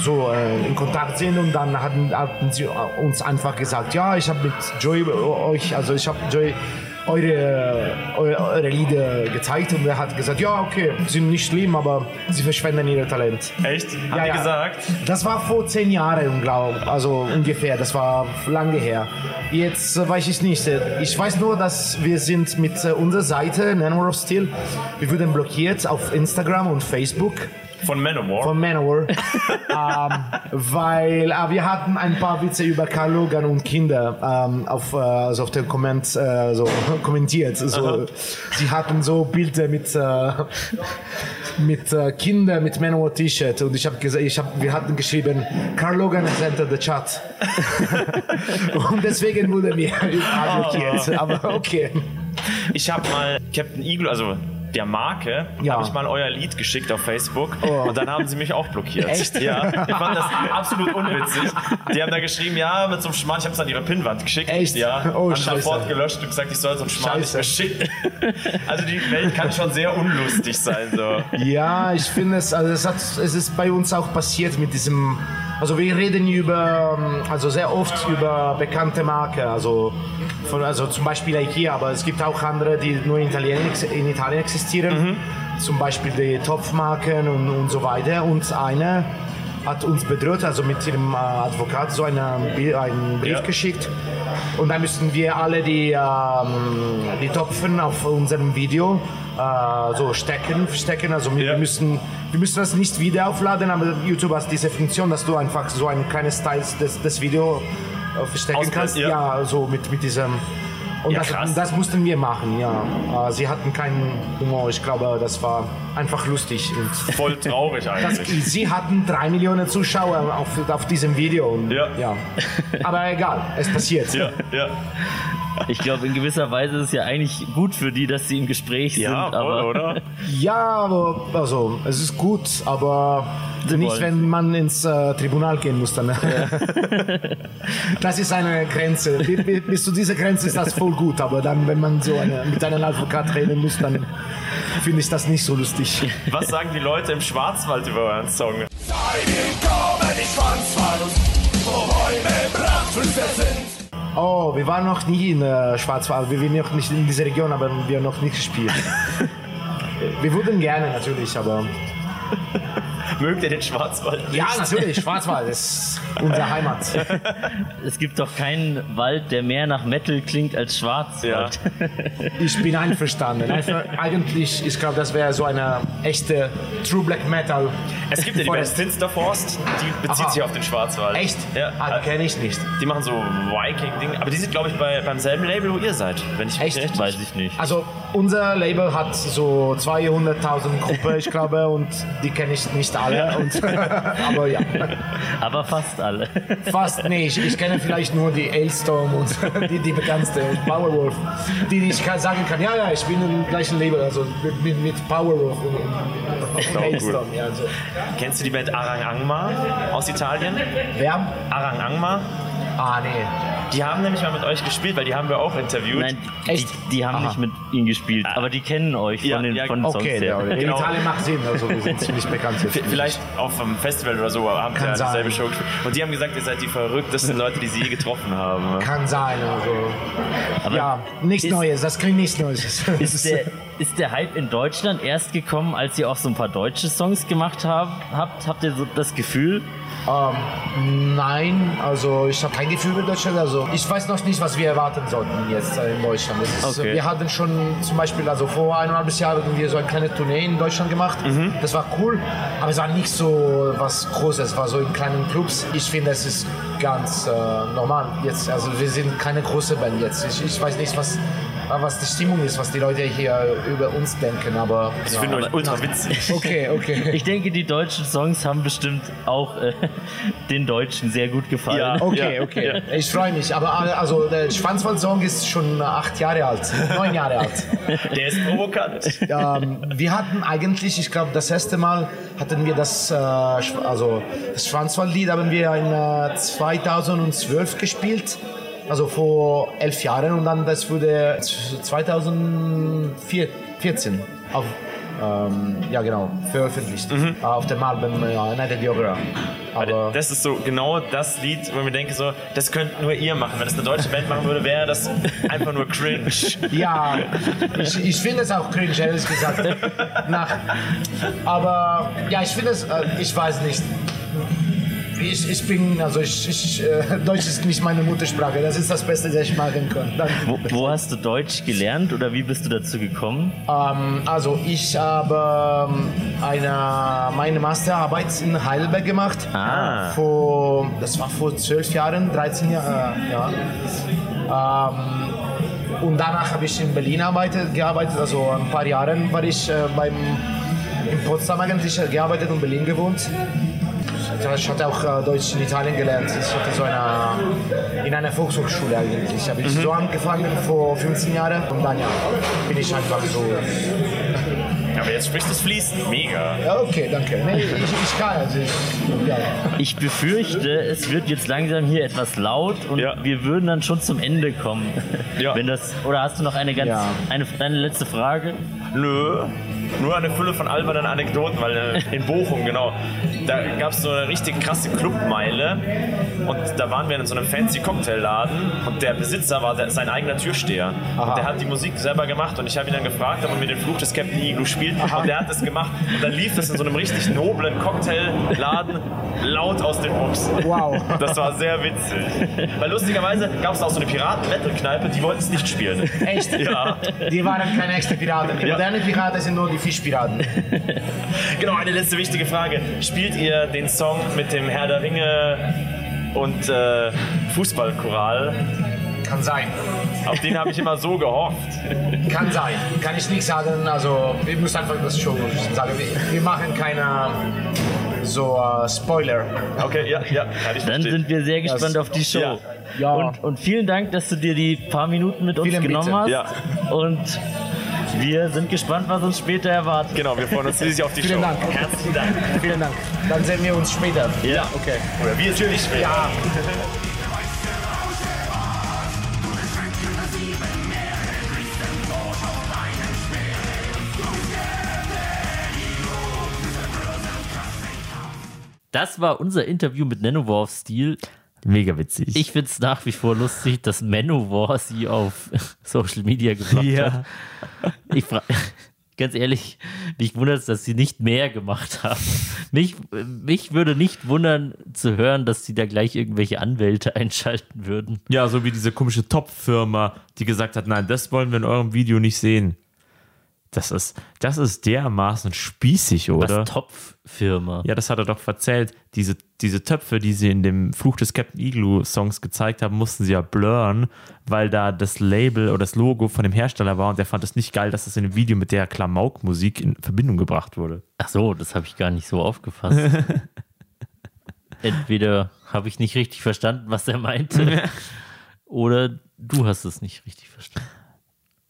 so äh, in Kontakt sind und dann hatten, hatten sie äh, uns einfach gesagt, ja, ich habe mit Joy euch, also ich habe Joy eure, eure, eure Lieder gezeigt und er hat gesagt, ja, okay, sind nicht schlimm, aber sie verschwenden ihr Talent.
Echt? Haben die gesagt?
Das war vor zehn Jahren, glaube also ungefähr, das war lange her. Jetzt äh, weiß ich nicht, äh, ich weiß nur, dass wir sind mit äh, unserer Seite, Nanor of Steel, wir wurden blockiert auf Instagram und Facebook.
Von Manowar.
Von Manowar. ähm, weil äh, wir hatten ein paar Witze über Karl Logan und Kinder ähm, auf, äh, also auf den Comments äh, so, kommentiert. So, sie hatten so Bilder mit, äh, mit äh, Kinder mit Manowar T-Shirt und ich habe gesagt, ich hab, wir hatten geschrieben, Karl Logan has entered the chat. und deswegen wurde mir blockiert. Aber okay.
Ich habe mal Captain Eagle, also der Marke, habe ich mal euer Lied geschickt auf Facebook
Oh.
und dann haben sie mich auch blockiert.
Echt?
Ja. Ich fand das absolut unwitzig. Die haben da geschrieben, ja, mit so einem Schmarrn, ich habe es an ihre Pinnwand geschickt. Echt? Ja.
Oh,
haben
scheiße.
sofort gelöscht und gesagt, ich soll so einen Schmarrn nicht mehr schicken. Also die Welt kann schon sehr unlustig sein. So.
Ja, ich finde es, also es, hat, es ist bei uns auch passiert mit diesem, also wir reden über, ähm, also sehr oft über bekannte Marken, also, von, also zum Beispiel IKEA, aber es gibt auch andere, die nur in Italien, ex- in Italien existieren, zum Beispiel die Topfmarken und, und so weiter und eine hat uns bedroht, also mit ihrem äh, Advokat so eine, Bi- einen Brief geschickt und da müssen wir alle die, ähm, die Topfen auf unserem Video äh, so stecken, stecken. Also wir, müssen, wir müssen das nicht wieder aufladen, aber YouTube hat diese Funktion, dass du einfach so ein kleines Teil des, des Video äh, verstecken kannst. Ja, so mit, mit diesem. Und
Ja, krass.
das, das mussten wir machen, ja. Äh, Sie hatten keinen Humor, ich glaube, das war einfach lustig. Und
Voll traurig
das,
eigentlich.
sie hatten drei Millionen Zuschauer auf, auf diesem Video. Und, ja. Aber egal, es passiert.
Ja, ja.
Ich glaube, in gewisser Weise ist es ja eigentlich gut für die, dass sie im Gespräch sind. Aber
Ja, aber also, es ist gut, aber nicht,
wollen.
wenn man ins äh, Tribunal gehen muss. Dann. das ist eine Grenze. Bi- bi- Bis zu dieser Grenze ist das voll gut, aber dann, wenn man so eine, mit einem Advokat reden muss, dann finde ich das nicht so lustig.
Was sagen die Leute im Schwarzwald über euren Song?
Willkommen in Schwanzwald, wo Bäume Prachtfüße sind.
Oh, wir waren noch nie in äh, Schwarzwald, wir waren noch nicht in dieser Region, aber wir haben noch nicht gespielt. wir würden gerne natürlich, aber.
Mögt ihr den Schwarzwald nicht?
Ja, natürlich, Schwarzwald ist unsere Heimat.
es gibt doch keinen Wald, der mehr nach Metal klingt als Schwarzwald.
Ich bin einverstanden. Einfach, eigentlich, ich glaube, das wäre so eine echte True Black Metal.
Es gibt ja die Band
Forest.
Finsterforst, die bezieht
Aha.
sich auf den Schwarzwald.
Echt?
Ja. Ah,
kenne ich nicht.
Die machen so Viking-Ding, aber die sind, glaube ich, bei, beim selben Label, wo ihr seid, wenn ich mich
Echt?
recht Weiß ich nicht.
Also unser Label hat so 200.000 Gruppen, ich glaube, und die kenne ich nicht
Ja.
alle. Und, aber ja,
Aber fast alle.
fast nicht. Ich kenne vielleicht nur die Elstorm und die, die bekannteste, und Powerwolf, die ich kann, sagen kann, ja, ja, ich bin im gleichen Label, also mit, mit, mit Powerwolf und, und
Oh, cool.
Elstorm. Ja, also. so.
Kennst du die Band Arang Angma aus Italien?
Wer?
Arang Angma.
Ah, nee.
Die haben nämlich mal mit euch gespielt, weil die haben wir auch interviewt.
Nein, die, die haben nicht mit ihnen gespielt, aber die kennen euch von den, von
genau.
den Songs her.
also
V- Vielleicht auf einem Festival oder so haben sie
Kann
ja
sein.
dieselbe Show gespielt. Und die haben gesagt, ihr seid die verrücktesten Leute, die sie je getroffen haben.
Kann sein, also.
Aber
ja, nichts
ist-
Neues, das klingt nichts Neues.
Ist der, ist der Hype in Deutschland erst gekommen, als ihr auch so ein paar deutsche Songs gemacht haben, habt? Habt ihr so das Gefühl?
Ähm, nein, also ich habe kein Gefühl mit Deutschland. Also ich weiß noch nicht, was wir erwarten sollten jetzt äh, in Deutschland. Das ist,
Okay.
Wir hatten schon zum Beispiel, also vor ein halbes Jahr hatten wir so ein kleines Tournee in Deutschland gemacht.
Mhm.
Das war cool, aber es war nicht so was Großes. Es war so in kleinen Clubs. Ich finde, es ist ganz äh, normal jetzt. Also wir sind keine große Band jetzt. Ich, ich weiß nicht, was was die Stimmung ist, was die Leute hier über uns denken, aber...
Ich finde euch ultra witzig.
Okay, okay.
Ich denke, die deutschen Songs haben bestimmt auch äh, den Deutschen sehr gut gefallen.
Okay, okay. Ich freue mich. Aber also der Schwanzwald-Song ist schon acht Jahre alt, neun Jahre alt.
Der ist provokant.
ähm, wir hatten eigentlich, ich glaube, das erste Mal hatten wir das, äh, Schw- also das Schwanzwaldlied haben wir in äh, 2012 gespielt, also vor elf Jahren und dann das wurde z- 2014 auf, ähm, ja genau, veröffentlicht
Mhm.
äh, auf dem Album äh, United Yoga.
Aber das ist so genau das Lied, wo ich mir denke, so, das könnt nur ihr machen. Wenn das eine deutsche Band machen würde, wäre das einfach nur cringe.
Ja, ich, ich finde es auch cringe, ehrlich gesagt. Nach, aber ja, ich finde es, äh, ich weiß nicht. Ich, ich bin, also ich, ich, äh, Deutsch ist nicht meine Muttersprache. Das ist das Beste, das ich machen kann. Danke.
Wo, wo hast du Deutsch gelernt oder wie bist du dazu gekommen?
Ähm, also ich habe ähm, eine, meine Masterarbeit in Heidelberg gemacht.
Ah.
Vor, das war vor zwölf Jahren, 13 Jahren. Äh, ja. ähm, und danach habe ich in Berlin arbeitet, gearbeitet. Also ein paar Jahre war ich äh, beim, in Potsdam eigentlich äh, gearbeitet und Berlin gewohnt. Ich hatte- Ich hatte auch äh, Deutsch in Italien gelernt. Ich hatte so eine, in einer Volkshochschule eigentlich. Habe ich
Mhm.
so angefangen vor 15 Jahren und dann ja, bin ich einfach so.
Aber jetzt sprichst du es fließend. Mega.
Ja, okay, danke. Nee, ich, ich kann also. Ich, ja.
Ich befürchte, es wird jetzt langsam hier etwas laut und wir würden dann schon zum Ende kommen. Wenn das, oder hast du noch eine ganz eine, eine letzte Frage?
Nö. Nur eine Fülle von albernen Anekdoten, weil äh, in Bochum, genau, da gab es so eine richtig krasse Clubmeile und da waren wir in so einem fancy Cocktailladen und der Besitzer war der, sein eigener Türsteher.
Aha.
Und der hat die Musik selber gemacht und ich habe ihn dann gefragt, ob er mir den Fluch des Captain Iglu spielt und der hat das gemacht und dann lief es in so einem richtig noblen Cocktailladen laut aus den Ups.
Wow.
Das war sehr witzig. Weil lustigerweise gab es auch so eine Piraten-Metal-Kneipe, die wollten es nicht spielen.
Echt?
Ja.
Die waren keine echten Piraten. Die
Ja.
modernen Piraten sind nur die Fischpiraten.
Genau, eine letzte wichtige Frage. Spielt ihr den Song mit dem Herr der Ringe und äh, Fußballchoral?
Kann sein.
Auf den habe ich immer so gehofft.
Kann sein. Kann ich nicht sagen. Also, wir müssen einfach das schon sagen. Wir, wir machen keine so äh, Spoiler.
Okay, ja, ja.
Dann sind wir sehr gespannt auf die Show. Und, und vielen Dank, dass du dir die paar Minuten mit uns
Vielen
genommen hast.
bitte.
Und wir sind gespannt, was uns später erwartet.
Genau, wir freuen uns riesig auf die
Vielen
Show.
Dank.
Herzlichen Dank.
Vielen Dank. Dann sehen wir uns später.
Ja.
okay.
Oder wir natürlich später.
Ja.
Das war unser Interview mit Nanowar Steel.
Mega witzig.
Ich finde es nach wie vor lustig, dass Manowar sie auf Social Media gebracht
Ja.
hat. Ich fra- ganz ehrlich, mich wundert es, dass sie nicht mehr gemacht haben. Mich, mich würde nicht wundern zu hören, dass sie da gleich irgendwelche Anwälte einschalten würden.
Ja, so wie diese komische Top-Firma, die gesagt hat, nein, das wollen wir in eurem Video nicht sehen. Das ist, das ist dermaßen spießig, oder?
Was Topffirma?
Ja, das hat er doch verzählt. Diese, diese Töpfe, die sie in dem Fluch des Captain Igloo-Songs gezeigt haben, mussten sie ja blurren, weil da das Label oder das Logo von dem Hersteller war und der fand es nicht geil, dass das in dem Video mit der Klamauk-Musik in Verbindung gebracht wurde.
Ach so, das habe ich gar nicht so aufgefasst. Entweder habe ich nicht richtig verstanden, was er meinte, oder du hast es nicht richtig verstanden.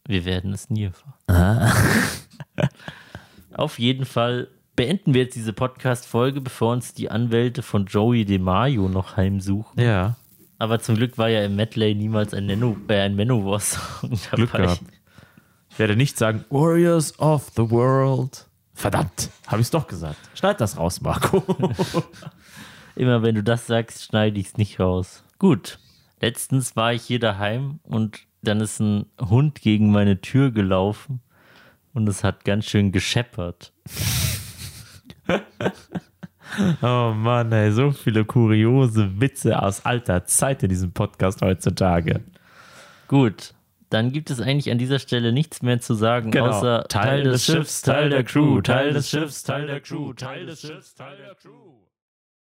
Wir werden es nie erfahren.
Ah.
Auf jeden Fall beenden wir jetzt diese Podcast-Folge, bevor uns die Anwälte von Joey DeMaio noch heimsuchen.
Ja.
Aber zum Glück war ja im Medley niemals ein, Nano, äh, ein Manowar-Song dabei.
Glück gehabt. Ich werde nicht sagen, Warriors of the World. Verdammt, habe ich es doch gesagt. Schneid das raus, Marco.
Immer wenn du das sagst, schneide ich es nicht raus. Gut. Letztens war ich hier daheim und dann ist ein Hund gegen meine Tür gelaufen und es hat ganz schön gescheppert.
Oh Mann, ey, so viele kuriose Witze aus alter Zeit in diesem Podcast heutzutage.
Gut, dann gibt es eigentlich an dieser Stelle nichts mehr zu sagen,
Genau.
außer
Teil des Schiffs, Teil der Crew, Teil des Schiffs, Teil der
Crew, Teil des Schiffs, Teil der Crew.